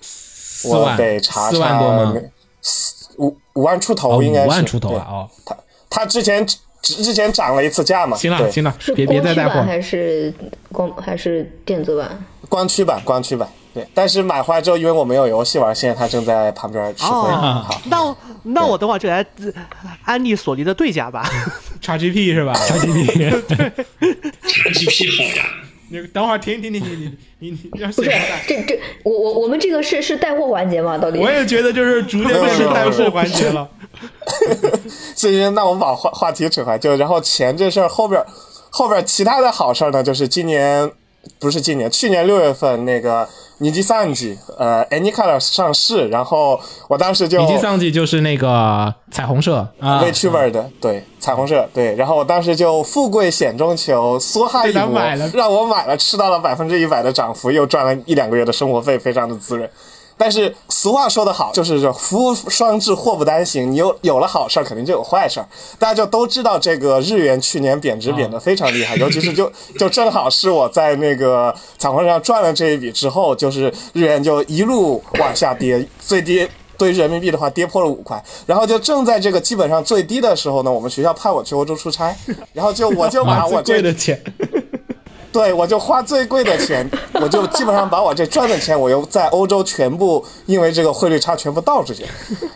Speaker 1: 四
Speaker 4: 我
Speaker 1: 万
Speaker 4: 得查查
Speaker 1: 四万多吗？
Speaker 4: 四五五万出
Speaker 1: 哦，
Speaker 4: 头应该是、
Speaker 1: 五万出头啊！
Speaker 4: 对
Speaker 1: 哦，
Speaker 4: 它它之前之之前涨了一次价嘛，
Speaker 1: 行了
Speaker 4: 对
Speaker 1: 行了
Speaker 6: 是，
Speaker 1: 别别
Speaker 6: 光
Speaker 1: 再
Speaker 6: 驱
Speaker 1: 带货，
Speaker 6: 版还是光还是电子版？
Speaker 4: 光驱版光驱版对，但是买回来之后，因为我没有游戏玩，现在它正在旁边吃灰。
Speaker 1: 啊
Speaker 5: 哦
Speaker 4: 好，
Speaker 5: 那我那我等会儿就来自安利索尼的对家吧。
Speaker 1: <laughs> 叉 GP 是吧？
Speaker 3: XGP 好呀，
Speaker 1: 你等会儿停停停停你你你让
Speaker 6: 不
Speaker 1: 雪
Speaker 6: 是，这这我我我们这个是是带货环节吗？到底？
Speaker 1: 我也觉得就是逐渐变成带货环节了。
Speaker 4: 所以那我们往话话题扯开，就然后钱这事儿后边儿后边儿其他的好事儿呢，就是今年不是今年，去年六月份那个尼基桑吉呃 Anycolor 上市，然后我当时就
Speaker 1: 以及上季就是那个彩虹社
Speaker 7: 啊
Speaker 4: VTuber 的对彩虹社对，然后我当时就富贵险中求，梭哈一
Speaker 1: 被他
Speaker 4: 波
Speaker 1: 买了，
Speaker 4: 让我买了，吃到了百分之一百的涨幅，又赚了一两个月的生活费，非常的滋润。但是俗话说得好，就是这福无双至，祸不单行。你有有了好事儿，肯定就有坏事儿。大家就都知道，这个日元去年贬值贬得非常厉害， <laughs> 尤其是就就正好是我在那个彩虹上赚了这一笔之后，就是日元就一路往下跌，最低对人民币的话跌破了五块，然后就正在这个基本上最低的时候呢，我们学校派我去欧洲出差，然后就我就把
Speaker 1: 最
Speaker 4: 我这
Speaker 1: 贵的钱，
Speaker 4: 对，我就花最贵的钱，我就基本上把我这赚的钱，我又在欧洲全部因为这个汇率差全部倒出去。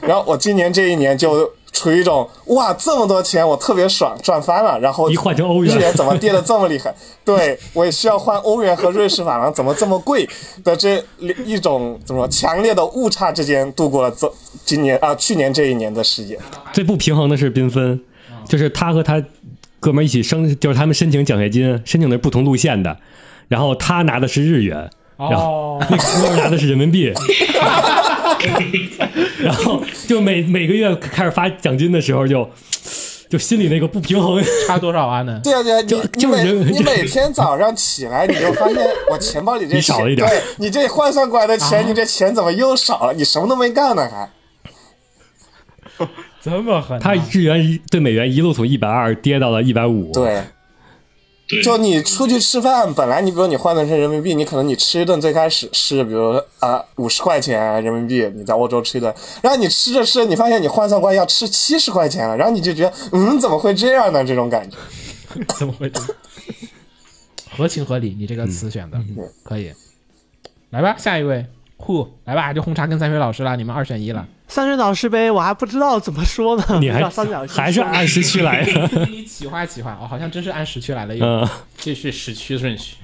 Speaker 4: 然后我今年这一年就处于一种哇这么多钱，我特别爽，赚翻了。然后
Speaker 2: 一换成欧元
Speaker 4: 日元怎么跌的这么厉
Speaker 2: <laughs>
Speaker 4: 害？对我需要换欧元和瑞士法郎，怎么这么贵的这一种怎么说强烈的误差之间度过了这今年啊去年这一年的时间。
Speaker 2: 最不平衡的是缤纷，就是他和他哥们儿一起申，就是他们申请奖学金，申请的是不同路线的，然后他拿的是日元，然后那哥们儿拿的是人民币。然后就每每个月开始发奖金的时候就，就心里那个不平衡，
Speaker 1: 差多少啊呢？
Speaker 4: 对啊，对啊，你你
Speaker 2: 就是
Speaker 4: 每
Speaker 2: 人
Speaker 4: 你每天早上起来，你就发现我钱包里这
Speaker 2: 你
Speaker 4: 钱，
Speaker 2: 少了一点啊
Speaker 4: 对你这换算过来的钱，你这钱怎么又少了？你什么都没干呢，还
Speaker 1: 这么狠啊，
Speaker 2: 他日元一对美元一路从一百二跌到了一百五。
Speaker 4: 对。
Speaker 3: 对，
Speaker 4: 就你出去吃饭，本来你比如你换算成人民币，你可能你吃一顿最开始是比如啊五十块钱人民币，你在欧洲吃一顿，然后你吃着吃着，你发现你换算过来要吃七十块钱了，然后你就觉得嗯怎么会这样呢？这种感觉。
Speaker 1: 怎么回 <laughs> 事？合情合理，你这个词选的、可以。来吧，下一位，呼，来吧，就红茶跟三水老师了，你们二选一了。
Speaker 5: 三水老师杯我还不知道怎么说呢，
Speaker 2: 你还
Speaker 5: 让三水老师
Speaker 2: 还是
Speaker 5: 说
Speaker 2: 按时区来的，
Speaker 1: 给你企划企划，哦，好像真是按时区来了又。
Speaker 2: 嗯，
Speaker 7: 继续时区顺序。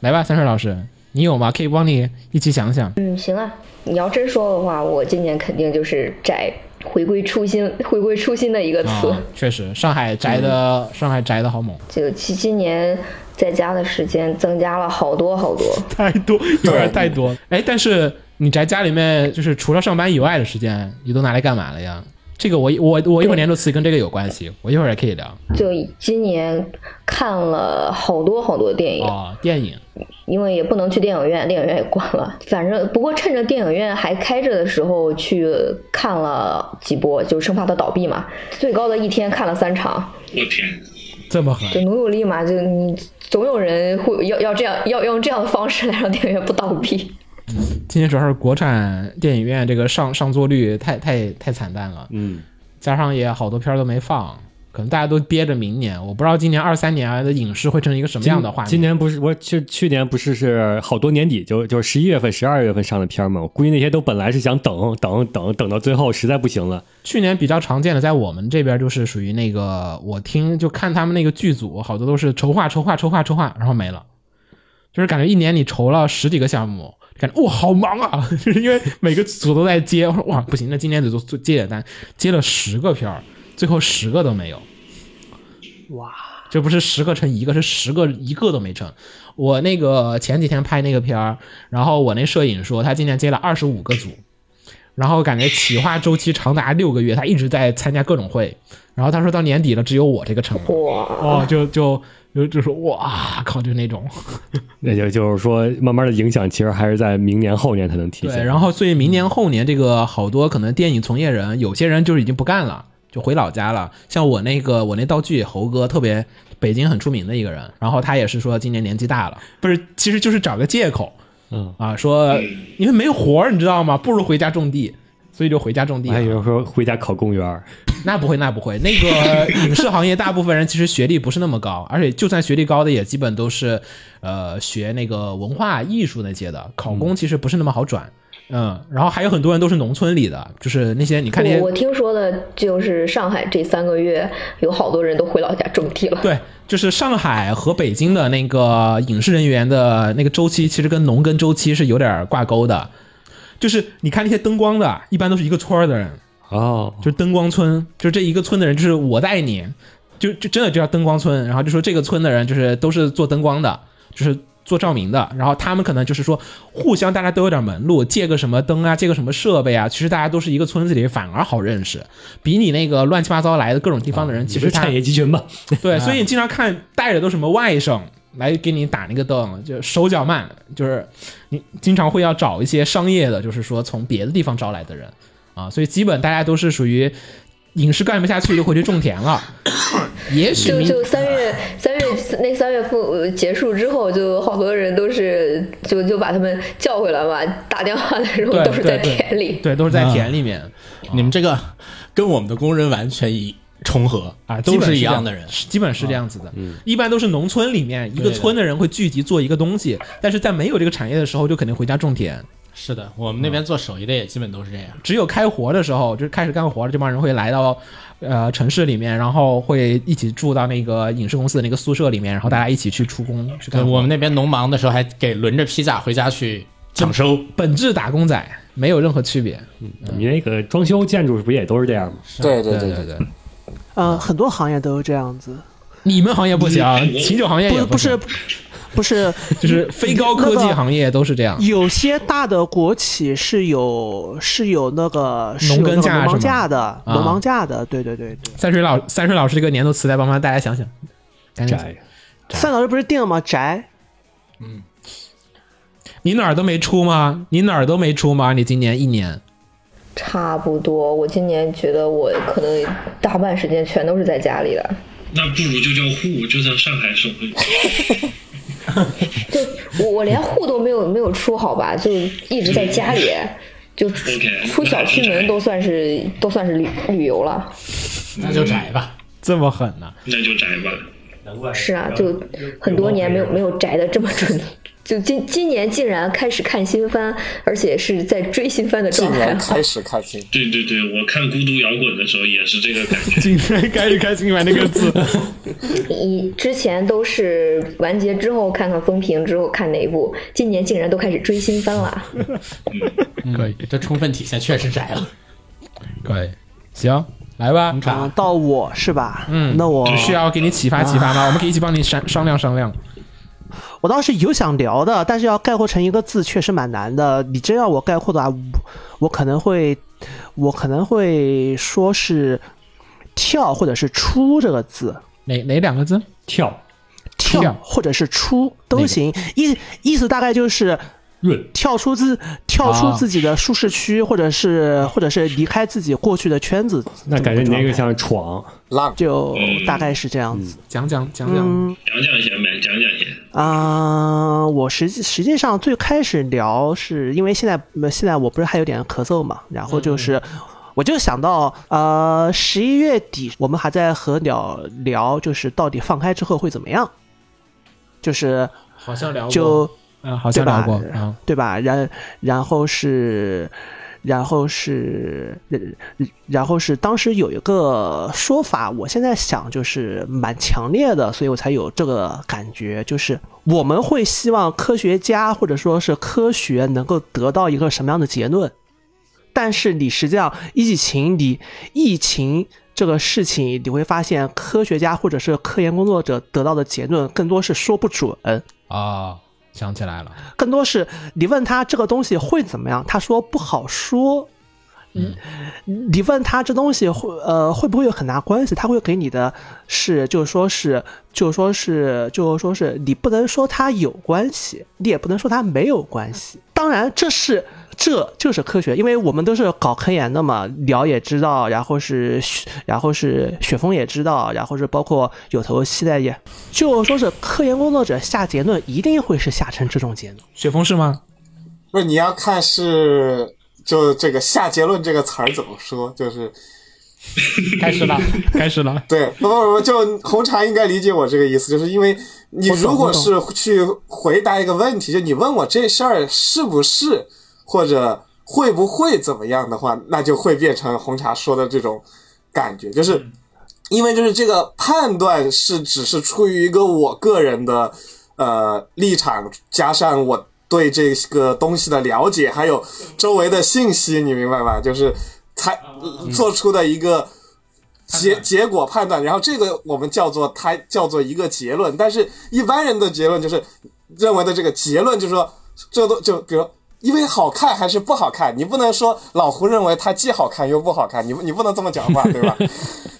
Speaker 1: 来吧，三水老师，你有吗？可以帮你一起想想。
Speaker 6: 嗯，行啊，你要真说的话，我今年肯定就是宅。回归初心、回归初心的一个词。
Speaker 1: 啊确实，上海宅的上海宅的好猛，
Speaker 6: 就七七年在家的时间增加了好多好多。
Speaker 1: 太多， <laughs> 有点太多了。哎，但是你宅家里面，就是除了上班以外的时间，你都拿来干嘛了呀？这个我我我一会儿年度词跟这个有关系，我一会儿也可以聊啊、
Speaker 6: 就今年看了好多好多电影，
Speaker 1: 哦电影
Speaker 6: 因为也不能去电影院，电影院也关了。反正不过趁着电影院还开着的时候去看了几波，就生怕它倒闭嘛。最高的一天看了三场，
Speaker 3: 我天，
Speaker 1: 这么狠
Speaker 6: 就努努力嘛，就你总有人会要要这样要要用这样的方式来让电影院不倒闭。
Speaker 1: 今年主要是国产电影院这个上上座率太太太惨淡了，
Speaker 2: 嗯，
Speaker 1: 加上也好多片儿都没放，可能大家都憋着明年。我不知道今年二三年的影视会成一个什么样的画面。
Speaker 2: 嗯今年不是我去去年不是是好多年底就就十一月份、十二月份上的片儿嘛，我估计那些都本来是想等等等等到最后实在不行了，
Speaker 1: 去年比较常见的，在我们这边就是属于那个，我听就看他们那个剧组，好多都是筹划筹划筹划筹划，然后没了，就是感觉一年你筹了十几个项目，感觉哇、好忙啊， <laughs> 就是因为每个组都在接，我说哇不行，那今年得做做接点单，接了十个片儿，最后十个都没有，
Speaker 5: 哇，
Speaker 1: 这不是十个成一个，是十个一个都没成。我那个前几天拍那个片儿，然后我那摄影说他今年接了二十五个组，然后感觉企划周期长达六个月，他一直在参加各种会，然后他说到年底了只有我这个成了，
Speaker 6: 哇，
Speaker 1: 哦，就就就就说哇靠，就那种
Speaker 2: 那就就是说慢慢的影响其实还是在明年后年才能体现。
Speaker 1: 对，然后所以明年后年这个好多可能电影从业人，有些人就是已经不干了。就回老家了，像我那个我那道具猴哥特别北京很出名的一个人，然后他也是说今年年纪大了，不是，其实就是找个借口，
Speaker 2: 嗯
Speaker 1: 啊，说因为没活儿，你知道吗？不如回家种地，所以就回家种地了。
Speaker 2: 还有人说回家考公务员儿，
Speaker 1: <laughs> 那不会，那不会。那
Speaker 6: <laughs>
Speaker 1: 个影视行业大部分人其实学历不是那么高，而且就算学历高的，也基本都是呃学那个文化艺术那些的。考公其实不是那么好转，嗯。然后还有很多人都是农村里的，就是那些你看那些
Speaker 6: 我我听说的就是上海这三个月有好多人都回老家种地了。
Speaker 1: 对，就是上海和北京的那个影视人员的那个周期，其实跟农耕周期是有点挂钩的。就是你看那些灯光的，一般都是一个村儿的人，
Speaker 2: 哦，
Speaker 1: 就是灯光村，就是这一个村的人，就是我带你，就就真的就叫灯光村。然后就说这个村的人就是都是做灯光的，就是做照明的。然后他们可能就是说互相大家都有点门路，借个什么灯啊，借个什么设备啊，其实大家都是一个村子里，反而好认识，比你那个乱七八糟来的各种地方的人，嗯其
Speaker 2: 也
Speaker 1: 实
Speaker 2: 啊是
Speaker 1: 他
Speaker 2: 产业集群吧？
Speaker 7: 啊
Speaker 1: 对，所以你经常看带着都什么外甥来给你打那个灯，就手脚慢，就是你经常会要找一些商业的，就是说从别的地方招来的人啊，所以基本大家都是属于影视干不下去就回去种田
Speaker 7: <coughs>
Speaker 1: 了。也许
Speaker 6: 就
Speaker 1: 明
Speaker 6: 就
Speaker 1: <laughs>
Speaker 6: 三月三月那三月份呃结束之后，就好多人都是就就把他们叫回来嘛，打电话的时候
Speaker 1: 对
Speaker 6: 都是
Speaker 1: 对
Speaker 6: 在
Speaker 1: 对
Speaker 6: 田里。
Speaker 1: 对都是在田里
Speaker 7: 啊
Speaker 1: 面
Speaker 7: 你们这个跟我们的工人完全一重合
Speaker 1: 啊，基
Speaker 7: 都
Speaker 1: 本是
Speaker 7: 一
Speaker 1: 这
Speaker 7: 样的人。啊嗯
Speaker 1: 基本是这样子的。一般都是农村里面一个村的人会聚集做一个东西，但是在没有这个产业的时候，就肯定回家种田。
Speaker 7: 是的，我们那边做手艺的也基本都是这样。
Speaker 1: 只有开活的时候，就是开始干活了，这帮人会来到呃城市里面，然后会一起住到那个影视公司的那个宿舍里面，然后大家一起去出工去
Speaker 7: 对
Speaker 1: 干活。
Speaker 7: 我们那边农忙的时候还给轮着批假回家去抢收。
Speaker 1: 本质打工仔没有任何区别。
Speaker 2: 你那个装修建筑不也都是这样吗？
Speaker 4: 对对
Speaker 1: 对
Speaker 4: 对
Speaker 1: 对，
Speaker 5: 呃，很多行业都是这样子，
Speaker 1: 你们行业不行，琴酒行业也
Speaker 5: 不不是
Speaker 1: 哎行，
Speaker 5: 不是，
Speaker 1: <laughs> 就是非高科技行业都是这样。
Speaker 5: 有些大的国企是有是有那个是有
Speaker 1: 农耕
Speaker 5: 那个
Speaker 1: 假
Speaker 5: 农
Speaker 1: 是
Speaker 5: 忙
Speaker 1: 吗
Speaker 5: 假的，
Speaker 1: 啊
Speaker 5: 农忙假的，对对对对。
Speaker 1: 三水老三水老师这个年度词来帮帮大家想想，赶紧，
Speaker 2: 宅
Speaker 5: 三老师不是定了吗？宅，
Speaker 1: 你哪儿都没出吗？你哪儿都没出吗？你今年一年
Speaker 6: 差不多，我今年觉得我可能大半时间全都是在家里的。
Speaker 3: 那不如就叫户，就叫上海省会。
Speaker 6: 就我我连户都没有没有出，好吧，就一直在家里，就出
Speaker 3: OK，
Speaker 6: 出小区门都算是都算是旅旅游了。
Speaker 7: 那就宅 <laughs> 吧。
Speaker 1: 这么狠啊呢、
Speaker 3: 那就宅吧。
Speaker 6: 是啊，就很多年没有没有宅的这么 <laughs> 准。就今今年竟然开始看新番，而且是在追新番的
Speaker 4: 今
Speaker 6: 状态
Speaker 4: 年。开始看新，
Speaker 3: 对对对，我看《孤独摇滚》的时候也是这个感觉。
Speaker 1: 今天开始开新版那个字，
Speaker 6: 以之前都是完结之后看看风评，之后看哪一部，今年竟然都开始追新番了。
Speaker 1: 可以
Speaker 7: 嗯 <laughs> 这充分体现确实宅了。
Speaker 1: 可以。行，来吧，
Speaker 5: 啊，到我是吧？嗯，那我
Speaker 1: 需要给你启发启发吗？我们可以一起帮你商商量商量。
Speaker 5: 我倒是有想聊的，但是要概括成一个字确实蛮难的。你真要我概括的话，我我可能会，我可能会说是“跳”或者是“出”这个字，
Speaker 1: 哪哪两个字？
Speaker 2: 跳
Speaker 1: 跳
Speaker 5: 跳或者是出都行。意意思大概就是
Speaker 2: 润啊
Speaker 5: 跳出自跳出自己的舒适区，或者是或者是离开自己过去的圈子。
Speaker 2: 那感觉你那
Speaker 1: 啊
Speaker 2: 个嗯像闯，
Speaker 4: 浪
Speaker 5: 就大概是这样子。
Speaker 1: 讲讲讲讲。
Speaker 5: 嗯
Speaker 3: 讲讲先呗，讲讲先。
Speaker 5: 啊、我实际实际上最开始聊是因为现在呃现在我不是还有点咳嗽嘛，然后
Speaker 2: 嗯
Speaker 5: 就是。我就想到，呃，十一月底我们还在和聊聊，就是到底放开之后会怎么样，就是
Speaker 1: 好像
Speaker 2: 哦
Speaker 1: 聊过，
Speaker 5: 就
Speaker 1: 嗯，好像聊过
Speaker 5: 对吧
Speaker 1: 啊，
Speaker 5: 对吧？然然后是，然后是，然后是，当时有一个说法，我现在想就是蛮强烈的，所以我才有这个感觉，就是我们会希望科学家或者说是科学能够得到一个什么样的结论，但是你实际上疫情你疫情。这个事情你会发现，科学家或者是科研工作者得到的结论更多是说不准，
Speaker 7: 哦
Speaker 1: 啊，想起来了，
Speaker 5: 更多是你问他这个东西会怎么样，他说不好说。嗯，你问他这东西会呃会不会有很大关系？他会给你的是就是说是就是说是就是说是你不能说它有关系，你也不能说它没有关系。当然这是这就是科学，因为我们都是搞科研的嘛，聊也知道，然后是雪然后是雪峰也知道，然后是包括有头系在也，就说是科研工作者下结论一定会是下成这种结论。
Speaker 1: 雪峰是
Speaker 5: <laughs>
Speaker 1: 吗？
Speaker 4: 不是你要看是就这个下结论这个词儿怎么说，就是
Speaker 1: 开始了，开始了，
Speaker 4: 对，不不不，就红茶应该理解我这个意思，就是因为你
Speaker 5: 我懂
Speaker 4: 如果
Speaker 5: 我懂
Speaker 4: 是去回答一个问题，就你问我这事儿是不是或者会不会怎么样的话，那就会变成红茶说的这种感觉，就是
Speaker 5: 嗯
Speaker 4: 因为就是这个判断是只是出于一个我个人的呃立场，加上我对这个东西的了解，还有周围的信息，你明白吧？就是才做出的一个结结果判断，然后这个我们叫做它叫做一个结论，但是一般人的结论就是认为的这个结论就是说这都就比如。因为好看还是不好看，你不能说老胡认为它既好看又不好看，你不你不能这么讲话，对吧？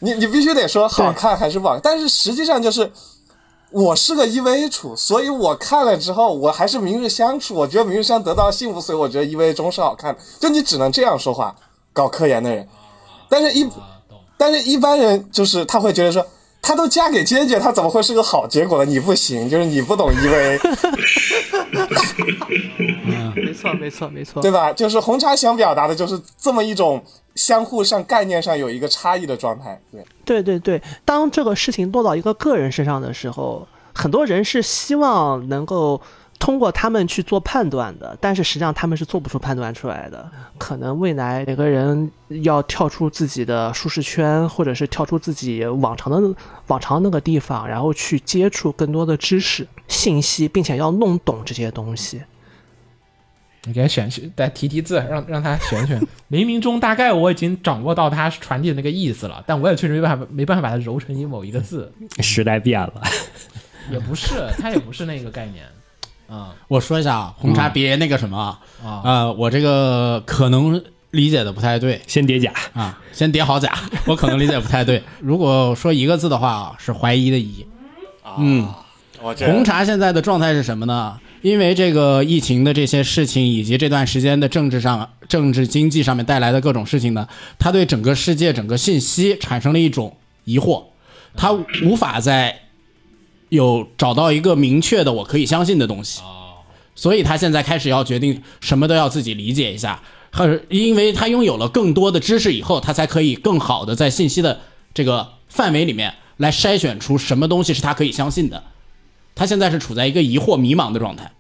Speaker 4: 你你必须得说好看还是不好看，但是实际上就是我是个 EVA 处，所以我看了之后，我还是明日香处，我觉得明日香得到幸福，所以我觉得 EVA 中是好看的。就你只能这样说话，搞科研的人，但是一但是一般人就是他会觉得说。她都嫁给坚决，她怎么会是个好结果呢？你不行，就是你不懂 EVA，
Speaker 5: 没错，没错，没错
Speaker 4: 对吧？ <laughs> 就是红茶想表达的就是这么一种相互上概念上有一个差异的状态。对，
Speaker 5: 对对对，当这个事情落到一个个人身上的时候，很多人是希望能够通过他们去做判断的，但是实际上他们是做不出判断出来的。可能未来每个人要跳出自己的舒适圈，或者是跳出自己往常的往常那个地方，然后去接触更多的知识、信息，并且要弄懂这些东西。
Speaker 1: 你给他选选，再提提字，让让他选选。 <laughs> 冥冥中大概我已经掌握到他传递的那个意思了，但我也确实没办法，没办法把它揉成一某一个字，
Speaker 2: 时代变了，
Speaker 1: 也不是，它也不是那个概念。啊、
Speaker 7: 我说一下啊，红茶别那个什么啊，
Speaker 1: 啊 <laughs>
Speaker 7: 呃，我这个可能理解的不太对
Speaker 2: 先
Speaker 1: <laughs>
Speaker 2: 叠甲，
Speaker 7: 啊，先叠好甲， <laughs> 我可能理解不太对。如果说一个字的话啊，是怀疑的疑。
Speaker 4: 我觉
Speaker 7: 红茶现在的状态是什么呢？因为这个疫情的这些事情，以及这段时间的政治上、政治经济上面带来的各种事情呢，它对整个世界、整个信息产生了一种疑惑，它无法再有找到一个明确的我可以相信的东西。所以他现在开始要决定什么都要自己理解一下，很因为他拥有了更多的知识以后，他才可以更好的在信息的这个范围里面来筛选出什么东西是他可以相信的。他现在是处在一个疑惑、迷茫的状态，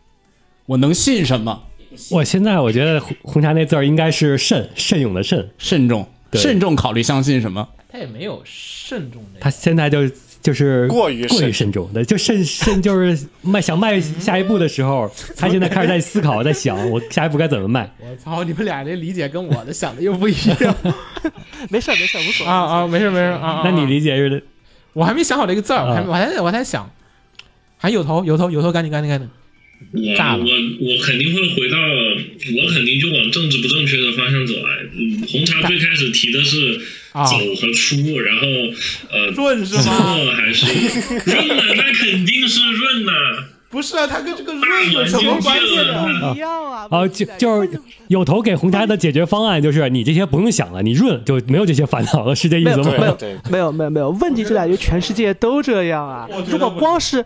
Speaker 7: 我能信什么？
Speaker 2: 我现在我觉得红红茶那字儿应该是慎慎勇的慎，
Speaker 7: 慎重，
Speaker 2: 对
Speaker 7: 慎重考虑相信什么。
Speaker 1: 它也没有慎重的。
Speaker 2: 他现在就就是
Speaker 4: 过于慎重
Speaker 2: 过于慎重的，就慎 <laughs> 慎就是迈想迈下一步的时候，他现在开始在思考，在想我下一步该怎么迈。
Speaker 4: 啊
Speaker 1: 我 <laughs> 操，你们俩这理解跟我的想的又不一样
Speaker 5: 没事儿没事儿，无所
Speaker 1: <laughs>
Speaker 5: 谓
Speaker 1: 啊。啊！没事没事啊啊！啊
Speaker 2: 那你理解是
Speaker 1: 我还没想好这个字儿，我还我还我还想，还有头有头有头，赶紧赶紧赶紧！
Speaker 3: 我
Speaker 1: 炸了
Speaker 3: 我我肯定会回到，我肯定就往政治不正确的方向走来。嗯，红茶最开始提的是
Speaker 1: 啊
Speaker 3: 走和出，然后呃，
Speaker 1: 润是吗？
Speaker 3: 错还是润呢？那肯定是润呐、
Speaker 1: <laughs> 不是啊，它跟这个润有什么关系呢？
Speaker 5: 一样啊，
Speaker 2: 啊，就就是有头给红茶的解决方案就是你这些不用想了，你润就没有这些烦恼了，是这意
Speaker 5: 没有
Speaker 2: 思
Speaker 5: 没
Speaker 2: 吗？
Speaker 5: 有
Speaker 4: 对
Speaker 5: 没有没有没有，问题就在于全世界都这样啊
Speaker 1: 我觉！得
Speaker 5: 如果
Speaker 1: 不
Speaker 5: 光是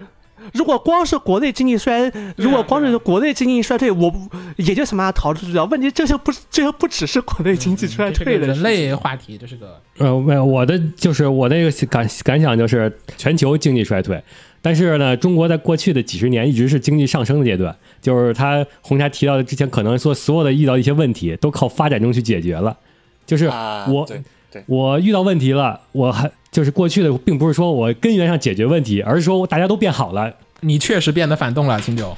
Speaker 5: 如果光是国内经济衰，如果光是国内经济衰退，我不也就想把它逃出去掉。问题这些不是这些不只是国内经济衰
Speaker 1: 这个
Speaker 5: 退的
Speaker 1: 人
Speaker 5: 事情，
Speaker 1: 类话题，这是个
Speaker 2: 呃，没有，我的就是我那个感感想就是全球经济衰退，但是呢，中国在过去的几十年一直是经济上升的阶段，就是他红茶提到的之前可能说所有的遇到一些问题都靠发展中去解决了，就是
Speaker 4: 啊，
Speaker 2: 我、
Speaker 4: 对对
Speaker 2: 我遇到问题了，我还就是过去的并不是说我根源上解决问题，而是说大家都变好了，
Speaker 1: 你确实变得反动了，秦九。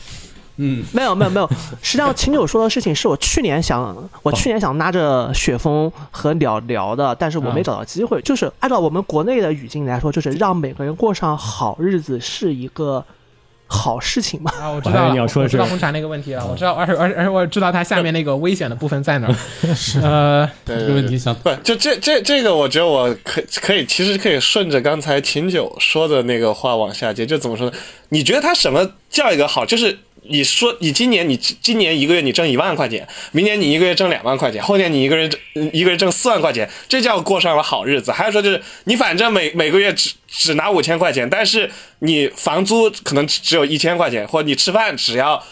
Speaker 5: 没有没有没有。实际上，秦九说的事情是我去年想，我去年想拉着雪峰和鸟聊的，但是我没找到机会。就是按照我们国内的语境来说，就是让每个人过上好日子是一个好事情嘛。
Speaker 1: 啊，我知道了
Speaker 2: 我还以为你要说
Speaker 1: 我
Speaker 2: 的
Speaker 1: 知
Speaker 2: 是嗯
Speaker 1: 道红茶那个问题了，我知道，而而而我知道它下面那个危险的部分在
Speaker 2: <laughs>
Speaker 1: 哪儿。呃，
Speaker 4: 对
Speaker 7: 这
Speaker 4: 对
Speaker 7: 个问
Speaker 4: 对
Speaker 7: 题想
Speaker 4: <laughs> 不，就这这这个，我觉得我可可以，其实可以顺着刚才秦九说的那个话往下接，就怎么说呢？你觉得他什么叫一个好？就是你说你今年你今年一个月你挣一万块钱，明年你一个月挣两万块钱，后年你一个人挣一个月挣四万块钱，这叫过上了好日子。还有说就是你反正每每个月只只拿五千块钱，但是你房租可能只只有一千块钱，或者你吃饭只要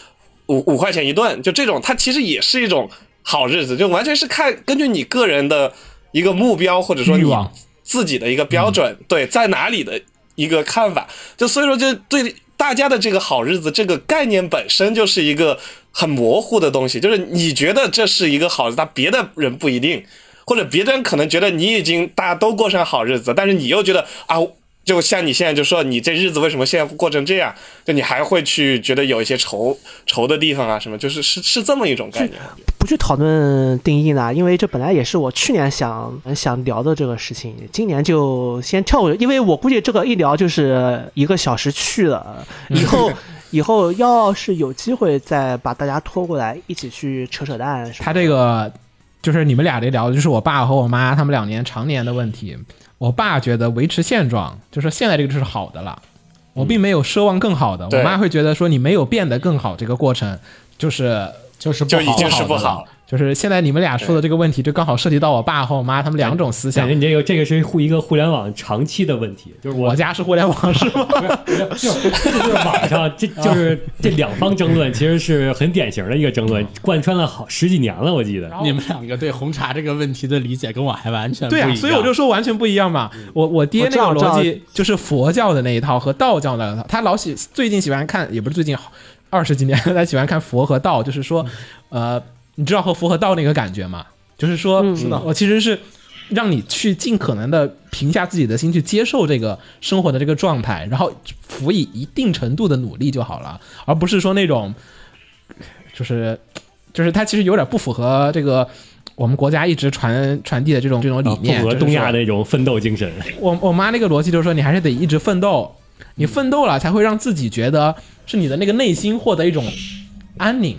Speaker 4: 五五块钱一顿，就这种，它其实也是一种好日子，就完全是看根据你个人的一个目标或者说
Speaker 1: 欲
Speaker 4: 你
Speaker 1: 望嗯
Speaker 4: 自己的一个标准，对，在哪里的一个看法。就所以说，就对大家的这个好日子这个概念本身就是一个很模糊的东西，就是你觉得这是一个好日子，但别的人不一定。或者别人可能觉得你已经大家都过上好日子，但是你又觉得啊，就像你现在就说你这日子为什么现在过成这样？就你还会去觉得有一些愁愁的地方啊，什么，就是是是这么一种概念。
Speaker 5: 不去讨论定义呢，因为这本来也是我去年想想聊的这个事情，今年就先跳过去，因为我估计这个一聊就是一个小时去
Speaker 1: <laughs>
Speaker 5: 了，
Speaker 1: 嗯
Speaker 5: 以后以后要是有机会再把大家拖过来一起去扯扯淡什么的。
Speaker 1: 他这个就是你们俩这聊的，就是我爸和我妈他们两年常年的问题。我爸觉得维持现状，就是现在这个是好的了，我并没有奢望更好的。
Speaker 4: 对
Speaker 1: 我妈会觉得说你没有变得更好，这个过程就是
Speaker 7: 就是不
Speaker 4: 就
Speaker 7: 好
Speaker 4: 已经是不
Speaker 7: 的了
Speaker 4: 好，
Speaker 1: 就是现在你们俩说的这个问题，就刚好涉及到我爸和我妈他们两种思
Speaker 2: 感
Speaker 1: 想
Speaker 2: 觉。你这个这个是互一个互联网长期的问题，就是
Speaker 1: 我家是互联网是吗？
Speaker 2: 就是就是网上这就是这两方争论，其实是很典型的一个争论，贯穿了好十几年了，我记得。
Speaker 7: 你们两个对红茶这个问题的理解跟我还完全不一
Speaker 1: 对
Speaker 7: 样。
Speaker 1: 啊，所以我就说完全不一样嘛。我我爹那
Speaker 5: 我
Speaker 1: 个
Speaker 5: 知道
Speaker 1: 逻
Speaker 5: 我知
Speaker 1: 辑就是佛教的那一套和道教的那一套，他老喜最近喜欢看，也不是最近二十几年，他喜欢看佛和道，就是说，呃，你知道和佛和道那个感觉吗？就是说，
Speaker 5: 嗯
Speaker 1: 嗯我其实是让你去尽可能的平下自己的心，去接受这个生活的这个状态，然后辅以一定程度的努力就好了，而不是说那种就是就是它其实有点不符合这个我们国家一直传传递的这种这种理
Speaker 2: 啊
Speaker 1: 念，
Speaker 2: 符合
Speaker 1: 就是
Speaker 2: 东亚
Speaker 1: 说
Speaker 2: 那种奋斗精神，
Speaker 1: 我我妈那个逻辑就是说，你还是得一直奋斗，你奋斗了才会让自己觉得是你的那个内心获得一种安宁。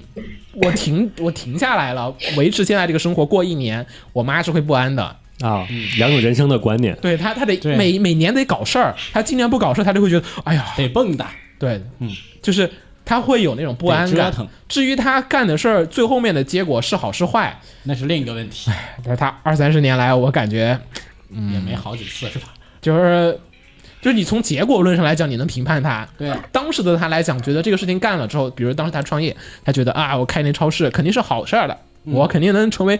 Speaker 1: 我停，我停下来了，维持现在这个生活过一年，我妈是会不安的。
Speaker 2: 啊，两种人生的观念。
Speaker 1: 对她，她得
Speaker 7: 对
Speaker 1: 每每年得搞事儿，她今年不搞事儿，她就会觉得，哎呀，
Speaker 7: 得蹦的，
Speaker 1: 对，嗯，就是她会有那种不安
Speaker 7: 得折
Speaker 1: 感
Speaker 7: 腾。
Speaker 1: 至于她干的事儿最后面的结果是好是坏，
Speaker 7: 那是另一个问题，
Speaker 1: 但是她二三十年来，我感觉嗯
Speaker 7: 也没好几次是吧？
Speaker 1: 就是就是你从结果论上来讲，你能评判他。
Speaker 7: 对啊
Speaker 1: 当时的他来讲，觉得这个事情干了之后，比如当时他创业，他觉得啊，我开那超市肯定是好事儿的，我肯定能成为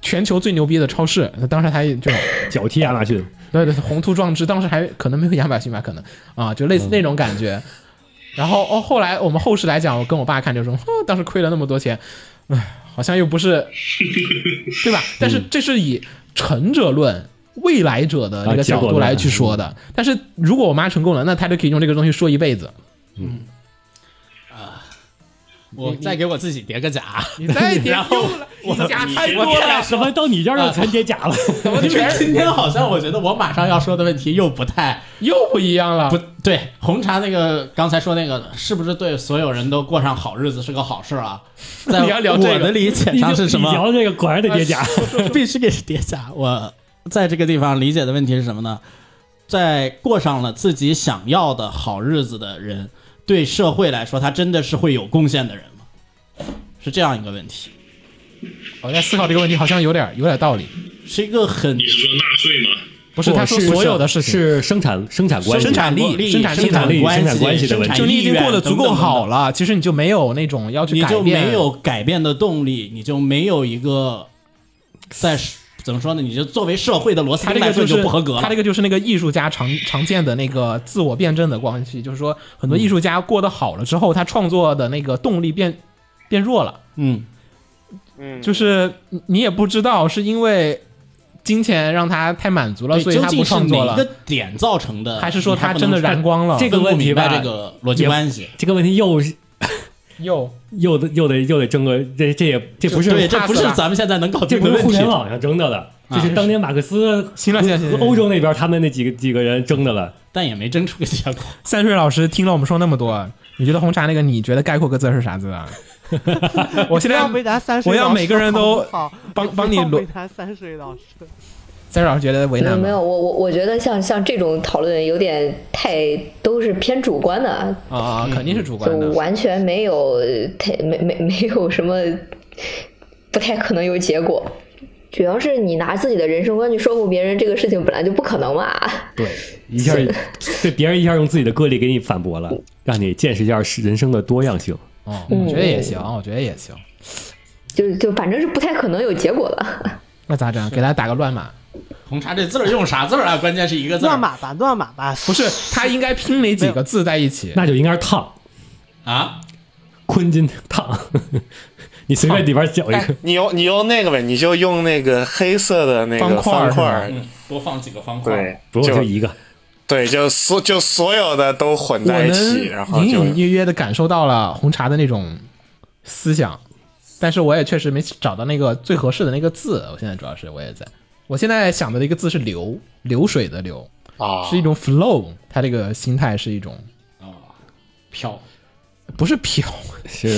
Speaker 1: 全球最牛逼的超市。那当时他也就
Speaker 2: 脚踢亚马逊，
Speaker 1: 对对，宏图壮志，当时还可能没有亚马逊吧，可能啊，就类似那种感觉。然后哦，后来我们后世来讲，我跟我爸看就说， <laughs> 哼，当时亏了那么多钱，唉，好像又不是，对吧？但是这是以成者论未来者的那个角度来去说的。但是如果我妈成功了，那她就可以用这个东西说一辈子。
Speaker 7: 我再给我自己叠个甲，
Speaker 1: 你再点
Speaker 7: 然后
Speaker 1: 够了，你家太
Speaker 2: 我
Speaker 1: 多了，
Speaker 2: 怎么到你这儿又全叠甲了？
Speaker 1: 怎么
Speaker 7: 就是
Speaker 1: 全
Speaker 7: 今天好像我觉得我马上要说的问题又不太
Speaker 1: 又不一样了
Speaker 7: 不？对，红茶那个刚才说那个是不是对所有人都过上好日子是个好事啊？
Speaker 1: <laughs>
Speaker 7: 在
Speaker 1: 你要聊这个
Speaker 7: 我的理解
Speaker 2: 你
Speaker 7: 上是什么？
Speaker 2: 你聊这个果然得叠甲，
Speaker 7: 必须给叠加。我在这个地方理解的问题是什么呢？在过上了自己想要的好日子的人，对社会来说，他真的是会有贡献的人吗？是这样一个问题，
Speaker 1: <laughs> 我在思考这个问题，好像有点有点道理。
Speaker 7: 是一个很
Speaker 3: 你是说纳税吗？
Speaker 1: 不是，他说所有的事情，
Speaker 2: 是生产生产关系，
Speaker 1: 生产力生
Speaker 7: 生产
Speaker 1: 产
Speaker 7: 力、
Speaker 1: 力
Speaker 7: 关
Speaker 2: 生产关系的问题
Speaker 1: 就你已经过得足够
Speaker 7: 哎了。生产意愿等等等
Speaker 1: 好
Speaker 7: 等
Speaker 1: 了，其实你就没有那种要去
Speaker 7: 你
Speaker 1: 改
Speaker 7: 就
Speaker 1: 变，
Speaker 7: 没有改变的动力，你就没有一个在怎么说呢？你就作为社会的螺丝
Speaker 1: 他这
Speaker 7: 钉
Speaker 1: 个
Speaker 7: 来说
Speaker 1: 就
Speaker 7: 你
Speaker 1: 是
Speaker 7: 不合格了。
Speaker 1: 他这个就是那个艺术家常常见的那个自我辩证的关系，就是说很多艺术家过得好了之后，他创作的那个动力变变弱了，
Speaker 7: 嗯，
Speaker 3: 嗯
Speaker 1: 就是你你也不知道是因为金钱让他太满足了，
Speaker 7: 对
Speaker 1: 所以
Speaker 7: 究
Speaker 1: 他不
Speaker 7: 竟是
Speaker 1: 创作
Speaker 7: 哪一个
Speaker 1: 了，
Speaker 7: 点造成的？
Speaker 1: 还是说
Speaker 7: 你还
Speaker 1: 他
Speaker 7: 不
Speaker 1: 真的
Speaker 7: 能说
Speaker 1: 燃光了？
Speaker 2: 这个问题吧
Speaker 7: 弄不明白这个逻辑
Speaker 2: 也
Speaker 7: 关系，
Speaker 2: 这个问题又是
Speaker 1: 又
Speaker 2: 又得又得又得争个这这也这不是
Speaker 7: 对，这
Speaker 1: 怕
Speaker 7: 不
Speaker 1: 死
Speaker 7: 是
Speaker 1: 了
Speaker 7: 咱们现在能搞
Speaker 2: 这
Speaker 7: 定
Speaker 2: 不
Speaker 7: 的
Speaker 2: 是
Speaker 7: 问
Speaker 2: 互
Speaker 7: 题
Speaker 2: 联。网上争的了，这是当年马克思
Speaker 1: 行了行了行
Speaker 2: 和
Speaker 1: 了，
Speaker 2: 欧洲那边他们那几个几个人争的了。
Speaker 7: 但也没争出个结果。
Speaker 1: 三水老师听了我们说那么多，你觉得红茶那个你觉得概括个字是啥字啊？我现在要
Speaker 5: 回答三水
Speaker 1: 我要
Speaker 5: 老师
Speaker 1: 每个人都
Speaker 5: 好不好
Speaker 1: 帮帮你
Speaker 5: 不要
Speaker 1: 录
Speaker 5: 回答三水老师。
Speaker 1: 三水老师觉得为难
Speaker 6: 嗯没
Speaker 1: 吗？
Speaker 6: 有，我我我觉得像像这种讨论有点太都是偏主观的，
Speaker 1: 啊，肯定是主观
Speaker 6: 就
Speaker 1: 的。
Speaker 4: 嗯
Speaker 6: 完全没有呃太没没没有什么不太可能有结果。主要是你拿自己的人生观去说服别人，这个事情本来就不可能嘛。
Speaker 2: 对，一下对别人一下用自己的个例给你反驳了，让你见识一下人生的多样性。
Speaker 1: 哦，我觉得也行，
Speaker 4: 嗯
Speaker 1: 我觉得也行。
Speaker 6: 就就反正是不太可能有结果的。
Speaker 1: 那咋整？给他打个乱码？
Speaker 7: 红茶这字儿用啥字儿啊？关键是一个字儿
Speaker 5: 乱码吧，乱码吧，
Speaker 1: 不是，他应该拼哪几个字在一起？
Speaker 2: 那就应该是烫，
Speaker 7: 啊！
Speaker 2: 昆金烫， <laughs> 你随便里边搅一个。
Speaker 4: 你用你用那个呗，你就用那个黑色的那
Speaker 1: 方
Speaker 4: 个
Speaker 1: 块儿
Speaker 4: 方块儿
Speaker 1: 是，
Speaker 7: 嗯，多放几个方块。
Speaker 4: 对，，
Speaker 2: 不过就
Speaker 4: 就
Speaker 2: 一个，
Speaker 4: 对，就所就所有的都混
Speaker 1: 我
Speaker 4: 在一
Speaker 1: 能
Speaker 4: 起，然后
Speaker 1: 隐
Speaker 4: 就
Speaker 1: 隐约约的感受到了红茶的那种思想，但是我也确实没找到那个最合适的那个字。我现在主要是我也在，我现在想的一个字是流，流水的流，
Speaker 4: 啊
Speaker 1: 是一种 flow，他这个心态是一种
Speaker 7: 漂
Speaker 1: 不是 <laughs> 飘，
Speaker 2: 是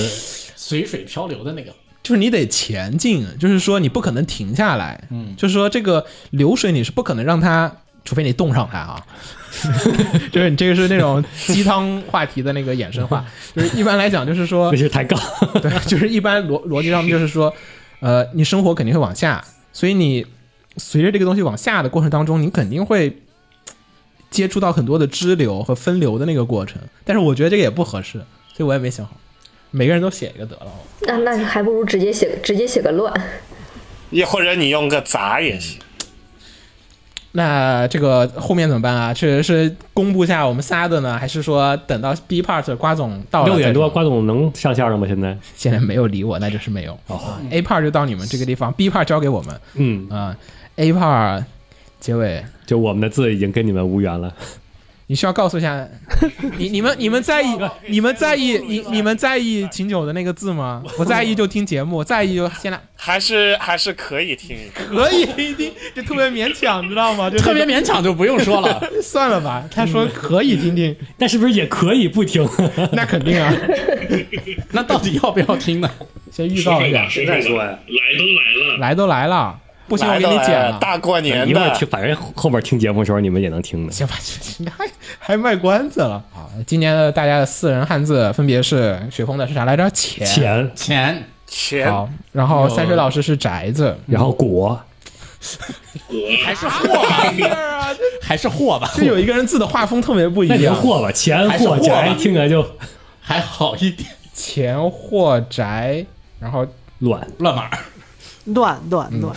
Speaker 7: 随水漂流的那个。
Speaker 1: 就是你得前进，啊就是说你不可能停下来，嗯，就是说这个流水你是不可能让它，除非你冻上它啊， <laughs> 就是你这个是那种鸡汤话题的那个衍生 <laughs> 话，就是一般来讲就是说
Speaker 2: 那，是抬杠。
Speaker 1: 对， <laughs> 就是一般逻逻辑上就是说，呃，你生活肯定会往下，所以你随着这个东西往下的过程当中，你肯定会接触到很多的支流和分流的那个过程，但是我觉得这个也不合适，所以我也没想好，每个人都写一个得了。
Speaker 6: 那那还不如直接写直接写个乱。
Speaker 4: 也或者你用个杂也行。
Speaker 3: 嗯
Speaker 1: 那这个后面怎么办啊？是是公布下我们仨的呢，还是说等到 B part 瓜总到了
Speaker 2: 六点
Speaker 1: 再
Speaker 2: 多，
Speaker 1: 说
Speaker 2: 瓜总能上线了吗？现在？
Speaker 1: 现在没有理我，那就是没有。
Speaker 2: 哦，
Speaker 1: A part 就到你们这个地方，B part 交给我们
Speaker 2: 嗯，
Speaker 1: 啊、A part 结尾，
Speaker 2: 就我们的字已经跟你们无缘了。
Speaker 1: 你需要告诉一下， <laughs> 你你们你们在意你们在意你你们在意秦九的那个字吗？不在意就听节 <laughs> 目，在意就现在
Speaker 4: 还是还是可以听一个，
Speaker 1: 可以听，就特别勉强，你知道吗？就
Speaker 7: 特别勉强就不用
Speaker 2: <laughs>
Speaker 7: 说了，
Speaker 1: 算了吧。他说可以听 <laughs> 听，
Speaker 2: 那是不是也可以不听？
Speaker 1: 那肯定啊，
Speaker 7: 那到底要不要听呢？
Speaker 1: 先预
Speaker 3: 说
Speaker 1: 告
Speaker 3: 说
Speaker 1: 一下
Speaker 3: 吧，。说吧
Speaker 4: 现在说呀
Speaker 3: 来都来了，
Speaker 1: 来都来了，不行我
Speaker 4: 来
Speaker 1: 给
Speaker 4: 都
Speaker 1: 你啊
Speaker 4: 来
Speaker 1: 剪
Speaker 4: 了，
Speaker 1: 了。
Speaker 4: 大过
Speaker 2: <laughs>
Speaker 4: 年
Speaker 2: 一会儿
Speaker 4: 的
Speaker 2: 听，反正后面听节目的时候你们也能听的。
Speaker 1: 行吧，行行还还卖关子了。好，今年的大家的四人汉字分别是雪峰的是啥来着？钱。
Speaker 2: 钱， <laughs>
Speaker 7: 钱
Speaker 4: 钱
Speaker 1: 好，然后三水老师是宅子，
Speaker 2: 然后果，
Speaker 3: 我
Speaker 7: 还是货
Speaker 4: 哎
Speaker 7: 吧， <laughs> 还是货吧，
Speaker 1: 就有一个人字的画风特别不一
Speaker 2: 那你就
Speaker 1: 样。
Speaker 2: 货吧，钱
Speaker 7: 还是
Speaker 2: 货
Speaker 7: 货吧
Speaker 2: 宅，听起来就
Speaker 7: 还好一点。
Speaker 1: 钱或宅，然后
Speaker 2: 乱。
Speaker 7: 乱码，
Speaker 5: 乱乱乱。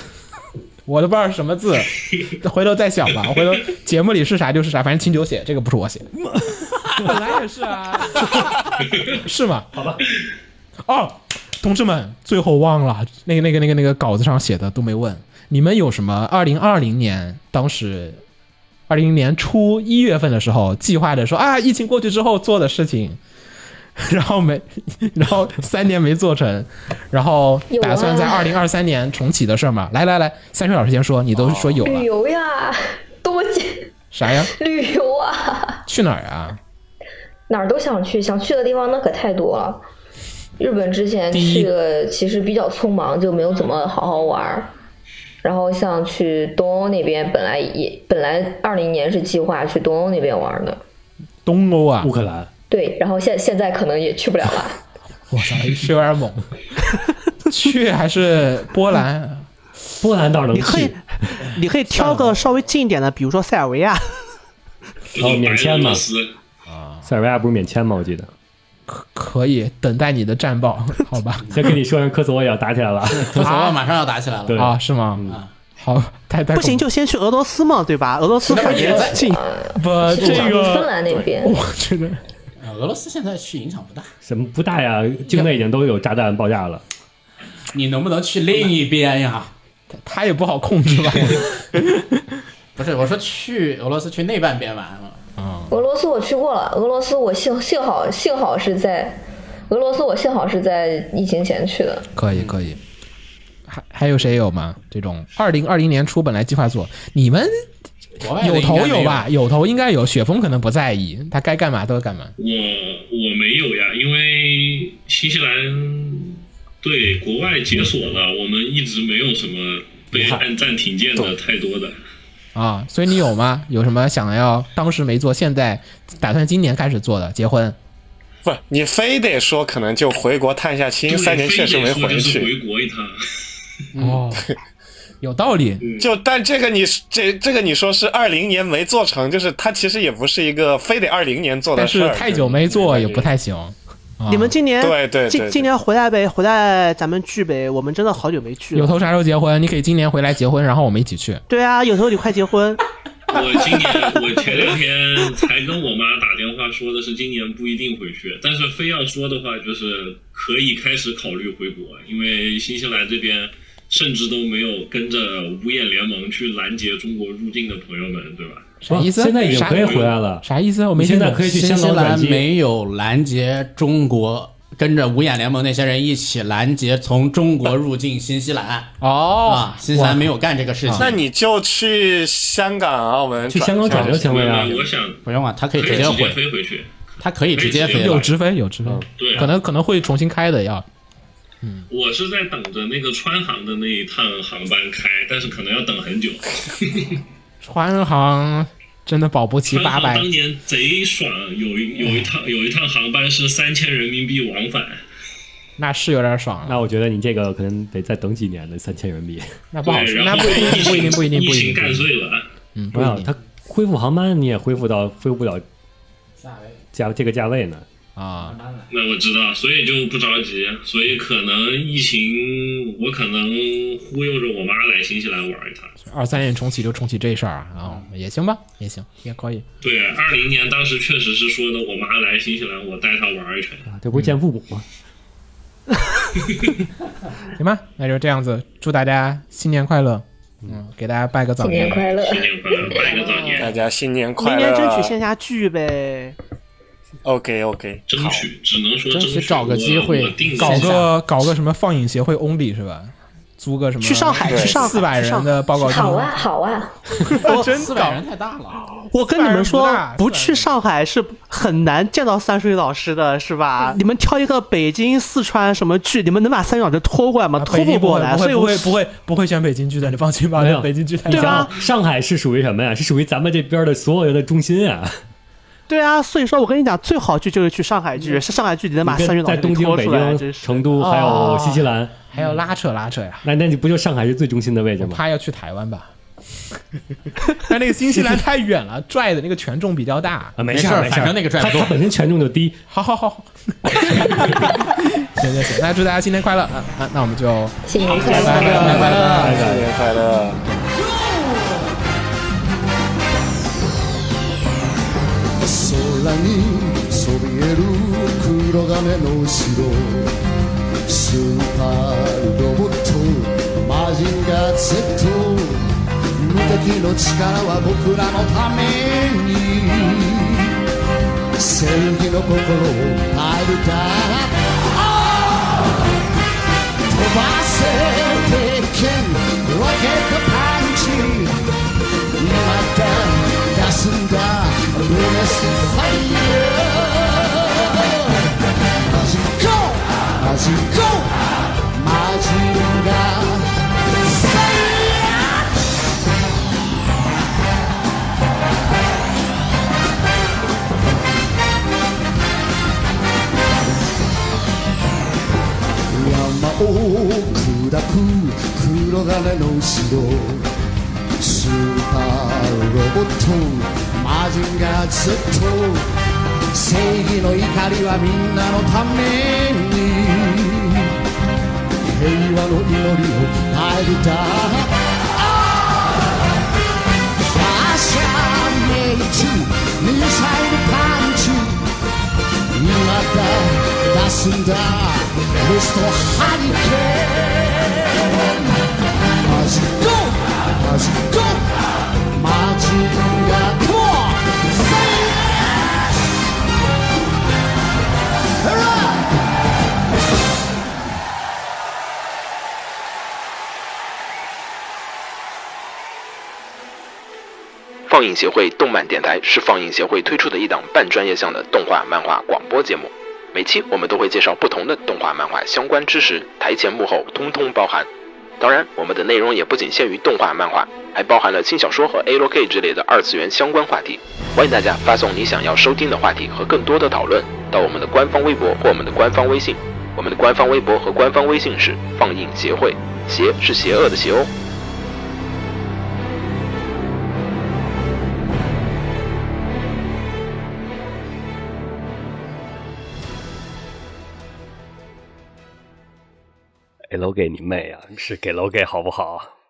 Speaker 1: 我都不知道是什么字，回头再想吧。回头节目里是啥就是啥，反正秦九写这个不是我写，本来也是啊，是吗？好吧。哦，同志们，最后忘了那个那个那个那个稿子上写的都没问，你们有什么？二零二零年当时，二零年初一月份的时候计划着说啊，疫情过去之后做的事情， <laughs> 然后没，然后三年没做成，然后
Speaker 6: 有啊
Speaker 1: 打算在二零二三年重启的事儿嘛？来来来，三水老师先说，你都说有了
Speaker 6: 旅游呀，多见
Speaker 1: 啥呀？
Speaker 6: 旅游啊，
Speaker 1: 去哪儿啊？
Speaker 6: 哪儿都想去，想去的地方那可太多了。日本之前
Speaker 1: 第一
Speaker 6: 去的其实比较匆忙，就没有怎么好好玩儿。然后像去东欧那边，本来也本来二零年是计划去东欧那边玩儿的，
Speaker 1: 东欧啊
Speaker 2: 乌？克兰，
Speaker 6: 对，然后现现在可能也去不了了。
Speaker 1: 我操，是有点猛。去还是波兰？
Speaker 2: 波兰倒是能
Speaker 5: 你可以
Speaker 2: 去，，
Speaker 1: 嗯
Speaker 5: 你可以挑个稍微近一点的，比如说塞尔维亚。
Speaker 3: 然后白
Speaker 2: 免签
Speaker 3: 俄
Speaker 2: 嘛
Speaker 3: 罗斯，
Speaker 2: 塞尔维亚不是免签吗？我记得。
Speaker 1: 可以等待你的战报，好吧？
Speaker 2: 先跟你说声，科索沃也要打起来了。
Speaker 7: 科索沃马上要打起来了。
Speaker 2: 啊对
Speaker 1: 啊，是吗？好，太太
Speaker 5: 不行，
Speaker 1: 恐
Speaker 5: 就先去俄罗斯嘛，对吧？俄罗斯
Speaker 1: 那
Speaker 5: 反
Speaker 1: 不也
Speaker 5: 正
Speaker 1: 在
Speaker 5: 近，
Speaker 1: 怖了不
Speaker 6: 就想
Speaker 1: 啊这
Speaker 6: 去芬
Speaker 1: 个，
Speaker 6: 兰那边，
Speaker 1: 我觉得
Speaker 7: 呃俄罗斯现在去影响不大，
Speaker 2: 什么不大呀？境内已经都有炸弹爆炸了。
Speaker 7: 你能不能去另一边呀？
Speaker 1: 他也不好控制吧？
Speaker 7: 不是，我说去俄罗斯去那半边玩嘛。
Speaker 6: 俄罗斯我去过了，俄罗斯我幸幸好幸好是在俄罗斯，我幸好是在疫情前去的。
Speaker 1: <laughs> 可以，可以。还还有谁有吗？这种二零二零年初本来计划做，你们
Speaker 7: 国外的
Speaker 1: 有
Speaker 7: 应该没
Speaker 1: 头
Speaker 7: 有
Speaker 1: 有吧？？有头应该有，雪峰可能不在意，他该干嘛都干嘛。
Speaker 3: 我我没有呀，因为新西兰对国外解锁了，我们一直没有什么被按暂停键的太多的。
Speaker 1: 啊，所以你有吗？有什么想要当时没做，现在打算今年开始做的？结婚？
Speaker 4: 不，你非得说可能就回国探一下亲，三年确实没
Speaker 3: 回
Speaker 4: 回
Speaker 3: 就是
Speaker 4: 去。
Speaker 3: 回国一趟，
Speaker 1: 哦，有道理。
Speaker 4: 就但这个你这这个你说是二零年没做成，就是它其实也不是一个非得二零年做的
Speaker 1: 但
Speaker 4: 事
Speaker 1: 是
Speaker 4: 儿。
Speaker 1: 太久没做也不太行。啊
Speaker 5: 你们今年
Speaker 4: 对对对
Speaker 5: 今
Speaker 4: 对
Speaker 5: 今年回来呗，回来咱们聚呗，我们真的好久没聚
Speaker 1: 有
Speaker 5: 了。
Speaker 1: 头啥时候结婚？你可以今年回来结婚，然后我们一起去。
Speaker 5: 对啊，有时候你快结婚，
Speaker 3: 我今年我前两天才跟我妈打电话说的是今年不一定回去，但是非要说的话就是可以开始考虑回国，因为新西兰这边甚至都没有跟着五眼联盟去拦截中国入境的朋友们，对吧？
Speaker 1: 啥意思？
Speaker 2: 现在已经
Speaker 1: 啥
Speaker 2: 可以回来了。
Speaker 1: 啥意思？我没
Speaker 2: 你
Speaker 1: 听
Speaker 2: 现
Speaker 1: 懂。
Speaker 2: 在可以去
Speaker 7: 新
Speaker 2: 香
Speaker 7: 西
Speaker 2: 港转
Speaker 7: 兰
Speaker 2: 机。
Speaker 7: 没有拦截中国，跟着五眼联盟那些人一起拦截从中国入境新西兰
Speaker 1: 哦
Speaker 7: 啊，，新西兰没有干这个事情。
Speaker 4: 那你就去香港、澳门，
Speaker 2: 去香港转就行了呀
Speaker 3: 我想
Speaker 7: 不用啊，他可以
Speaker 3: 可以
Speaker 7: 直
Speaker 3: 直
Speaker 7: 接
Speaker 3: 接
Speaker 7: 回，
Speaker 3: 飞回去。
Speaker 7: 他可以直接
Speaker 3: 可以直
Speaker 7: 飞
Speaker 3: 接
Speaker 1: 有
Speaker 7: 了。
Speaker 1: 直飞有直飞，
Speaker 3: 对啊
Speaker 1: 可能可能会重新开的要。
Speaker 3: 我是在等着那个川航的那一趟航班开，但是可能要等很久。
Speaker 1: 川航真的保不齐
Speaker 3: 川
Speaker 1: 八
Speaker 3: 航
Speaker 1: 百，
Speaker 3: 当年贼爽，有一有一趟 <sighs> 有一趟航班是三千人民币往返，
Speaker 1: 那是有点爽了。
Speaker 2: 那我觉得你这个可能得再等几年的三千人民币。
Speaker 1: 那不好
Speaker 3: 对，
Speaker 1: 说，
Speaker 3: 然
Speaker 1: 那
Speaker 3: 后
Speaker 1: 不一定
Speaker 3: 被
Speaker 1: 不一定不一定
Speaker 3: 疫
Speaker 1: 不一
Speaker 3: 情
Speaker 1: 定不
Speaker 3: 干
Speaker 1: 一定。
Speaker 3: 碎了。
Speaker 1: 嗯，不
Speaker 2: 没
Speaker 1: 一
Speaker 2: 有，
Speaker 1: 定
Speaker 2: 它恢复航班你也恢复到恢复不了价这个价位呢。
Speaker 1: 啊。
Speaker 3: 那我知道，所以就不着急，所以可能疫情，我可能忽悠着我妈来新西兰玩一趟。
Speaker 1: 二三年重启就重启这事儿啊啊，也行吧，也行，也可以。
Speaker 3: 对，二零年当时确实是说的，我妈来新西兰，我带她玩一圈。
Speaker 2: 啊，这不是见父母吗？
Speaker 1: 行吧，那就这样子，祝大家新年快乐。嗯，给大家拜个早
Speaker 6: 新年
Speaker 1: 年。
Speaker 6: 快乐！
Speaker 3: 新年快乐，拜个早
Speaker 4: 大
Speaker 3: 年，
Speaker 4: 家新年快
Speaker 5: 明
Speaker 4: 乐！啊
Speaker 5: 年争取线下聚呗。
Speaker 4: OK OK，
Speaker 3: 争取，只能说
Speaker 7: 争取
Speaker 3: 取
Speaker 7: 找个机会
Speaker 3: 我我定
Speaker 1: 搞
Speaker 3: 下
Speaker 1: 个搞个什么放映协会 only 是吧？租个什么
Speaker 5: 去上海去上海
Speaker 1: 四百
Speaker 5: 去上
Speaker 1: 人
Speaker 5: 海
Speaker 1: 的报告厅
Speaker 6: 好，啊好啊，
Speaker 1: 真
Speaker 7: 四百
Speaker 1: 搞
Speaker 7: 人太大了，啊
Speaker 5: 我跟你们说
Speaker 1: 虽然，不大
Speaker 5: 不去上海是很难见到三水老师的，是吧？你们挑一个北京、四川什么剧，你们能把三水老师拖过来吗？
Speaker 1: 啊
Speaker 5: 拖
Speaker 1: 北京不
Speaker 5: 过
Speaker 1: 会
Speaker 5: 来，
Speaker 1: 不
Speaker 5: 所
Speaker 1: 会
Speaker 5: 以
Speaker 1: 不
Speaker 5: 我
Speaker 1: 会不会不会选北京剧的，你放心吧
Speaker 2: 没有，
Speaker 1: 北京剧太
Speaker 5: 嗯对啊
Speaker 1: 小
Speaker 5: 吧
Speaker 1: 了。
Speaker 2: 上海是属于什么呀？是属于咱们这边的所有的中心啊！
Speaker 5: 对啊，所以说我跟你讲，最好剧就是去上海剧，是上海剧你能把
Speaker 2: 你
Speaker 5: 三
Speaker 2: 跟
Speaker 5: 水老
Speaker 2: 在
Speaker 5: 师给
Speaker 2: 东京、
Speaker 5: 拖
Speaker 2: 北
Speaker 5: 出来，
Speaker 2: 京、
Speaker 5: 真是啊
Speaker 2: 成都还有新西兰，
Speaker 1: 还要拉扯拉扯呀，
Speaker 2: 那那你不就上海是最中心的位置吗？
Speaker 1: 怕要去台湾吧？ <laughs> 但那个新西兰太远了， <laughs> 拽的那个权重比较大。
Speaker 2: 啊，没
Speaker 7: 没事
Speaker 2: 儿
Speaker 7: 儿
Speaker 2: 没事儿，
Speaker 7: 反正那个赚
Speaker 2: 它
Speaker 7: 不
Speaker 2: 它
Speaker 7: 动
Speaker 2: 本身权重就低。
Speaker 1: 好好好，好行行行，那祝大家新年快乐啊啊！那我们就
Speaker 6: 新年快
Speaker 1: 拜
Speaker 6: 乐！
Speaker 1: 拜拜拜。
Speaker 4: 新年快乐！
Speaker 8: 空にそびえる黒金の城スーパーロボットマジンガー Z 無敵の力は僕らのために正義の心を変えるか飛ばせて剣ロケットパンチまた出すんだブレスファイヤーマジックマジックマジンガーファイヤー山を砕く黒金の後ろスーパーロボットマジンガー Z 正義の怒りはみんなのために平和の祈りを変えるだファッシャーメイチミサイルパンチまた出すんだウエストハリケーンマジックマジックマジンガーコアファイヤーヘラ
Speaker 7: 放映协会动漫电台是放映协会推出的一档半专业向的动画漫画广播节目。每期我们都会介绍不同的动画漫画相关知识，台前幕后通通包含。当然，我们的内容也不仅限于动画漫画，还包含了轻小说和 A l K 之类的二次元相关话题。欢迎大家发送你想要收听的话题和更多的讨论到我们的官方微博或我们的官方微信。我们的官方微博和官方微信是放映协会，邪是邪恶的邪哦。
Speaker 9: 给楼给你妹啊！是给楼给好不好？